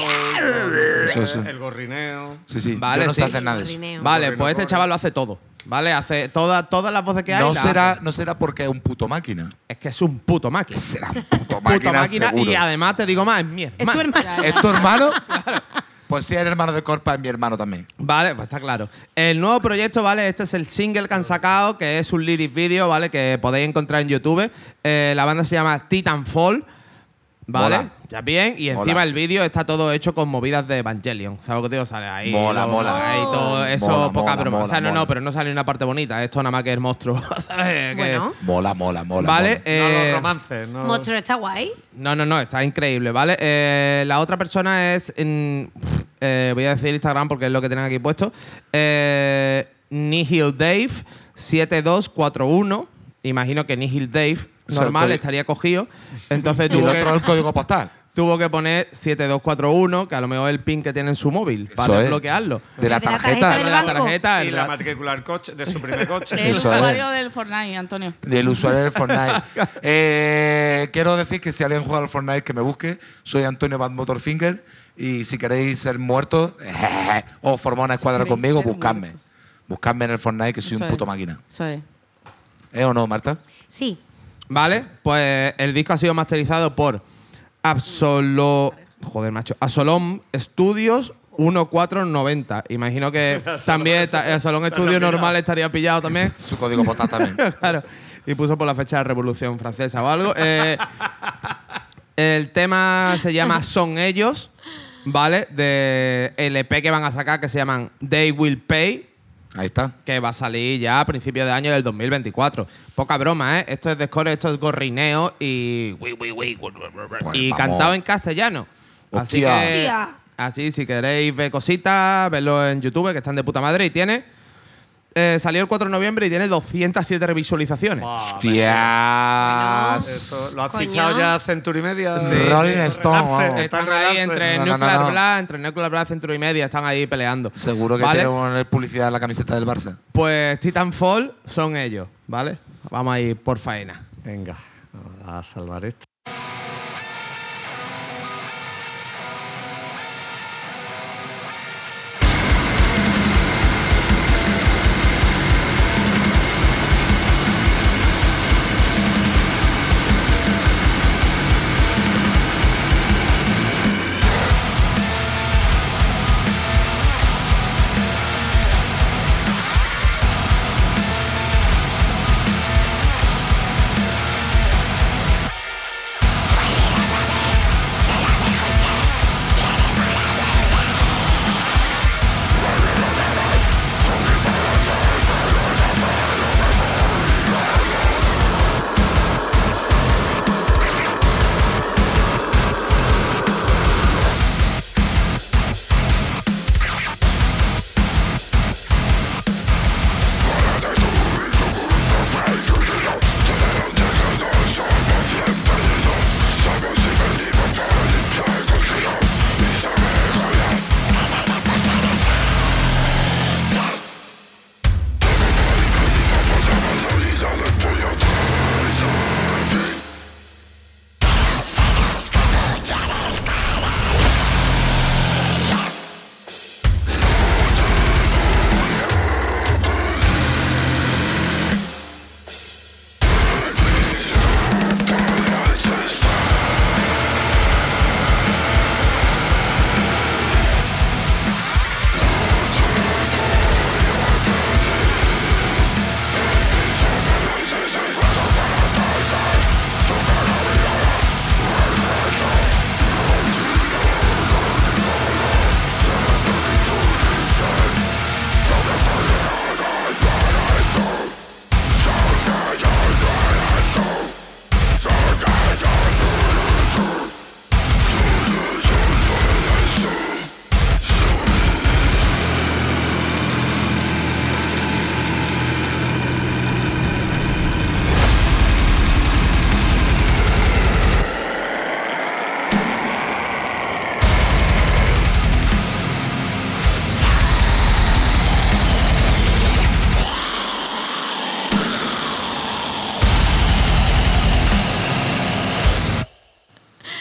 Speaker 5: Los gorrineos,
Speaker 6: Eso, eso.
Speaker 5: El gorrineo.
Speaker 6: Sí, sí.
Speaker 9: Vale,
Speaker 6: yo no
Speaker 9: sí.
Speaker 6: sé hacer nada de eso.
Speaker 7: Rineo.
Speaker 9: Vale,
Speaker 5: Corre,
Speaker 9: pues
Speaker 5: corre.
Speaker 9: este chaval lo hace todo. ¿Vale? Hace toda- todas las voces que hay.
Speaker 6: No
Speaker 9: las
Speaker 6: será,
Speaker 9: hace.
Speaker 6: no será porque es un puto máquina.
Speaker 9: Es que es un puto máquina.
Speaker 6: Será un puto máquina.
Speaker 9: Puto máquina.
Speaker 6: seguro.
Speaker 9: Y además te digo más, es mi hermano.
Speaker 7: Es tu hermano.
Speaker 6: ¿Es tu hermano? Pues sí, el hermano de Corpa es mi hermano también.
Speaker 9: Vale, pues está claro. El nuevo proyecto, ¿vale? Este es el single que han sacado, que es un lyric video, ¿vale? Que podéis encontrar en YouTube. Eh, la banda se llama Titanfall, ¿vale?
Speaker 6: Mola.
Speaker 9: Está bien. Y encima
Speaker 6: Mola.
Speaker 9: el vídeo está todo hecho con movidas de Evangelion. ¿Sabes lo que te digo? Sale ahí.
Speaker 6: Mola,
Speaker 9: lo-
Speaker 6: mola.
Speaker 9: ahí todo eso,
Speaker 6: Mola,
Speaker 9: poca
Speaker 6: mola,
Speaker 9: broma. o sea,
Speaker 6: mola,
Speaker 9: no, no,
Speaker 6: mola.
Speaker 9: pero no sale una parte bonita. Esto nada más que el monstruo. ¿sabes? Que-
Speaker 6: Eh,
Speaker 7: Bueno,
Speaker 6: Mola, mola, mola.
Speaker 9: Vale,
Speaker 6: mola.
Speaker 5: no
Speaker 9: eh,
Speaker 5: los romances. No
Speaker 7: monstruo está guay.
Speaker 9: no, no, no, está increíble, ¿vale? Eh, la otra persona es. mm, pf, eh, voy a decir Instagram porque es lo que tienen aquí puesto. Eh, Nihil Dave 7241. Imagino que Nihil Dave
Speaker 6: O sea,
Speaker 9: normal
Speaker 6: estoy-
Speaker 9: estaría cogido. Entonces
Speaker 6: Y el
Speaker 9: tuvo que,
Speaker 6: otro es el código postal.
Speaker 9: tuvo que poner 7241, que a lo mejor es el pin que tiene en su móvil,
Speaker 6: Eso
Speaker 9: para
Speaker 6: es.
Speaker 9: desbloquearlo.
Speaker 6: De la
Speaker 7: El de la
Speaker 6: tarjeta.
Speaker 7: tarjeta
Speaker 9: De la
Speaker 7: banco.
Speaker 9: tarjeta.
Speaker 5: y
Speaker 9: el
Speaker 5: la
Speaker 9: de la-
Speaker 5: matrícula del coche, de su primer coche.
Speaker 8: El
Speaker 6: Eso es.
Speaker 8: usuario del Fortnite, Antonio.
Speaker 6: Del usuario del Fortnite. Eh, quiero decir que si alguien juega al Fortnite, que me busque. Soy Antonio Bad Motorfinger. Y si queréis ser muertos o formar una escuadra
Speaker 8: queréis
Speaker 6: conmigo,
Speaker 8: ser
Speaker 6: buscadme.
Speaker 8: muertos.
Speaker 6: Buscadme en el Fortnite, que soy un puto máquina.
Speaker 8: Eso es.
Speaker 6: ¿Eh o no, Marta?
Speaker 7: Sí.
Speaker 9: ¿Vale? Pues el disco ha sido masterizado por Absolo. Joder, macho. Asolom Studios 1490. Imagino que también está- el Salón Estudio
Speaker 5: pillado.
Speaker 9: Normal estaría pillado también.
Speaker 6: Su código postal también.
Speaker 9: claro. Y puso por la fecha de Revolución Francesa o algo. Eh, el tema se llama Son Ellos, ¿vale? De el EP que van a sacar que se llaman They Will Pay,
Speaker 6: Ahí está.
Speaker 9: que va a salir ya a principios de año del 2024. Poca broma, ¿eh? Esto es de score, esto es gorrineo y,
Speaker 6: Pues
Speaker 9: y
Speaker 6: vamos.
Speaker 9: cantado en castellano. Así
Speaker 6: Hostia.
Speaker 9: que...
Speaker 7: Hostia.
Speaker 9: Así, si queréis ver cositas, verlo en YouTube, que están de puta madre y tiene... eh, salió el 4 de noviembre y tiene 207 visualizaciones.
Speaker 6: Hostias.
Speaker 5: Eso, lo has
Speaker 7: Coño.
Speaker 5: fichado ya Century Media.
Speaker 6: Sí. Rolling Stone,
Speaker 5: Renace,
Speaker 6: vamos.
Speaker 5: está
Speaker 9: Están ahí
Speaker 5: Renace.
Speaker 9: entre
Speaker 6: No, no, no,
Speaker 9: Nuclear
Speaker 6: no.
Speaker 9: Blast, entre Nuclear Blast, Centro y Media, están ahí peleando.
Speaker 6: Seguro que
Speaker 9: ¿Vale?
Speaker 6: quiero poner publicidad en la camiseta del Barça.
Speaker 9: Pues Titanfall son ellos, ¿vale? Vamos a ir por faena.
Speaker 5: Venga, vamos a salvar esto.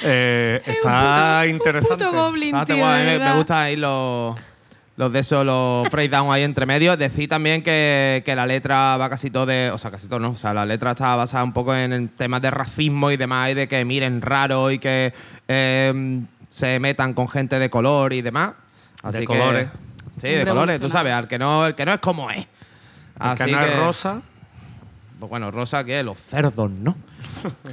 Speaker 5: Eh, está interesante.
Speaker 7: Puto goblin,
Speaker 9: Ah, te
Speaker 7: tío,
Speaker 9: guay,
Speaker 7: de
Speaker 9: me, me
Speaker 7: verdad.
Speaker 9: gustan ahí los, los de esos, los breakdown ahí entre medio. Decir también que, que la letra va casi todo de. O sea, casi todo no. O sea, la letra está basada un poco en, en temas de racismo y demás, y de que miren raro y que eh, se metan con gente de color y demás. Así
Speaker 5: De
Speaker 9: que-
Speaker 5: colores.
Speaker 9: Sí, de colores, tú sabes, al que no, el que no es como es.
Speaker 5: El
Speaker 9: Así
Speaker 5: canal
Speaker 9: que-
Speaker 5: rosa.
Speaker 9: pues bueno, Rosa, que los cerdos, ¿no?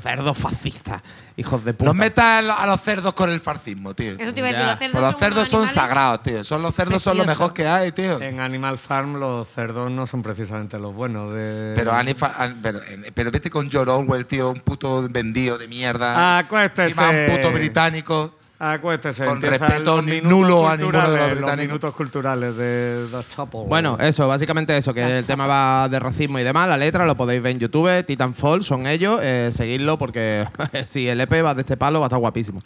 Speaker 9: cerdos fascistas, hijos de puta.
Speaker 6: No metas a lo- a los cerdos con el farcismo, tío.
Speaker 7: Eso te iba a decir,
Speaker 9: Ya.
Speaker 7: los cerdos
Speaker 6: Pues los
Speaker 7: son
Speaker 6: cerdos
Speaker 7: unos
Speaker 6: son
Speaker 7: animales-
Speaker 6: sagrados, tío. Son los cerdos son lo
Speaker 7: Precioso.
Speaker 6: mejor que hay, tío.
Speaker 5: En Animal Farm los cerdos no son precisamente los buenos. De...
Speaker 6: Pero, Anifa- An- pero, eh, pero vete con George Orwell, tío, un puto vendido de mierda.
Speaker 5: Ah, Acuéstese.
Speaker 6: Encima un puto británico.
Speaker 5: Acuéstese. Ah,
Speaker 6: Con
Speaker 5: empiezan
Speaker 6: respeto
Speaker 5: los
Speaker 6: ni-
Speaker 5: minutos
Speaker 6: nulo a ninguno de los
Speaker 5: culturales, Los
Speaker 6: británicos.
Speaker 5: minutos culturales de The Chapel.
Speaker 9: Bueno, eso, básicamente eso, que el tema va de racismo y demás. La letra lo podéis ver en YouTube. Titanfall son ellos. Eh, seguidlo porque si el EP va de este palo va a estar guapísimo.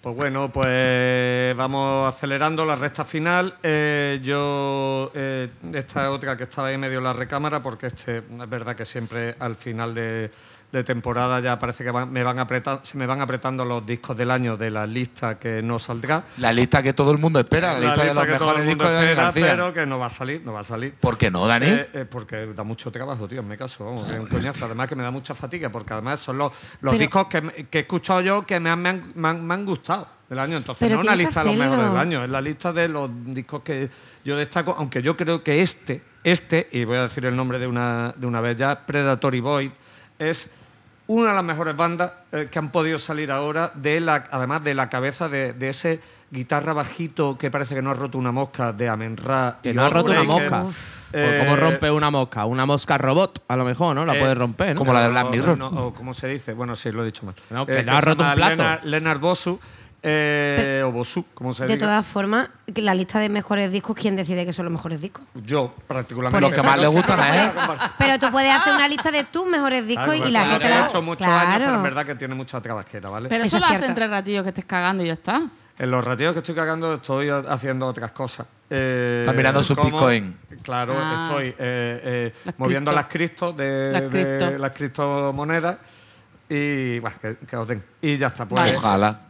Speaker 5: Pues bueno, pues vamos acelerando la recta final. Eh, yo, eh, esta otra que estaba ahí medio en la recámara, porque este, es verdad que siempre al final de, de temporada ya parece que van- me van apreta- se me van apretando los discos del año de la lista que no saldrá.
Speaker 6: La lista que todo el mundo espera, la, lista, de los
Speaker 5: que todo
Speaker 6: mejores
Speaker 5: el mundo
Speaker 6: discos de Dani
Speaker 5: espera,
Speaker 6: García.
Speaker 5: pero que no va a salir, no va a salir.
Speaker 6: ¿Por qué no, Dani?
Speaker 5: Eh, eh, porque da mucho trabajo, tío, me caso. Vamos, es un coñazo. Además que me da mucha fatiga, porque además son los, los
Speaker 7: Pero-
Speaker 5: discos que, me- que he escuchado yo que me han, me han, me han- me han gustado. Del año, entonces
Speaker 7: Pero
Speaker 5: no es una
Speaker 7: tiene que
Speaker 5: lista de los
Speaker 7: hacerlo.
Speaker 5: mejores del año, es la lista de los discos que yo destaco, aunque yo creo que este, este, y voy a decir el nombre de una, de una vez ya, Predatory Void, es una de las mejores bandas eh, que han podido salir ahora, de la, además de la cabeza de, de ese guitarra bajito que parece que no ha roto una mosca de Amen Ra.
Speaker 9: Que
Speaker 5: y
Speaker 9: no ha
Speaker 5: Otto
Speaker 9: roto una
Speaker 5: Baker.
Speaker 9: mosca. Pues,
Speaker 5: Eh,
Speaker 9: ¿Cómo rompe una mosca? Una mosca robot, a lo mejor, ¿no? La
Speaker 5: eh,
Speaker 9: puedes romper, ¿no?
Speaker 6: como la de
Speaker 5: o-
Speaker 6: Black
Speaker 5: o-
Speaker 6: Mirror.
Speaker 5: no, o como se dice, bueno, sí, lo he dicho mal.
Speaker 9: No, que
Speaker 5: Eh,
Speaker 9: no ha
Speaker 5: se
Speaker 9: roto un
Speaker 5: llama
Speaker 9: plato.
Speaker 5: Lennart, Lennart Bosu, eh, o Bosu, como se
Speaker 7: De
Speaker 5: diga.
Speaker 7: todas formas, que la lista de mejores discos, ¿quién decide que son los mejores discos?
Speaker 5: Yo, particularmente.
Speaker 7: Por Lo que más
Speaker 6: le gustan a él.
Speaker 7: Pero tú puedes hacer una lista de tus mejores discos
Speaker 5: Claro,
Speaker 7: y la
Speaker 5: eso
Speaker 7: gente
Speaker 5: lo
Speaker 7: la.
Speaker 5: he hecho muchos años, pero es verdad que tiene mucha trabajera, ¿vale?
Speaker 8: Pero eso,
Speaker 7: Eso es
Speaker 8: lo hace
Speaker 7: cierto.
Speaker 8: entre ratillos que estés cagando y ya está.
Speaker 5: en los ratios que estoy cagando estoy haciendo otras cosas. Eh,
Speaker 6: Está mirando su
Speaker 5: como-
Speaker 6: Bitcoin.
Speaker 5: Claro,
Speaker 8: Ah.
Speaker 5: estoy eh, eh,
Speaker 8: Las
Speaker 5: moviendo
Speaker 8: cripto.
Speaker 5: las criptos de,
Speaker 8: Las
Speaker 5: de-
Speaker 8: cripto.
Speaker 5: las criptomonedas y bueno, que, que os den. Y ya está. Pues,
Speaker 8: Vale.
Speaker 6: Ojalá.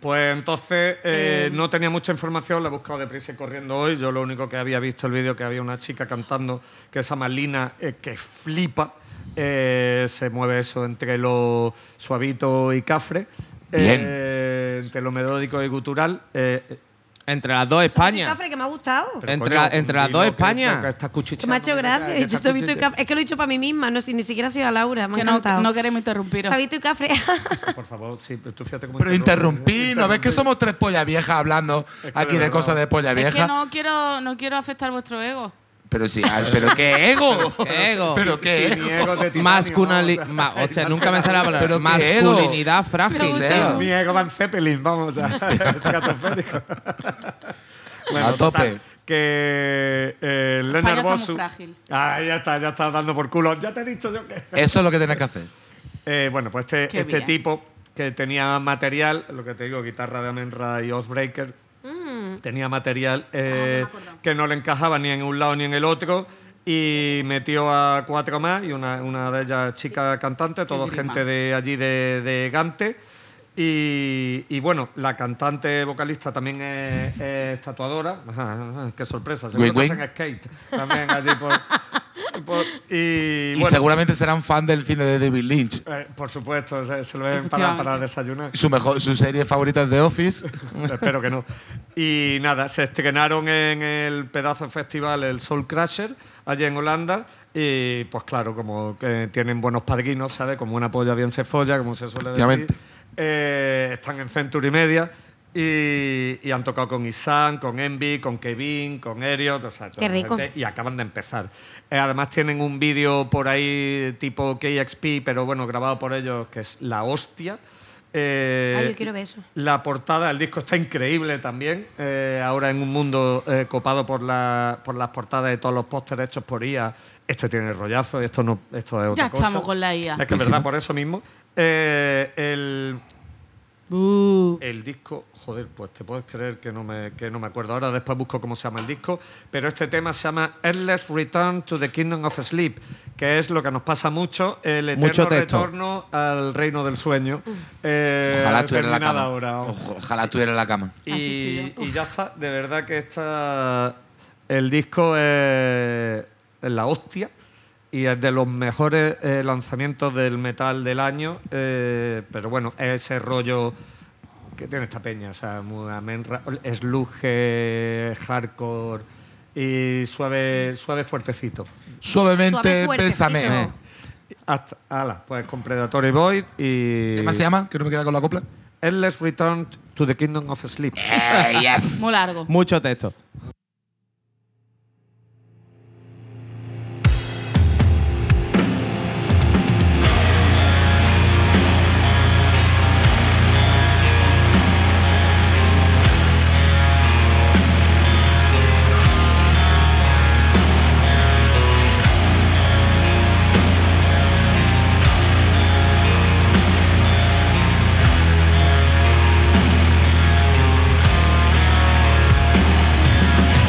Speaker 5: Pues entonces eh, no tenía mucha información, la he buscado deprisa y corriendo hoy. Yo lo único que había visto el vídeo que había una chica cantando, que esa Malina eh, que flipa, eh, se mueve eso entre lo suavito y cafre,
Speaker 6: Bien.
Speaker 5: eh, entre lo melódico y gutural. eh, eh,
Speaker 9: Entre las dos España.
Speaker 7: cafre que me ha gustado.
Speaker 5: pero
Speaker 9: Entre
Speaker 5: coño,
Speaker 9: la- entre las
Speaker 5: y
Speaker 9: dos
Speaker 5: no, que-
Speaker 9: España.
Speaker 5: que está cuchicheando,
Speaker 7: Me ha hecho
Speaker 5: que está-
Speaker 7: gracia.
Speaker 5: que está
Speaker 7: Yo te he visto el
Speaker 5: cuchiche-
Speaker 7: cafre. Es que lo he hecho para mí misma, no, si ni siquiera ha sido a Laura. Me ha
Speaker 8: que no,
Speaker 7: encantado.
Speaker 8: no queremos interrumpiros.
Speaker 7: Se ha visto el cafre.
Speaker 5: Por favor, sí, pero tú fíjate cómo
Speaker 6: Pero
Speaker 5: interrumpe.
Speaker 6: interrumpí, ¿no ves que somos tres pollas viejas hablando
Speaker 5: Es que de
Speaker 6: aquí de
Speaker 5: verdad.
Speaker 6: cosas de polla
Speaker 8: es que
Speaker 6: vieja?
Speaker 8: no quiero, no quiero afectar vuestro ego.
Speaker 6: Pero sí, ay, pero qué ego.
Speaker 9: Qué ego.
Speaker 6: Pero qué
Speaker 5: Sí,
Speaker 6: ego.
Speaker 5: mi ego es de titanio,
Speaker 9: Masculinidad.
Speaker 5: ¿no? O sea,
Speaker 9: hostia, nunca me sale la palabra.
Speaker 6: Pero qué ego.
Speaker 9: Masculinidad
Speaker 8: Qué
Speaker 9: frágil.
Speaker 6: ego.
Speaker 5: Mi ego Van Zeppelin, vamos, o sea, estratosférico.
Speaker 6: A tope.
Speaker 5: que eh,
Speaker 8: España
Speaker 5: Leonard
Speaker 8: está muy
Speaker 5: Bosu.
Speaker 8: frágil.
Speaker 5: Ah, ya está, ya está dando por culo. Ya te he dicho yo que.
Speaker 6: Eso es lo que tienes que hacer.
Speaker 5: Eh, bueno, pues este,
Speaker 8: Qué
Speaker 5: este
Speaker 8: bien.
Speaker 5: tipo que tenía material, lo que te digo, guitarra de Amenra y Osbreaker,
Speaker 8: Mm.
Speaker 5: tenía material
Speaker 8: Ah,
Speaker 5: eh, que no le encajaba ni en un lado ni en el otro. Y metió a cuatro más y una, una de ellas chica cantante, todo
Speaker 8: grima.
Speaker 5: gente de allí de, de Gante. Y, y bueno, la cantante vocalista también es, es tatuadora. Ajá, ajá, Qué sorpresa, seguro
Speaker 6: Win,
Speaker 5: que
Speaker 6: win.
Speaker 5: hacen skate también allí por- por- y,
Speaker 6: Y
Speaker 5: bueno,
Speaker 6: seguramente serán fan del cine de David Lynch.
Speaker 5: eh, por supuesto, se, se lo ven para, para desayunar.
Speaker 6: Su, mejor, su serie favorita es The Office.
Speaker 5: Espero que no. Y nada, se estrenaron en el pedazo de festival el Soul Crusher, allí en Holanda. Y pues claro, como que tienen buenos padrinos, ¿sabes? Como una polla bien se folla, como se suele
Speaker 6: Efectivamente.
Speaker 5: decir. Eh, están en Century Media. Y, y han tocado con Isan, con Envy, con Kevin, con Eriot, o sea, toda
Speaker 7: Qué
Speaker 5: la
Speaker 7: rico.
Speaker 5: gente, y acaban de empezar. Eh, además tienen un vídeo por ahí tipo KXP, pero bueno, grabado por ellos, que es la hostia. Eh,
Speaker 7: Ay, Ah, yo quiero ver eso.
Speaker 5: la portada del disco está increíble también. eh, ahora en un mundo eh, copado por, la- por las portadas de todos los pósteres hechos por IA, este tiene rollazo, esto no, esto es otra
Speaker 8: Ya
Speaker 5: cosa.
Speaker 8: estamos con la IA.
Speaker 5: Es que es verdad, por eso mismo. eh, el,
Speaker 7: Uh.
Speaker 8: Buh.
Speaker 5: el disco, joder, pues te puedes creer que no, me, que no me acuerdo. Ahora después busco cómo se llama el disco, pero este tema se llama Endless Return to the Kingdom of Sleep, que es lo que nos pasa mucho, el eterno
Speaker 9: Mucho texto.
Speaker 5: retorno al reino del sueño.
Speaker 8: Mm.
Speaker 5: eh,
Speaker 6: Ojalá estuviera en la
Speaker 5: terminada
Speaker 6: cama.
Speaker 5: ahora.
Speaker 6: Ojo- Ojalá estuviera en la cama.
Speaker 5: Y, y ya está, de verdad que está. El disco es, es la hostia y es de los mejores eh, lanzamientos del metal del año. eh, pero bueno, es ese rollo que tiene esta peña, o sea, muy amenra, sludge, hardcore y suave, suave fuertecito.
Speaker 6: Suavemente,
Speaker 7: Suave, fuerte, ¿eh?
Speaker 6: pésame.
Speaker 5: Eh,
Speaker 7: fino.
Speaker 5: Hasta, ala, pues con Predatory Void y.
Speaker 6: Eh. ¿Qué más se llama? Que no me queda con la copla.
Speaker 5: Endless Return to the Kingdom of Sleep.
Speaker 6: Eh, yes.
Speaker 8: Muy largo.
Speaker 9: Mucho texto.
Speaker 10: Thank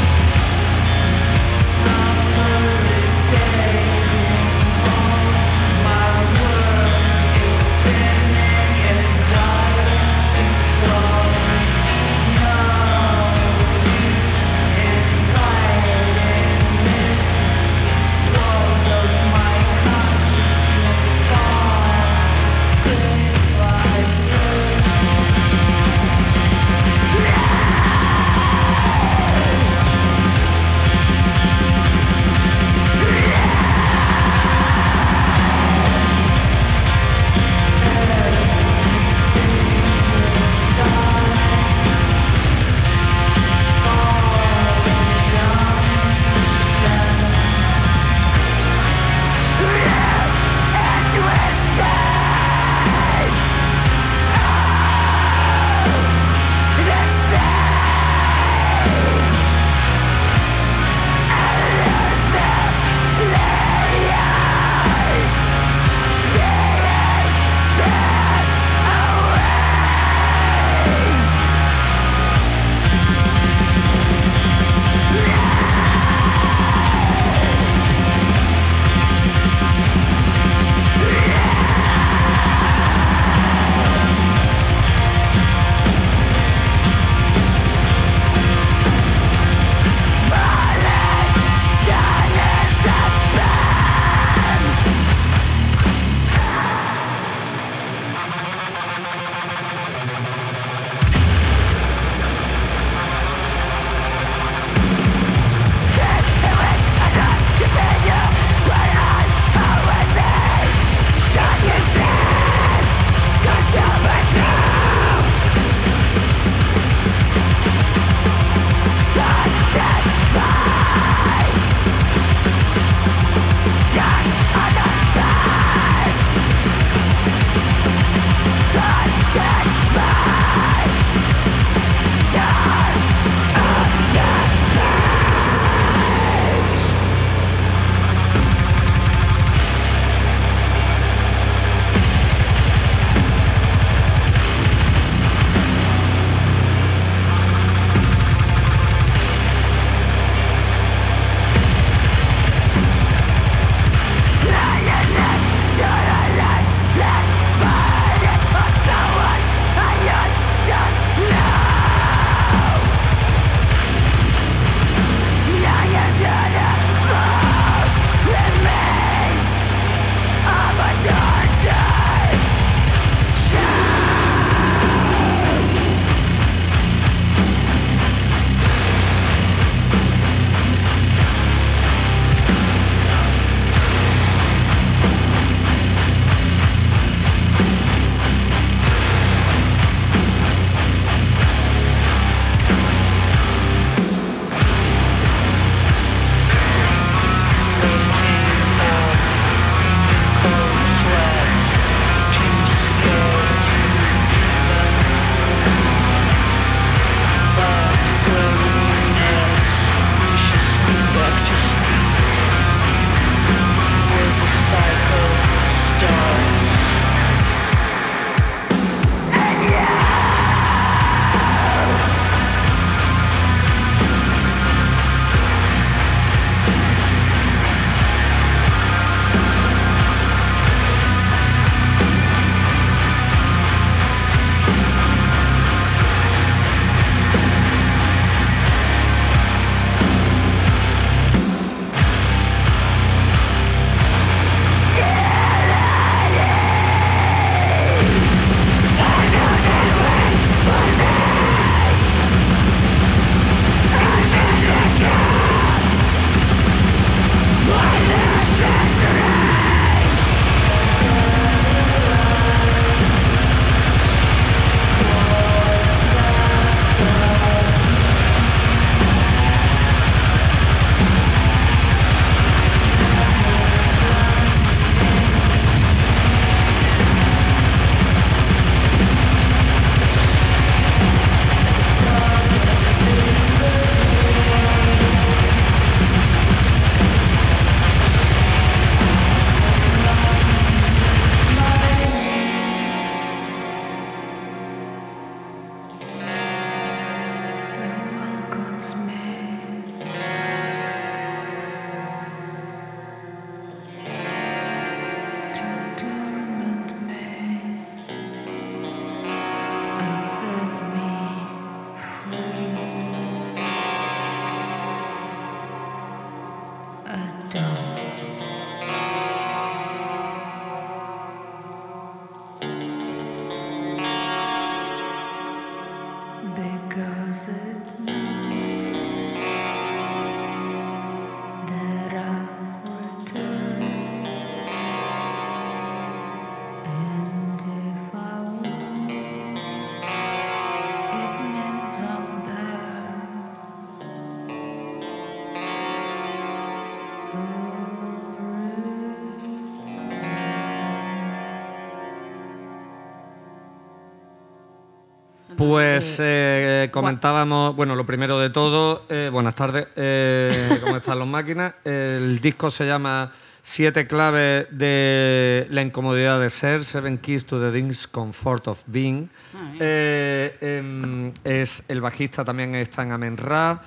Speaker 5: Pues
Speaker 8: Eh,
Speaker 5: eh, comentábamos, bueno, lo primero de todo, eh, buenas tardes, eh, ¿cómo están las máquinas? El disco se llama Siete claves de la incomodidad de ser, Seven Keys to the Discomfort of Being.
Speaker 7: Ah,
Speaker 5: Eh, em, es el bajista también está en Amen Ra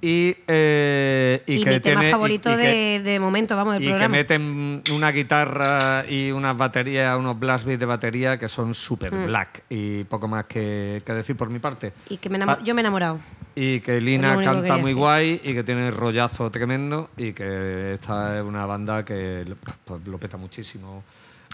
Speaker 5: y, eh, y
Speaker 7: Y,
Speaker 5: que
Speaker 7: mi tema
Speaker 5: tiene- y-
Speaker 7: favorito
Speaker 5: y que-
Speaker 7: de, de momento, vamos, del
Speaker 5: y que
Speaker 7: programa.
Speaker 5: meten una guitarra y unas baterías, unos blast beats de batería que son super black y poco más que, que decir por mi parte.
Speaker 7: Mm. y que me enamo-
Speaker 5: Ah,
Speaker 7: yo me he enamorado.
Speaker 5: y que
Speaker 7: Es
Speaker 5: Lina
Speaker 7: lo único que
Speaker 5: canta
Speaker 7: quería
Speaker 5: muy
Speaker 7: decir.
Speaker 5: guay y que tiene rollazo tremendo y que esta es una banda que lo- pues, lo peta muchísimo.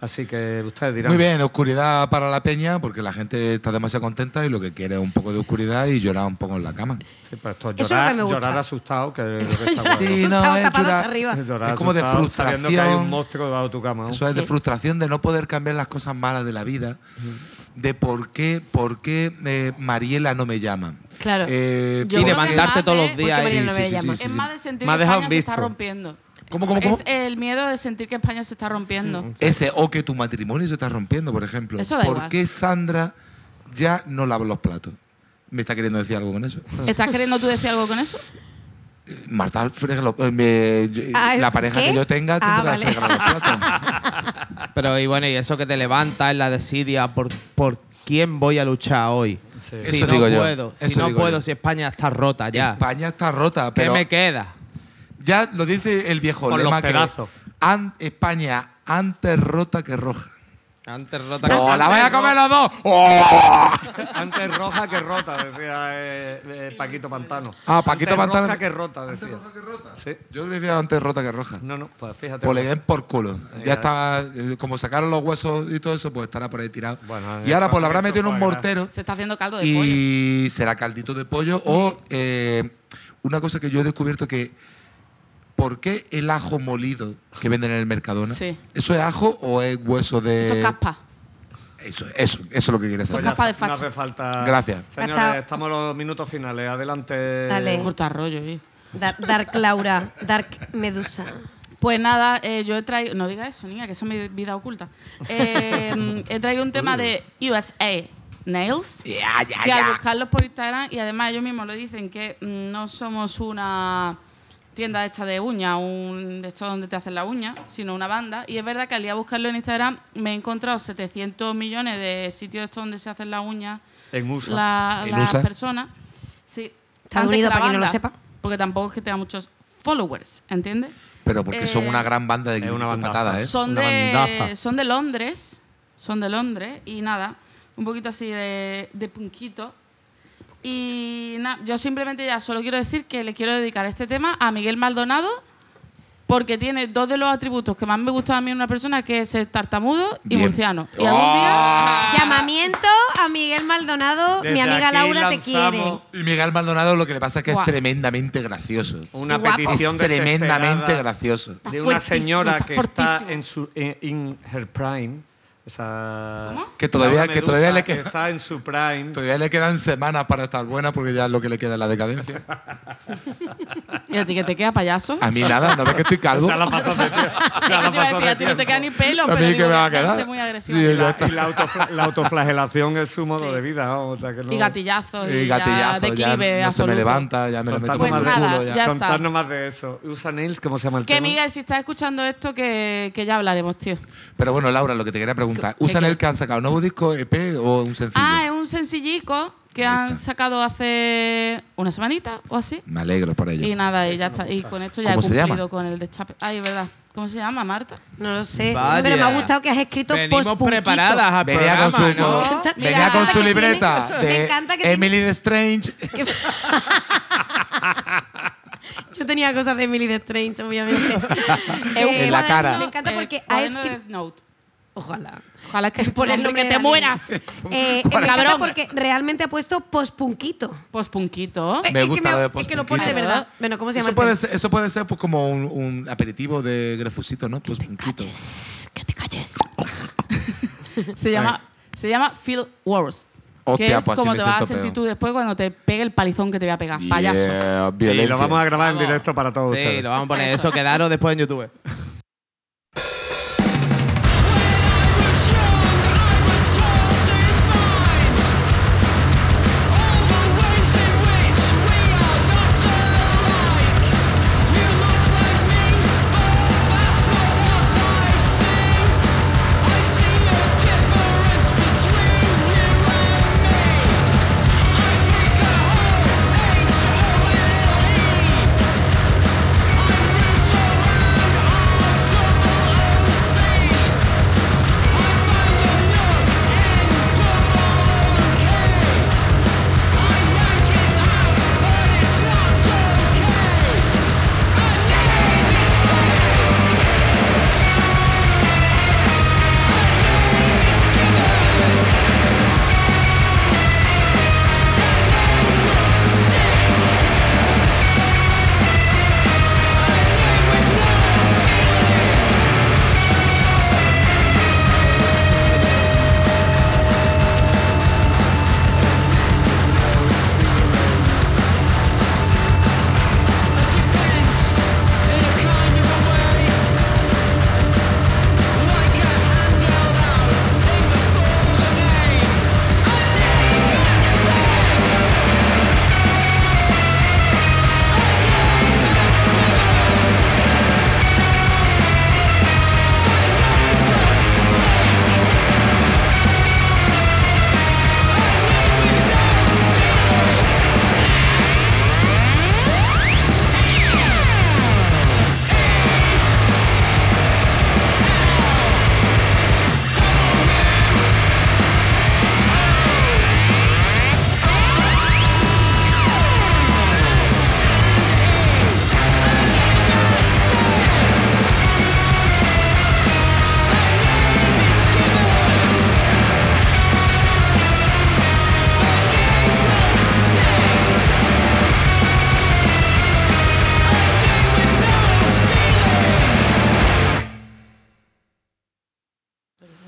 Speaker 5: Así que ustedes dirán.
Speaker 6: Muy bien, oscuridad para la peña, porque la gente está demasiado contenta y lo que quiere es un poco de oscuridad y llorar un poco en la cama.
Speaker 5: Sí, pero esto es
Speaker 7: Eso es lo
Speaker 5: llorar,
Speaker 7: que me gusta.
Speaker 5: llorar asustado, que es lo que está
Speaker 6: Sí,
Speaker 5: guay.
Speaker 6: no,
Speaker 7: Estaba
Speaker 6: es
Speaker 7: tapado
Speaker 6: llorar.
Speaker 7: hasta arriba.
Speaker 5: Llorar
Speaker 6: Es como de
Speaker 5: asustado, sabiendo que hay un
Speaker 6: frustración.
Speaker 5: monstruo debajo de tu cama. ¿no?
Speaker 6: Eso es de frustración de no poder cambiar las cosas malas de la vida, de por qué, por qué eh, Mariela no me llama.
Speaker 8: Claro.
Speaker 6: Eh,
Speaker 8: yo
Speaker 9: y
Speaker 8: creo
Speaker 9: de
Speaker 8: que
Speaker 9: mandarte
Speaker 8: más
Speaker 9: todos
Speaker 8: de-
Speaker 9: los días
Speaker 8: porque
Speaker 9: ahí.
Speaker 8: Mariano
Speaker 6: Sí,
Speaker 8: Bella
Speaker 6: sí, sí,
Speaker 8: llama.
Speaker 6: sí,
Speaker 8: Es
Speaker 6: sí.
Speaker 8: más de sentir
Speaker 5: Me ha
Speaker 8: que
Speaker 5: dejado
Speaker 8: España se está
Speaker 5: visto.
Speaker 8: rompiendo.
Speaker 6: ¿Cómo, cómo, Mm. cómo?
Speaker 8: Es el miedo de sentir que España se está rompiendo.
Speaker 6: Ese o que tu matrimonio se está rompiendo, por ejemplo.
Speaker 8: Eso da
Speaker 6: ¿Por
Speaker 8: igual.
Speaker 6: qué Sandra ya no lava los platos? ¿Me está queriendo decir algo con eso?
Speaker 8: ¿Estás queriendo tú decir algo con eso?
Speaker 6: Marta, frega los- eh, me- yo-
Speaker 7: Ay,
Speaker 6: la pareja
Speaker 7: ¿qué?
Speaker 6: que yo tenga
Speaker 7: Ah,
Speaker 6: tendrá
Speaker 7: vale.
Speaker 6: que fregar los platos.
Speaker 9: Pero y bueno, y eso que te levanta en la desidia por, por quién voy a luchar hoy. Si
Speaker 6: Eso
Speaker 9: no
Speaker 6: digo yo.
Speaker 9: puedo, si
Speaker 6: Eso
Speaker 9: no
Speaker 6: digo
Speaker 9: puedo,
Speaker 6: yo.
Speaker 9: si España está rota ya.
Speaker 6: España está rota,
Speaker 9: ¿Qué
Speaker 6: pero
Speaker 9: me queda?
Speaker 6: ya lo dice el viejo
Speaker 5: Con los
Speaker 6: lema que
Speaker 5: pedazos.
Speaker 6: an- España antes rota que roja.
Speaker 9: Antes rota que-
Speaker 6: ¡Oh, la vais a comer los dos! ¡Oh!
Speaker 5: Antes roja que rota, decía eh, eh, Paquito Pantano.
Speaker 6: Ah, Paquito
Speaker 5: Antes
Speaker 6: Pantano.
Speaker 5: roja que rota, decía. Sí.
Speaker 6: Yo decía antes rota que roja.
Speaker 5: No, no, pues fíjate.
Speaker 6: Pues le den por culo. Ya está, eh, como sacaron los huesos y todo eso, pues estará por ahí tirado.
Speaker 5: Bueno,
Speaker 6: y ahora, pues
Speaker 5: esto-
Speaker 6: lo habrá
Speaker 5: esto
Speaker 6: metido en un
Speaker 5: fue,
Speaker 6: mortero
Speaker 8: Se está haciendo caldo de pollo.
Speaker 6: y será caldito de pollo. O eh, una cosa que yo he descubierto que. ¿Por qué el ajo molido que venden en el Mercadona?
Speaker 8: Sí.
Speaker 6: ¿Eso es ajo o es hueso de.?
Speaker 8: Eso es caspa.
Speaker 6: Eso, eso, eso es lo que quieres
Speaker 8: Son
Speaker 6: saber.
Speaker 5: ya
Speaker 8: capas de
Speaker 5: está, No
Speaker 8: facha.
Speaker 5: hace falta.
Speaker 6: Gracias.
Speaker 5: Señores,
Speaker 7: Hasta-
Speaker 5: estamos en los minutos finales. Adelante.
Speaker 7: Dale. Eh.
Speaker 8: Corto arroyo, eh.
Speaker 7: Da- Dark Laura, Dark Medusa.
Speaker 8: Pues nada, eh, yo he traído. No digas eso, niña, que esa es mi vida oculta. Eh, he traído un tema de USA Nails.
Speaker 6: Ya, ya,
Speaker 8: que al
Speaker 6: Ah, ya.
Speaker 8: buscarlos por Instagram, y además ellos mismos lo dicen, que mm, no somos una tienda esta de uñas, un de esto donde te hacen la uña, sino una banda. Y es verdad que al ir a buscarlo en Instagram me he encontrado 700 millones de sitios estos donde se hacen las uñas
Speaker 5: En USA.
Speaker 8: la-
Speaker 6: ¿En
Speaker 8: las
Speaker 6: USA?
Speaker 8: personas. Sí.
Speaker 7: Estados
Speaker 8: antes que
Speaker 7: Unidos,
Speaker 8: la
Speaker 7: para quien no
Speaker 8: banda,
Speaker 7: lo sepa.
Speaker 8: Porque tampoco es que tenga muchos followers, ¿entiendes?
Speaker 6: Pero porque son
Speaker 8: Eh,
Speaker 6: una gran banda de
Speaker 5: es una
Speaker 6: con
Speaker 5: bandaza.
Speaker 6: patadas, ¿eh?
Speaker 8: Son
Speaker 5: Una
Speaker 8: de,
Speaker 5: bandaza.
Speaker 8: son de Londres. Son de Londres. Y nada, un poquito así de, de punquito. Y nada, yo simplemente ya solo quiero decir que le quiero dedicar este tema a Miguel Maldonado porque tiene dos de los atributos que más me gustan a mí en una persona, que es ser tartamudo y
Speaker 6: Bien.
Speaker 8: murciano. Y algún día...
Speaker 7: Ah. Llamamiento a Miguel Maldonado, mi
Speaker 5: Desde
Speaker 7: amiga
Speaker 5: aquí
Speaker 7: Laura te quiere.
Speaker 5: lanzamos
Speaker 6: Y Miguel Maldonado lo que le pasa es que
Speaker 8: Guau.
Speaker 6: es tremendamente gracioso.
Speaker 5: Una
Speaker 7: Guapo.
Speaker 5: petición
Speaker 6: Es tremendamente
Speaker 5: desesperada
Speaker 6: gracioso.
Speaker 8: Está
Speaker 5: De una
Speaker 8: fuertísimo,
Speaker 5: señora
Speaker 8: está
Speaker 5: que está
Speaker 8: fuertísimo.
Speaker 5: en su en in her prime. Esa
Speaker 8: ¿Cómo?
Speaker 6: Que todavía-
Speaker 5: Laura
Speaker 6: que todavía
Speaker 5: Medusa,
Speaker 6: le queda-
Speaker 5: está en su prime.
Speaker 6: Todavía le quedan semanas para estar buena porque ya es lo que le queda en la decadencia.
Speaker 8: ¿Y a ti que te queda payaso?
Speaker 6: A mí nada, no ves que estoy calvo.
Speaker 5: Ya la pasó de tiempo. Ya la
Speaker 8: Es que te iba a
Speaker 5: pasó
Speaker 8: decir,
Speaker 5: de
Speaker 8: a ti no te
Speaker 5: tiempo.
Speaker 8: queda ni pelo,
Speaker 6: A
Speaker 8: pero
Speaker 6: mí
Speaker 8: digo,
Speaker 6: que me va a
Speaker 8: ya
Speaker 6: quedar.
Speaker 8: sé muy agresivo.
Speaker 6: Sí,
Speaker 8: Y
Speaker 5: Y la,
Speaker 8: la-
Speaker 5: y la autofla- la autoflagelación es su modo
Speaker 8: Sí.
Speaker 5: de vida. vamos, o sea que no-
Speaker 8: Y gatillazos.
Speaker 6: Y
Speaker 8: ya
Speaker 6: gatillazo, ya,
Speaker 8: declive
Speaker 6: no se me
Speaker 8: absoluto.
Speaker 6: levanta, ya me lo meto
Speaker 5: Contadnos
Speaker 6: por
Speaker 8: Pues
Speaker 6: el
Speaker 5: más de-
Speaker 8: nada,
Speaker 6: culo. Ya.
Speaker 8: ya- está.
Speaker 5: Contadnos más de eso. Usa Nails, ¿cómo se llama el
Speaker 8: Que
Speaker 5: tema?
Speaker 8: Miguel, si estás escuchando esto, que, que ya hablaremos, tío.
Speaker 6: Pero bueno, Laura, lo que te quería preguntar.
Speaker 8: ¿Qué-
Speaker 6: ¿Usan
Speaker 8: qué-
Speaker 6: el que han sacado? ¿Nuevo disco, EP o un sencillo?
Speaker 8: Ah, es un sencillico que
Speaker 6: Ahí
Speaker 8: han
Speaker 6: está.
Speaker 8: sacado hace una semanita o así.
Speaker 6: Me alegro por ello.
Speaker 8: Y nada, y ya está. Y con esto ya he
Speaker 6: ¿Cómo se
Speaker 8: cumplido
Speaker 6: llama?
Speaker 8: con el destape. Ay, ¿verdad? ¿Cómo se llama, Marta?
Speaker 7: No lo sé.
Speaker 9: Vaya.
Speaker 7: Pero me ha gustado que has escrito
Speaker 9: Venimos
Speaker 7: post-punquito.
Speaker 9: preparadas al
Speaker 6: Venía
Speaker 9: programa,
Speaker 6: con su,
Speaker 9: ¿no?
Speaker 7: Mira,
Speaker 6: venía
Speaker 7: me
Speaker 6: con
Speaker 7: encanta
Speaker 6: su
Speaker 7: que
Speaker 6: libreta
Speaker 7: tiene- me
Speaker 6: de
Speaker 7: encanta que
Speaker 6: Emily the Strange.
Speaker 7: Que- Yo tenía cosas de Emily de Strange, obviamente.
Speaker 8: Es un
Speaker 7: Eh,
Speaker 6: En la cara.
Speaker 8: cuaderno-
Speaker 7: Me encanta
Speaker 8: el
Speaker 7: porque ha
Speaker 8: cuaderno de
Speaker 7: escrito.
Speaker 8: Death Note.
Speaker 7: Ojalá.
Speaker 8: Ojalá que,
Speaker 7: Por el nombre
Speaker 8: que te
Speaker 7: de la
Speaker 8: mueras.
Speaker 7: niña. Eh, me encanta
Speaker 8: Cabrón.
Speaker 7: porque realmente ha puesto pospunquito.
Speaker 8: Pues punquito.
Speaker 7: Eh,
Speaker 6: Me
Speaker 7: es
Speaker 6: gusta
Speaker 7: que
Speaker 6: lo de
Speaker 7: Es que lo pone de
Speaker 8: pospunquito.
Speaker 7: verdad. Bueno, ¿cómo se
Speaker 6: Eso
Speaker 7: llama? el
Speaker 6: puede,
Speaker 7: tema?
Speaker 6: ser, eso puede ser pues, como un, un aperitivo de grefusito, ¿no? Pues punquito.
Speaker 7: Que te calles.
Speaker 8: Se llama, se llama Feel Worse. que
Speaker 6: Hostia,
Speaker 8: es
Speaker 6: pues así
Speaker 8: como
Speaker 6: me
Speaker 8: te vas a
Speaker 6: siento
Speaker 8: sentir
Speaker 6: peor.
Speaker 8: tú después cuando te pegue el palizón que te voy a pegar. Payaso.
Speaker 6: Yeah,
Speaker 5: Y
Speaker 6: violencia.
Speaker 5: lo vamos a grabar
Speaker 9: Vamos.
Speaker 5: en directo para todos
Speaker 9: Sí,
Speaker 5: ustedes.
Speaker 9: lo vamos a poner. Eso quedaros después en YouTube.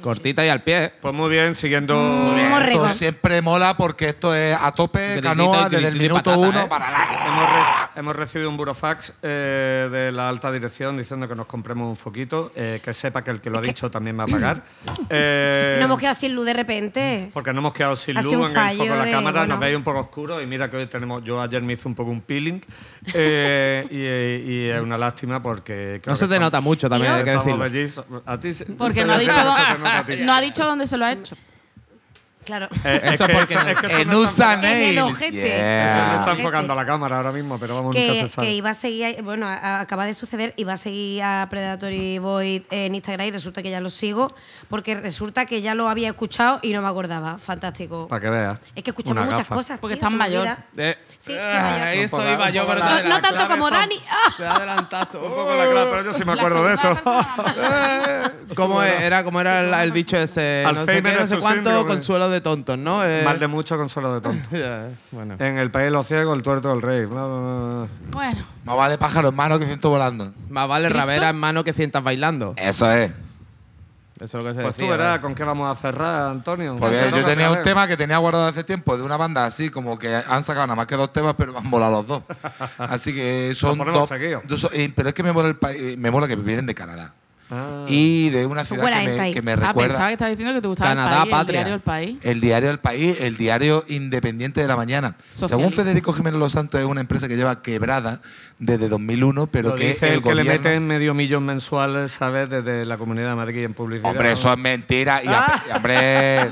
Speaker 9: Cortita y al pie.
Speaker 5: Pues muy bien, siguiendo.
Speaker 7: Morrego.
Speaker 6: Esto siempre mola porque esto es a tope,
Speaker 9: Gritito
Speaker 6: canoa,
Speaker 9: y
Speaker 6: desde el
Speaker 9: gritito y
Speaker 6: minuto
Speaker 9: patata,
Speaker 6: uno.
Speaker 9: ¿eh?
Speaker 6: para la-
Speaker 5: Hemos, re- hemos recibido un burofax eh, de la alta dirección diciendo que nos compremos un foquito, eh, que sepa que el que lo ha dicho también va a pagar. Eh,
Speaker 7: No hemos quedado sin luz de repente.
Speaker 5: porque no hemos quedado sin
Speaker 7: Ha
Speaker 5: luz
Speaker 7: sido un
Speaker 5: en el foco
Speaker 7: fallo
Speaker 5: de la
Speaker 7: de-
Speaker 5: cámara,
Speaker 7: bueno.
Speaker 5: nos veis un poco oscuro y mira que hoy tenemos, yo ayer me hice un poco un peeling eh, y, y es una lástima porque... creo
Speaker 9: No se
Speaker 5: que
Speaker 9: te
Speaker 5: estamos-
Speaker 9: nota mucho también, hay que
Speaker 5: estamos
Speaker 9: decirlo.
Speaker 5: bellizos. A ti se-
Speaker 8: Porque
Speaker 5: se
Speaker 8: no ha,
Speaker 5: te-
Speaker 8: dicho,
Speaker 5: se te nota a ti.
Speaker 8: dó- no ha dicho dónde se lo ha hecho.
Speaker 7: Claro.
Speaker 5: Eh, es
Speaker 9: Eso
Speaker 5: que
Speaker 9: porque
Speaker 5: eso- es que eso
Speaker 6: En
Speaker 5: no está-
Speaker 6: USA
Speaker 7: En el
Speaker 6: Nails.
Speaker 7: ojete.
Speaker 5: eso no
Speaker 6: Yeah.
Speaker 5: está
Speaker 7: Ojete.
Speaker 5: enfocando a la cámara ahora mismo, pero vamos, nunca
Speaker 7: que,
Speaker 5: se sabe.
Speaker 7: que iba a seguir, bueno, a- a- acaba de suceder, iba a seguir a Predatory Void en Instagram y resulta que ya lo sigo, porque resulta que ya lo había escuchado y no me acordaba. Fantástico.
Speaker 5: Para que veas.
Speaker 7: Es que escuchamos
Speaker 5: Una
Speaker 7: muchas
Speaker 5: gafa.
Speaker 7: cosas.
Speaker 8: Porque
Speaker 7: tío,
Speaker 8: estás
Speaker 7: se me
Speaker 8: mayor.
Speaker 7: olvida.
Speaker 9: Eh,
Speaker 7: Sí, sí,
Speaker 9: ah, eso
Speaker 7: mayor.
Speaker 5: Un poco,
Speaker 9: iba
Speaker 5: un
Speaker 9: yo,
Speaker 5: poco
Speaker 9: pero
Speaker 5: la-
Speaker 9: te
Speaker 7: No, no
Speaker 9: adelantaste.
Speaker 7: tanto como Dani. ¡Ah!
Speaker 9: Te adelantaste
Speaker 5: Un
Speaker 9: un
Speaker 5: poco la clave, pero yo sí me
Speaker 8: La
Speaker 5: acuerdo de eso.
Speaker 8: segunda persona.
Speaker 9: Eh, ¿Cómo era? ¿Cómo era el, el dicho ese? No sé
Speaker 5: Alzheimer
Speaker 9: qué, no
Speaker 5: es
Speaker 9: sé
Speaker 5: tu
Speaker 9: cuánto,
Speaker 5: síndrome.
Speaker 9: consuelo de tontos, ¿no? Eh,
Speaker 5: Mal de mucho, consuelo de tonto.
Speaker 9: ya, bueno.
Speaker 6: Eh,
Speaker 5: En el país de los ciegos, el tuerto del rey. Bla, bla, bla, bla.
Speaker 8: Bueno,
Speaker 6: Más vale pájaro en mano que ciento volando.
Speaker 9: Más vale Ravera en mano que sientas bailando.
Speaker 6: Eso es.
Speaker 9: Eso es lo que se
Speaker 5: Pues
Speaker 9: decía.
Speaker 5: tú verás
Speaker 9: ¿eh?
Speaker 5: con qué vamos a cerrar, Antonio.
Speaker 6: Porque
Speaker 5: Te
Speaker 6: yo
Speaker 5: toca
Speaker 6: tenía
Speaker 5: otra
Speaker 6: un
Speaker 5: vez.
Speaker 6: tema que tenía guardado hace tiempo de una banda así, como que han sacado nada más que dos temas, pero han volado los dos. Así que eh, son
Speaker 5: ponemos
Speaker 6: dos.
Speaker 5: seguido.
Speaker 6: dos son- eh, pero es que me mola, el pa- eh, me mola que vienen de Canadá.
Speaker 5: Ah.
Speaker 6: Y de una
Speaker 7: Tú
Speaker 6: ciudad que
Speaker 7: fuera esta
Speaker 6: me,
Speaker 7: ahí.
Speaker 6: que me
Speaker 8: ah, pensaba
Speaker 6: recuerda.
Speaker 8: que estabas diciendo que te gustaba
Speaker 9: Canadá,
Speaker 8: el país,
Speaker 9: patria.
Speaker 8: el diario El País.
Speaker 6: El diario del país, el diario independiente de la mañana. Según
Speaker 8: Socialista.
Speaker 6: Federico Jiménez Los Santos, es una empresa que lleva quebrada desde 2001, pero
Speaker 5: Lo
Speaker 6: que
Speaker 5: dice
Speaker 6: el
Speaker 5: el que le
Speaker 6: gobierno-
Speaker 5: meten medio millón mensuales, ¿sabes? Desde la Comunidad de Madrid en publicidad.
Speaker 6: Hombre, eso es mentira. Y,
Speaker 7: Ah.
Speaker 6: y, hombre,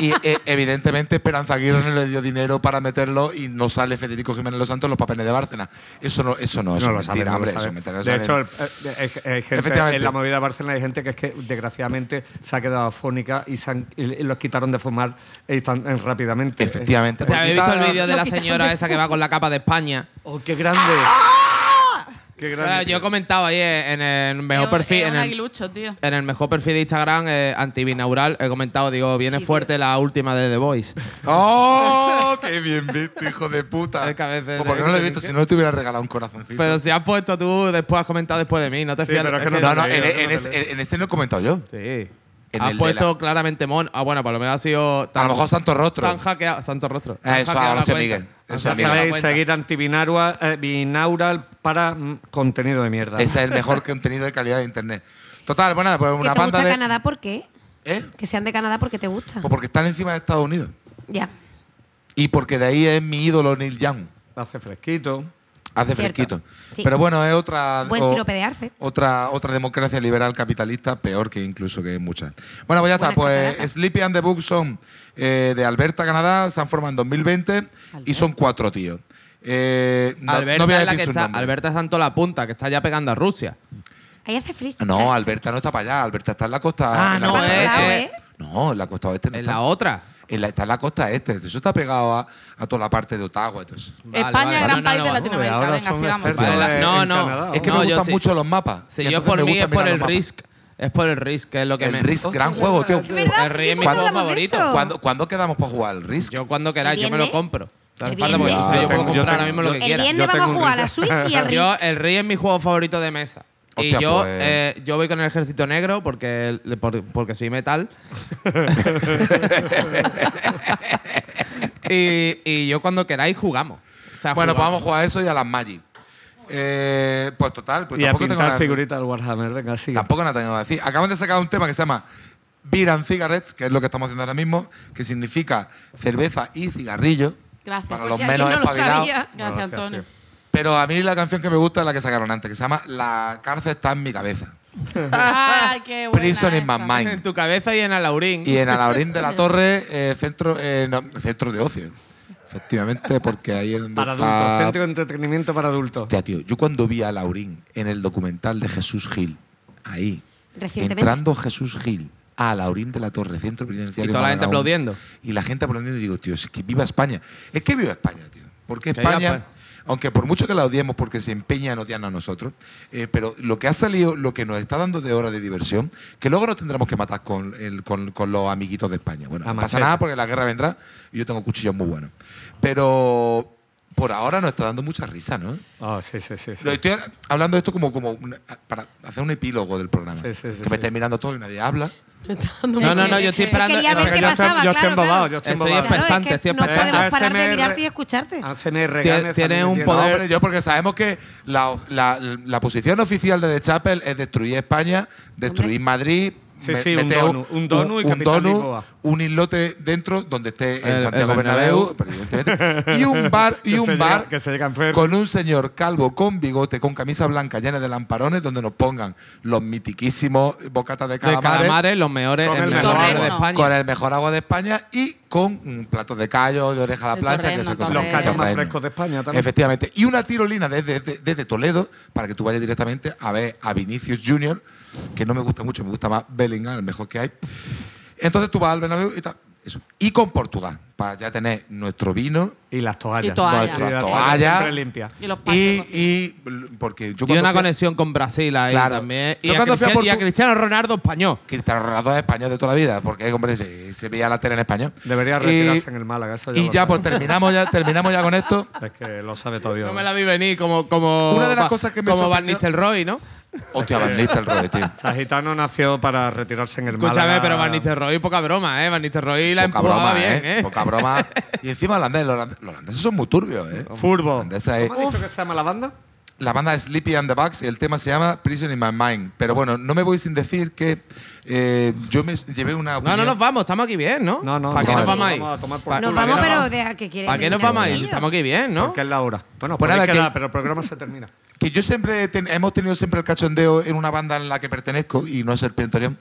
Speaker 6: y e- evidentemente Esperanza Aguirre no le dio dinero para meterlo y no sale Federico Jiménez Los Santos en los papeles de Bárcena. Eso no, eso no, eso
Speaker 5: No
Speaker 6: es
Speaker 5: lo saben,
Speaker 6: mentira,
Speaker 5: no
Speaker 6: hombre.
Speaker 5: lo
Speaker 6: eso es
Speaker 5: saben.
Speaker 6: mentira, no
Speaker 5: de
Speaker 6: saben.
Speaker 5: hecho, el- eh, eh, eh, hay gente-
Speaker 6: Efectivamente.
Speaker 5: en la movida de Barcelona hay gente que es que desgraciadamente se ha quedado afónica y, se han- y- y los quitaron de fumar eh, tan- eh, rápidamente.
Speaker 6: Efectivamente.
Speaker 9: Pues ¿Te habéis visto el vídeo de
Speaker 7: Lo
Speaker 9: la
Speaker 7: quitaron
Speaker 9: señora esa que va con la capa de España?
Speaker 5: ¡Oh, qué grande! Oh, Qué grande,
Speaker 9: Ah. Claro, yo he
Speaker 5: tío.
Speaker 9: comentado ahí eh, en el mejor
Speaker 8: Es un-
Speaker 9: perfil.
Speaker 8: Es
Speaker 9: en
Speaker 8: un
Speaker 9: el-
Speaker 8: aguilucho, tío.
Speaker 9: En el mejor perfil de Instagram, eh, antibinaural, he comentado, digo, viene
Speaker 8: Sí,
Speaker 9: fuerte la última de The Voice.
Speaker 6: ¡Oh! ¡Qué bien visto, hijo de puta!
Speaker 9: Es que a veces-
Speaker 6: Pues porque no lo he visto, si no le te hubiera regalado un corazoncito.
Speaker 9: Pero si has puesto tú, después has comentado después de mí, no te
Speaker 5: Sí,
Speaker 9: fías.
Speaker 5: pero es que
Speaker 6: no, no, en,
Speaker 5: Yo no
Speaker 6: en
Speaker 5: lo
Speaker 6: ese-
Speaker 5: leo.
Speaker 6: en ese no he comentado yo.
Speaker 9: Sí.
Speaker 6: En
Speaker 9: has
Speaker 6: el de
Speaker 9: puesto
Speaker 6: la-
Speaker 9: claramente Mon. Ah, bueno, por lo menos ha sido.
Speaker 6: A lo mejor Santo Rostro.
Speaker 9: Tan hackeado. Santo Rostro.
Speaker 6: Ah, eso, ahora sí,
Speaker 9: Miguel.
Speaker 6: Miguel. Eso,
Speaker 5: Ya
Speaker 6: Miguel.
Speaker 5: sabéis, seguir antibinaural eh, binaural para mm, contenido de mierda.
Speaker 6: Ese es el mejor contenido de calidad de internet. Total, bueno, pues
Speaker 7: ¿Que
Speaker 6: una
Speaker 7: te
Speaker 6: banda
Speaker 7: gusta
Speaker 6: de.
Speaker 7: Canadá por qué?
Speaker 6: ¿Eh?
Speaker 7: Que sean de Canadá porque te gusta.
Speaker 6: Pues porque están encima de Estados Unidos.
Speaker 7: Ya.
Speaker 6: Y porque de ahí es mi ídolo Neil Young.
Speaker 5: Hace fresquito.
Speaker 6: Hace
Speaker 7: Cierto.
Speaker 6: fresquito.
Speaker 7: Sí.
Speaker 6: Pero bueno, es otra.
Speaker 7: Buen
Speaker 6: o-
Speaker 7: sirope de arce.
Speaker 6: Otra, otra democracia liberal capitalista, peor que incluso que muchas. Bueno, pues ya está.
Speaker 7: Buenas
Speaker 6: Pues
Speaker 7: cataratas.
Speaker 6: Sleepy and the Book son eh, de Alberta, Canadá, se han formado en 2020 y son cuatro tíos. Eh, no,
Speaker 9: Alberta,
Speaker 6: no voy a
Speaker 9: es la
Speaker 6: decir
Speaker 9: que
Speaker 6: sus
Speaker 9: está,
Speaker 6: nombres.
Speaker 9: Alberta es tanto la punta, que está ya pegando a Rusia.
Speaker 7: Ahí hace frío.
Speaker 6: No, Alberta no está para allá. Alberta está en la costa.
Speaker 9: Ah,
Speaker 6: en la
Speaker 9: no,
Speaker 6: costa
Speaker 9: eh,
Speaker 6: oeste.
Speaker 7: eh.
Speaker 6: No, en la costa oeste no
Speaker 9: En
Speaker 6: está.
Speaker 9: la otra.
Speaker 6: En la- está en la costa este. Eso está pegado a, a toda la parte de Ottawa. y todo eso.
Speaker 9: Vale,
Speaker 8: España,
Speaker 9: vale,
Speaker 8: gran
Speaker 9: vale. No,
Speaker 8: país
Speaker 9: no,
Speaker 8: de
Speaker 9: no,
Speaker 8: Latinoamérica.
Speaker 5: ahora
Speaker 8: Venga,
Speaker 5: son
Speaker 8: sigamos.
Speaker 9: Vale,
Speaker 5: expertos.
Speaker 9: la-
Speaker 5: en
Speaker 9: no, no.
Speaker 5: Canadá,
Speaker 6: Es que
Speaker 9: Ah, No,
Speaker 6: me
Speaker 9: yo
Speaker 6: gustan
Speaker 9: sí.
Speaker 6: mucho los mapas.
Speaker 9: Si
Speaker 6: Y
Speaker 9: yo
Speaker 6: entonces
Speaker 9: por
Speaker 6: me
Speaker 9: mí
Speaker 6: gusta
Speaker 9: es por
Speaker 6: mirar
Speaker 9: el
Speaker 6: los mapas.
Speaker 9: Risk. Es por el Risk, que es lo que me.
Speaker 6: El Risk, gran juego, tío.
Speaker 7: Es verdad.
Speaker 9: El Risk es mi
Speaker 7: ¿Cuándo
Speaker 9: juego
Speaker 7: hablamos de
Speaker 9: favorito.
Speaker 7: eso?
Speaker 6: ¿Cuándo, cuándo quedamos para jugar al Risk?
Speaker 9: Yo cuando queráis, yo me lo
Speaker 7: viernes?
Speaker 9: compro.
Speaker 7: ¿El
Speaker 9: Hace falta, porque tú
Speaker 7: viernes?
Speaker 9: sabes, yo
Speaker 5: Yo
Speaker 9: puedo
Speaker 5: tengo- yo
Speaker 9: comprar ahora mismo
Speaker 5: tengo-
Speaker 9: lo que
Speaker 5: El
Speaker 7: El
Speaker 9: quiera.
Speaker 7: viernes
Speaker 5: Yo tengo
Speaker 7: vamos
Speaker 5: un
Speaker 7: a jugar a la
Speaker 5: risa.
Speaker 7: Switch y al
Speaker 9: Yo,
Speaker 7: Risk.
Speaker 9: el Rey es mi juego favorito de mesa.
Speaker 6: Hostia,
Speaker 9: y yo,
Speaker 6: pues.
Speaker 9: eh, yo voy con el ejército negro porque, el- por- porque soy metal. y, y yo cuando queráis jugamos. O sea,
Speaker 6: Bueno, pues
Speaker 9: jugamos.
Speaker 6: vamos a jugar a eso y a las Magic. Eh, pues total, pues
Speaker 5: y a
Speaker 6: tampoco tengo,
Speaker 5: pintar
Speaker 6: nada,
Speaker 5: figuritas al Warhammer. Venga, sigue.
Speaker 6: tampoco nada tengo que decir. Acaban de sacar un tema que se llama Beer and Cigarettes, que es lo que estamos haciendo ahora mismo, que significa cerveza y cigarrillo.
Speaker 8: Gracias. Pues
Speaker 6: Para
Speaker 8: Por
Speaker 6: los
Speaker 7: si alguien
Speaker 6: menos
Speaker 7: no lo
Speaker 6: espabilados.
Speaker 7: sabía.
Speaker 8: Gracias, Antonio.
Speaker 6: Pero a mí la canción que me gusta es la que sacaron antes, que se llama La cárcel está en mi cabeza.
Speaker 8: Ay, qué buena
Speaker 6: Prison in
Speaker 8: esa.
Speaker 6: my mind.
Speaker 9: En tu cabeza y en Alaurín.
Speaker 6: Y en Alaurín de la Torre, eh, centro, eh, no, centro de ocio. Efectivamente, porque ahí es donde
Speaker 5: Para adultos.
Speaker 6: está-
Speaker 5: Centro de entretenimiento para adultos.
Speaker 6: Hostia, tío, yo cuando vi a Laurín en el documental de Jesús Gil, ahí,
Speaker 7: Recientemente.
Speaker 6: entrando Jesús Gil a Laurín de la Torre, centro penitenciario.
Speaker 9: Y toda la gente
Speaker 6: Málaga,
Speaker 9: aplaudiendo.
Speaker 6: Y la gente aplaudiendo, y digo, tío, es que viva España. Es que viva España, tío. Porque
Speaker 9: Que viva
Speaker 6: España,
Speaker 5: pues.
Speaker 9: España.
Speaker 6: aunque por mucho que la odiemos porque se empeña en odiarnos a nosotros, eh, pero lo que ha salido, lo que nos está dando de hora de diversión, que luego nos tendremos que matar con, el- con- con los amiguitos de España. Bueno,
Speaker 5: A
Speaker 6: no pasa
Speaker 5: machete.
Speaker 6: nada porque la guerra vendrá y yo tengo cuchillos muy buenos. Pero por ahora nos está dando mucha risa, ¿no?
Speaker 5: Ah, sí, sí, sí. sí.
Speaker 6: Lo estoy hablando de esto como, como una- para hacer un epílogo del programa.
Speaker 5: Sí, sí, sí,
Speaker 6: que me
Speaker 5: sí.
Speaker 6: estáis mirando todo y nadie habla.
Speaker 9: No, no, no, yo estoy esperando-
Speaker 7: Quería ver
Speaker 9: Porque
Speaker 7: qué
Speaker 5: yo estoy-
Speaker 7: pasaba,
Speaker 5: yo estoy
Speaker 7: claro,
Speaker 5: embobado,
Speaker 7: claro.
Speaker 5: yo estoy
Speaker 9: Estoy
Speaker 5: embobado.
Speaker 7: Claro, es
Speaker 9: expectante,
Speaker 7: que
Speaker 9: estoy
Speaker 7: no
Speaker 9: expectante.
Speaker 7: podemos parar de
Speaker 5: ASMR.
Speaker 7: mirarte y escucharte.
Speaker 5: ASMR,
Speaker 9: Tiene-
Speaker 5: Ganes,
Speaker 9: tiene
Speaker 5: también
Speaker 9: un
Speaker 5: tiene-
Speaker 6: No,
Speaker 9: Poder-
Speaker 6: hombre, yo porque sabemos que la, la- la posición oficial de The Chapel es destruir España, destruir Madrid.
Speaker 5: Sí,
Speaker 6: me-
Speaker 5: sí, un
Speaker 6: meter
Speaker 5: donut, un donut y
Speaker 6: un,
Speaker 5: Capitán
Speaker 6: donut,
Speaker 5: Lisboa.
Speaker 6: un islote dentro donde esté el,
Speaker 9: El-
Speaker 6: Santiago
Speaker 9: el
Speaker 6: Bernabéu,
Speaker 9: Bernabéu.
Speaker 6: pero evidentemente, y un bar y
Speaker 5: Que
Speaker 6: un
Speaker 5: se
Speaker 6: bar
Speaker 5: llega- que se llega enfermo.
Speaker 6: con un señor calvo con bigote, con camisa blanca llena de lamparones, donde nos pongan los mitiquísimos bocatas de
Speaker 9: de
Speaker 6: calamares,
Speaker 9: calamares, los mejores,
Speaker 5: Con
Speaker 9: el
Speaker 5: el
Speaker 9: mejor
Speaker 8: mejor
Speaker 9: agua de
Speaker 8: agua.
Speaker 9: España.
Speaker 6: con el mejor agua de España y con mm, platos de callo, de oreja a la
Speaker 8: De
Speaker 6: plancha,
Speaker 8: torreno,
Speaker 6: que son cosas
Speaker 8: torreno.
Speaker 5: Los callos más
Speaker 6: Torreno.
Speaker 5: frescos de España también.
Speaker 6: Efectivamente. Y una tirolina desde, desde, desde Toledo para que tú vayas directamente a ver a Vinicius Junior, que no me gusta mucho, me gusta más Bellingham, el mejor que hay. Entonces tú vas al Bernabéu y tal. Eso. Y con Portugal, para ya tener nuestro vino,
Speaker 5: Y las toallas.
Speaker 8: Y toallas. Vaya.
Speaker 6: nuestra
Speaker 5: Y las toallas
Speaker 6: toalla.
Speaker 5: siempre limpias.
Speaker 8: Y los
Speaker 6: Y,
Speaker 8: pasos.
Speaker 6: y- porque yo
Speaker 9: Y
Speaker 6: cuando
Speaker 9: una
Speaker 6: fui a-
Speaker 9: conexión con Brasil ahí
Speaker 6: Claro.
Speaker 9: también.
Speaker 6: Yo
Speaker 9: Y a,
Speaker 6: cuando fui a
Speaker 9: Cristiano, y a
Speaker 6: Portu-
Speaker 9: Cristiano Ronaldo español.
Speaker 6: Cristiano Ronaldo es español de toda la vida, porque hombre, se, se veía la tele en español.
Speaker 5: Debería
Speaker 6: Y-
Speaker 5: retirarse en el Málaga. Eso ya
Speaker 6: Y
Speaker 5: lo
Speaker 6: ya
Speaker 5: sabe.
Speaker 6: pues terminamos ya, terminamos ya con esto.
Speaker 5: Es que lo sabe todo Dios.
Speaker 9: No me la vi venir como, como,
Speaker 6: Una de las
Speaker 9: Va-
Speaker 6: cosas que me
Speaker 9: como Van
Speaker 6: sorprendió-
Speaker 9: Nistelrooy, ¿no?
Speaker 6: Hostia, Van Nistelrooy, tío.
Speaker 5: Sagitano nació para retirarse en el Málaga.
Speaker 9: Escúchame, pero Van Nistelrooy, poca broma, ¿eh? Van Nistelrooy la
Speaker 6: poca
Speaker 9: empujaba
Speaker 6: broma,
Speaker 9: bien,
Speaker 6: ¿eh?
Speaker 9: ¿eh?
Speaker 6: Poca broma. Y encima holandés, los holandeses, los holandeses son muy turbios, ¿eh?
Speaker 5: Furbo.
Speaker 6: Los holandeses ahí.
Speaker 5: ¿Cómo ha dicho que se llama la banda?
Speaker 6: La banda es Sleepy and the Bugs y el tema se llama Prison in My Mind. Pero bueno, no me voy sin decir que eh, yo me llevé una
Speaker 9: No,
Speaker 6: opinión.
Speaker 9: no nos vamos, estamos aquí bien, ¿no?
Speaker 5: No, no.
Speaker 9: ¿Para qué
Speaker 6: no,
Speaker 9: nos
Speaker 6: no,
Speaker 9: vamos ahí?
Speaker 5: Vamos a tomar por
Speaker 7: Nos
Speaker 5: culo.
Speaker 7: vamos,
Speaker 5: ¿Para qué
Speaker 7: pero de a que quieres.
Speaker 9: ¿Para qué nos vamos ahí? Estamos aquí bien, ¿no?
Speaker 5: Porque es la hora. Bueno,
Speaker 6: Pues
Speaker 5: pues
Speaker 6: nada, que-
Speaker 5: quedar, pero el programa se termina.
Speaker 6: Que yo siempre he ten- hemos tenido siempre el cachondeo en una banda en la que pertenezco, y no es Serpentorium,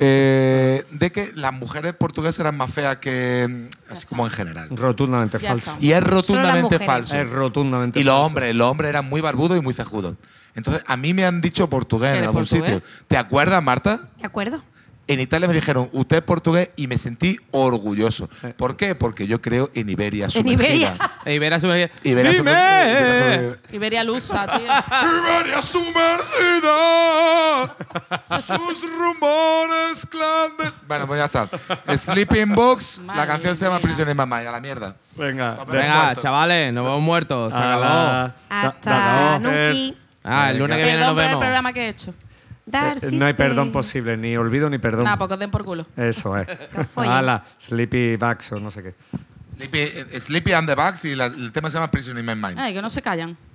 Speaker 6: eh, de que las mujeres portuguesas eran más feas que. mm, así como en general.
Speaker 5: Rotundamente
Speaker 8: Ya
Speaker 5: falso.
Speaker 8: está.
Speaker 6: Y es rotundamente
Speaker 7: mujeres.
Speaker 6: falso.
Speaker 5: Es rotundamente
Speaker 6: Y los
Speaker 5: falso.
Speaker 6: hombres, los hombres eran muy barbudos y muy cejudos. Entonces, a mí me han dicho portugués en
Speaker 8: ¿Eres
Speaker 6: algún
Speaker 8: portugués?
Speaker 6: sitio. ¿Te acuerdas, Marta?
Speaker 7: ¿De acuerdo?
Speaker 6: en Italia me dijeron, usted es portugués y me sentí orgulloso. ¿Por qué? Porque yo creo en Iberia. sumergida.
Speaker 7: Iberia.
Speaker 9: E Iberia sumergida.
Speaker 6: Iberia
Speaker 9: ¡Dime!
Speaker 6: sumergida.
Speaker 8: Iberia Lusa, tío.
Speaker 6: Iberia sumergida. Sus rumores clandestinos. Bueno, pues ya está. Sleeping Box. la
Speaker 8: Madre
Speaker 6: canción se llama
Speaker 8: mía.
Speaker 6: Prisiones Mamá. A la mierda.
Speaker 5: Venga. Ah,
Speaker 9: Venga, chavales, nos vemos muertos.
Speaker 6: Ah,
Speaker 9: Se acabó.
Speaker 7: Hasta
Speaker 5: nunca.
Speaker 7: nunca.
Speaker 9: Ah, el lunes que viene nos
Speaker 8: Perdón por el
Speaker 9: vemos.
Speaker 8: programa que he hecho.
Speaker 7: Dar
Speaker 5: No hay
Speaker 7: sistema.
Speaker 5: perdón posible, ni olvido ni perdón.
Speaker 8: Nada, pues que os den por culo.
Speaker 5: Eso es.
Speaker 7: follen.
Speaker 5: Ala, Sleepy Bugs o no sé qué.
Speaker 6: Sleepy, eh, Sleepy and the Bugs y la- el tema se llama Prisiones in My Mind.
Speaker 8: Ay, que no se callan.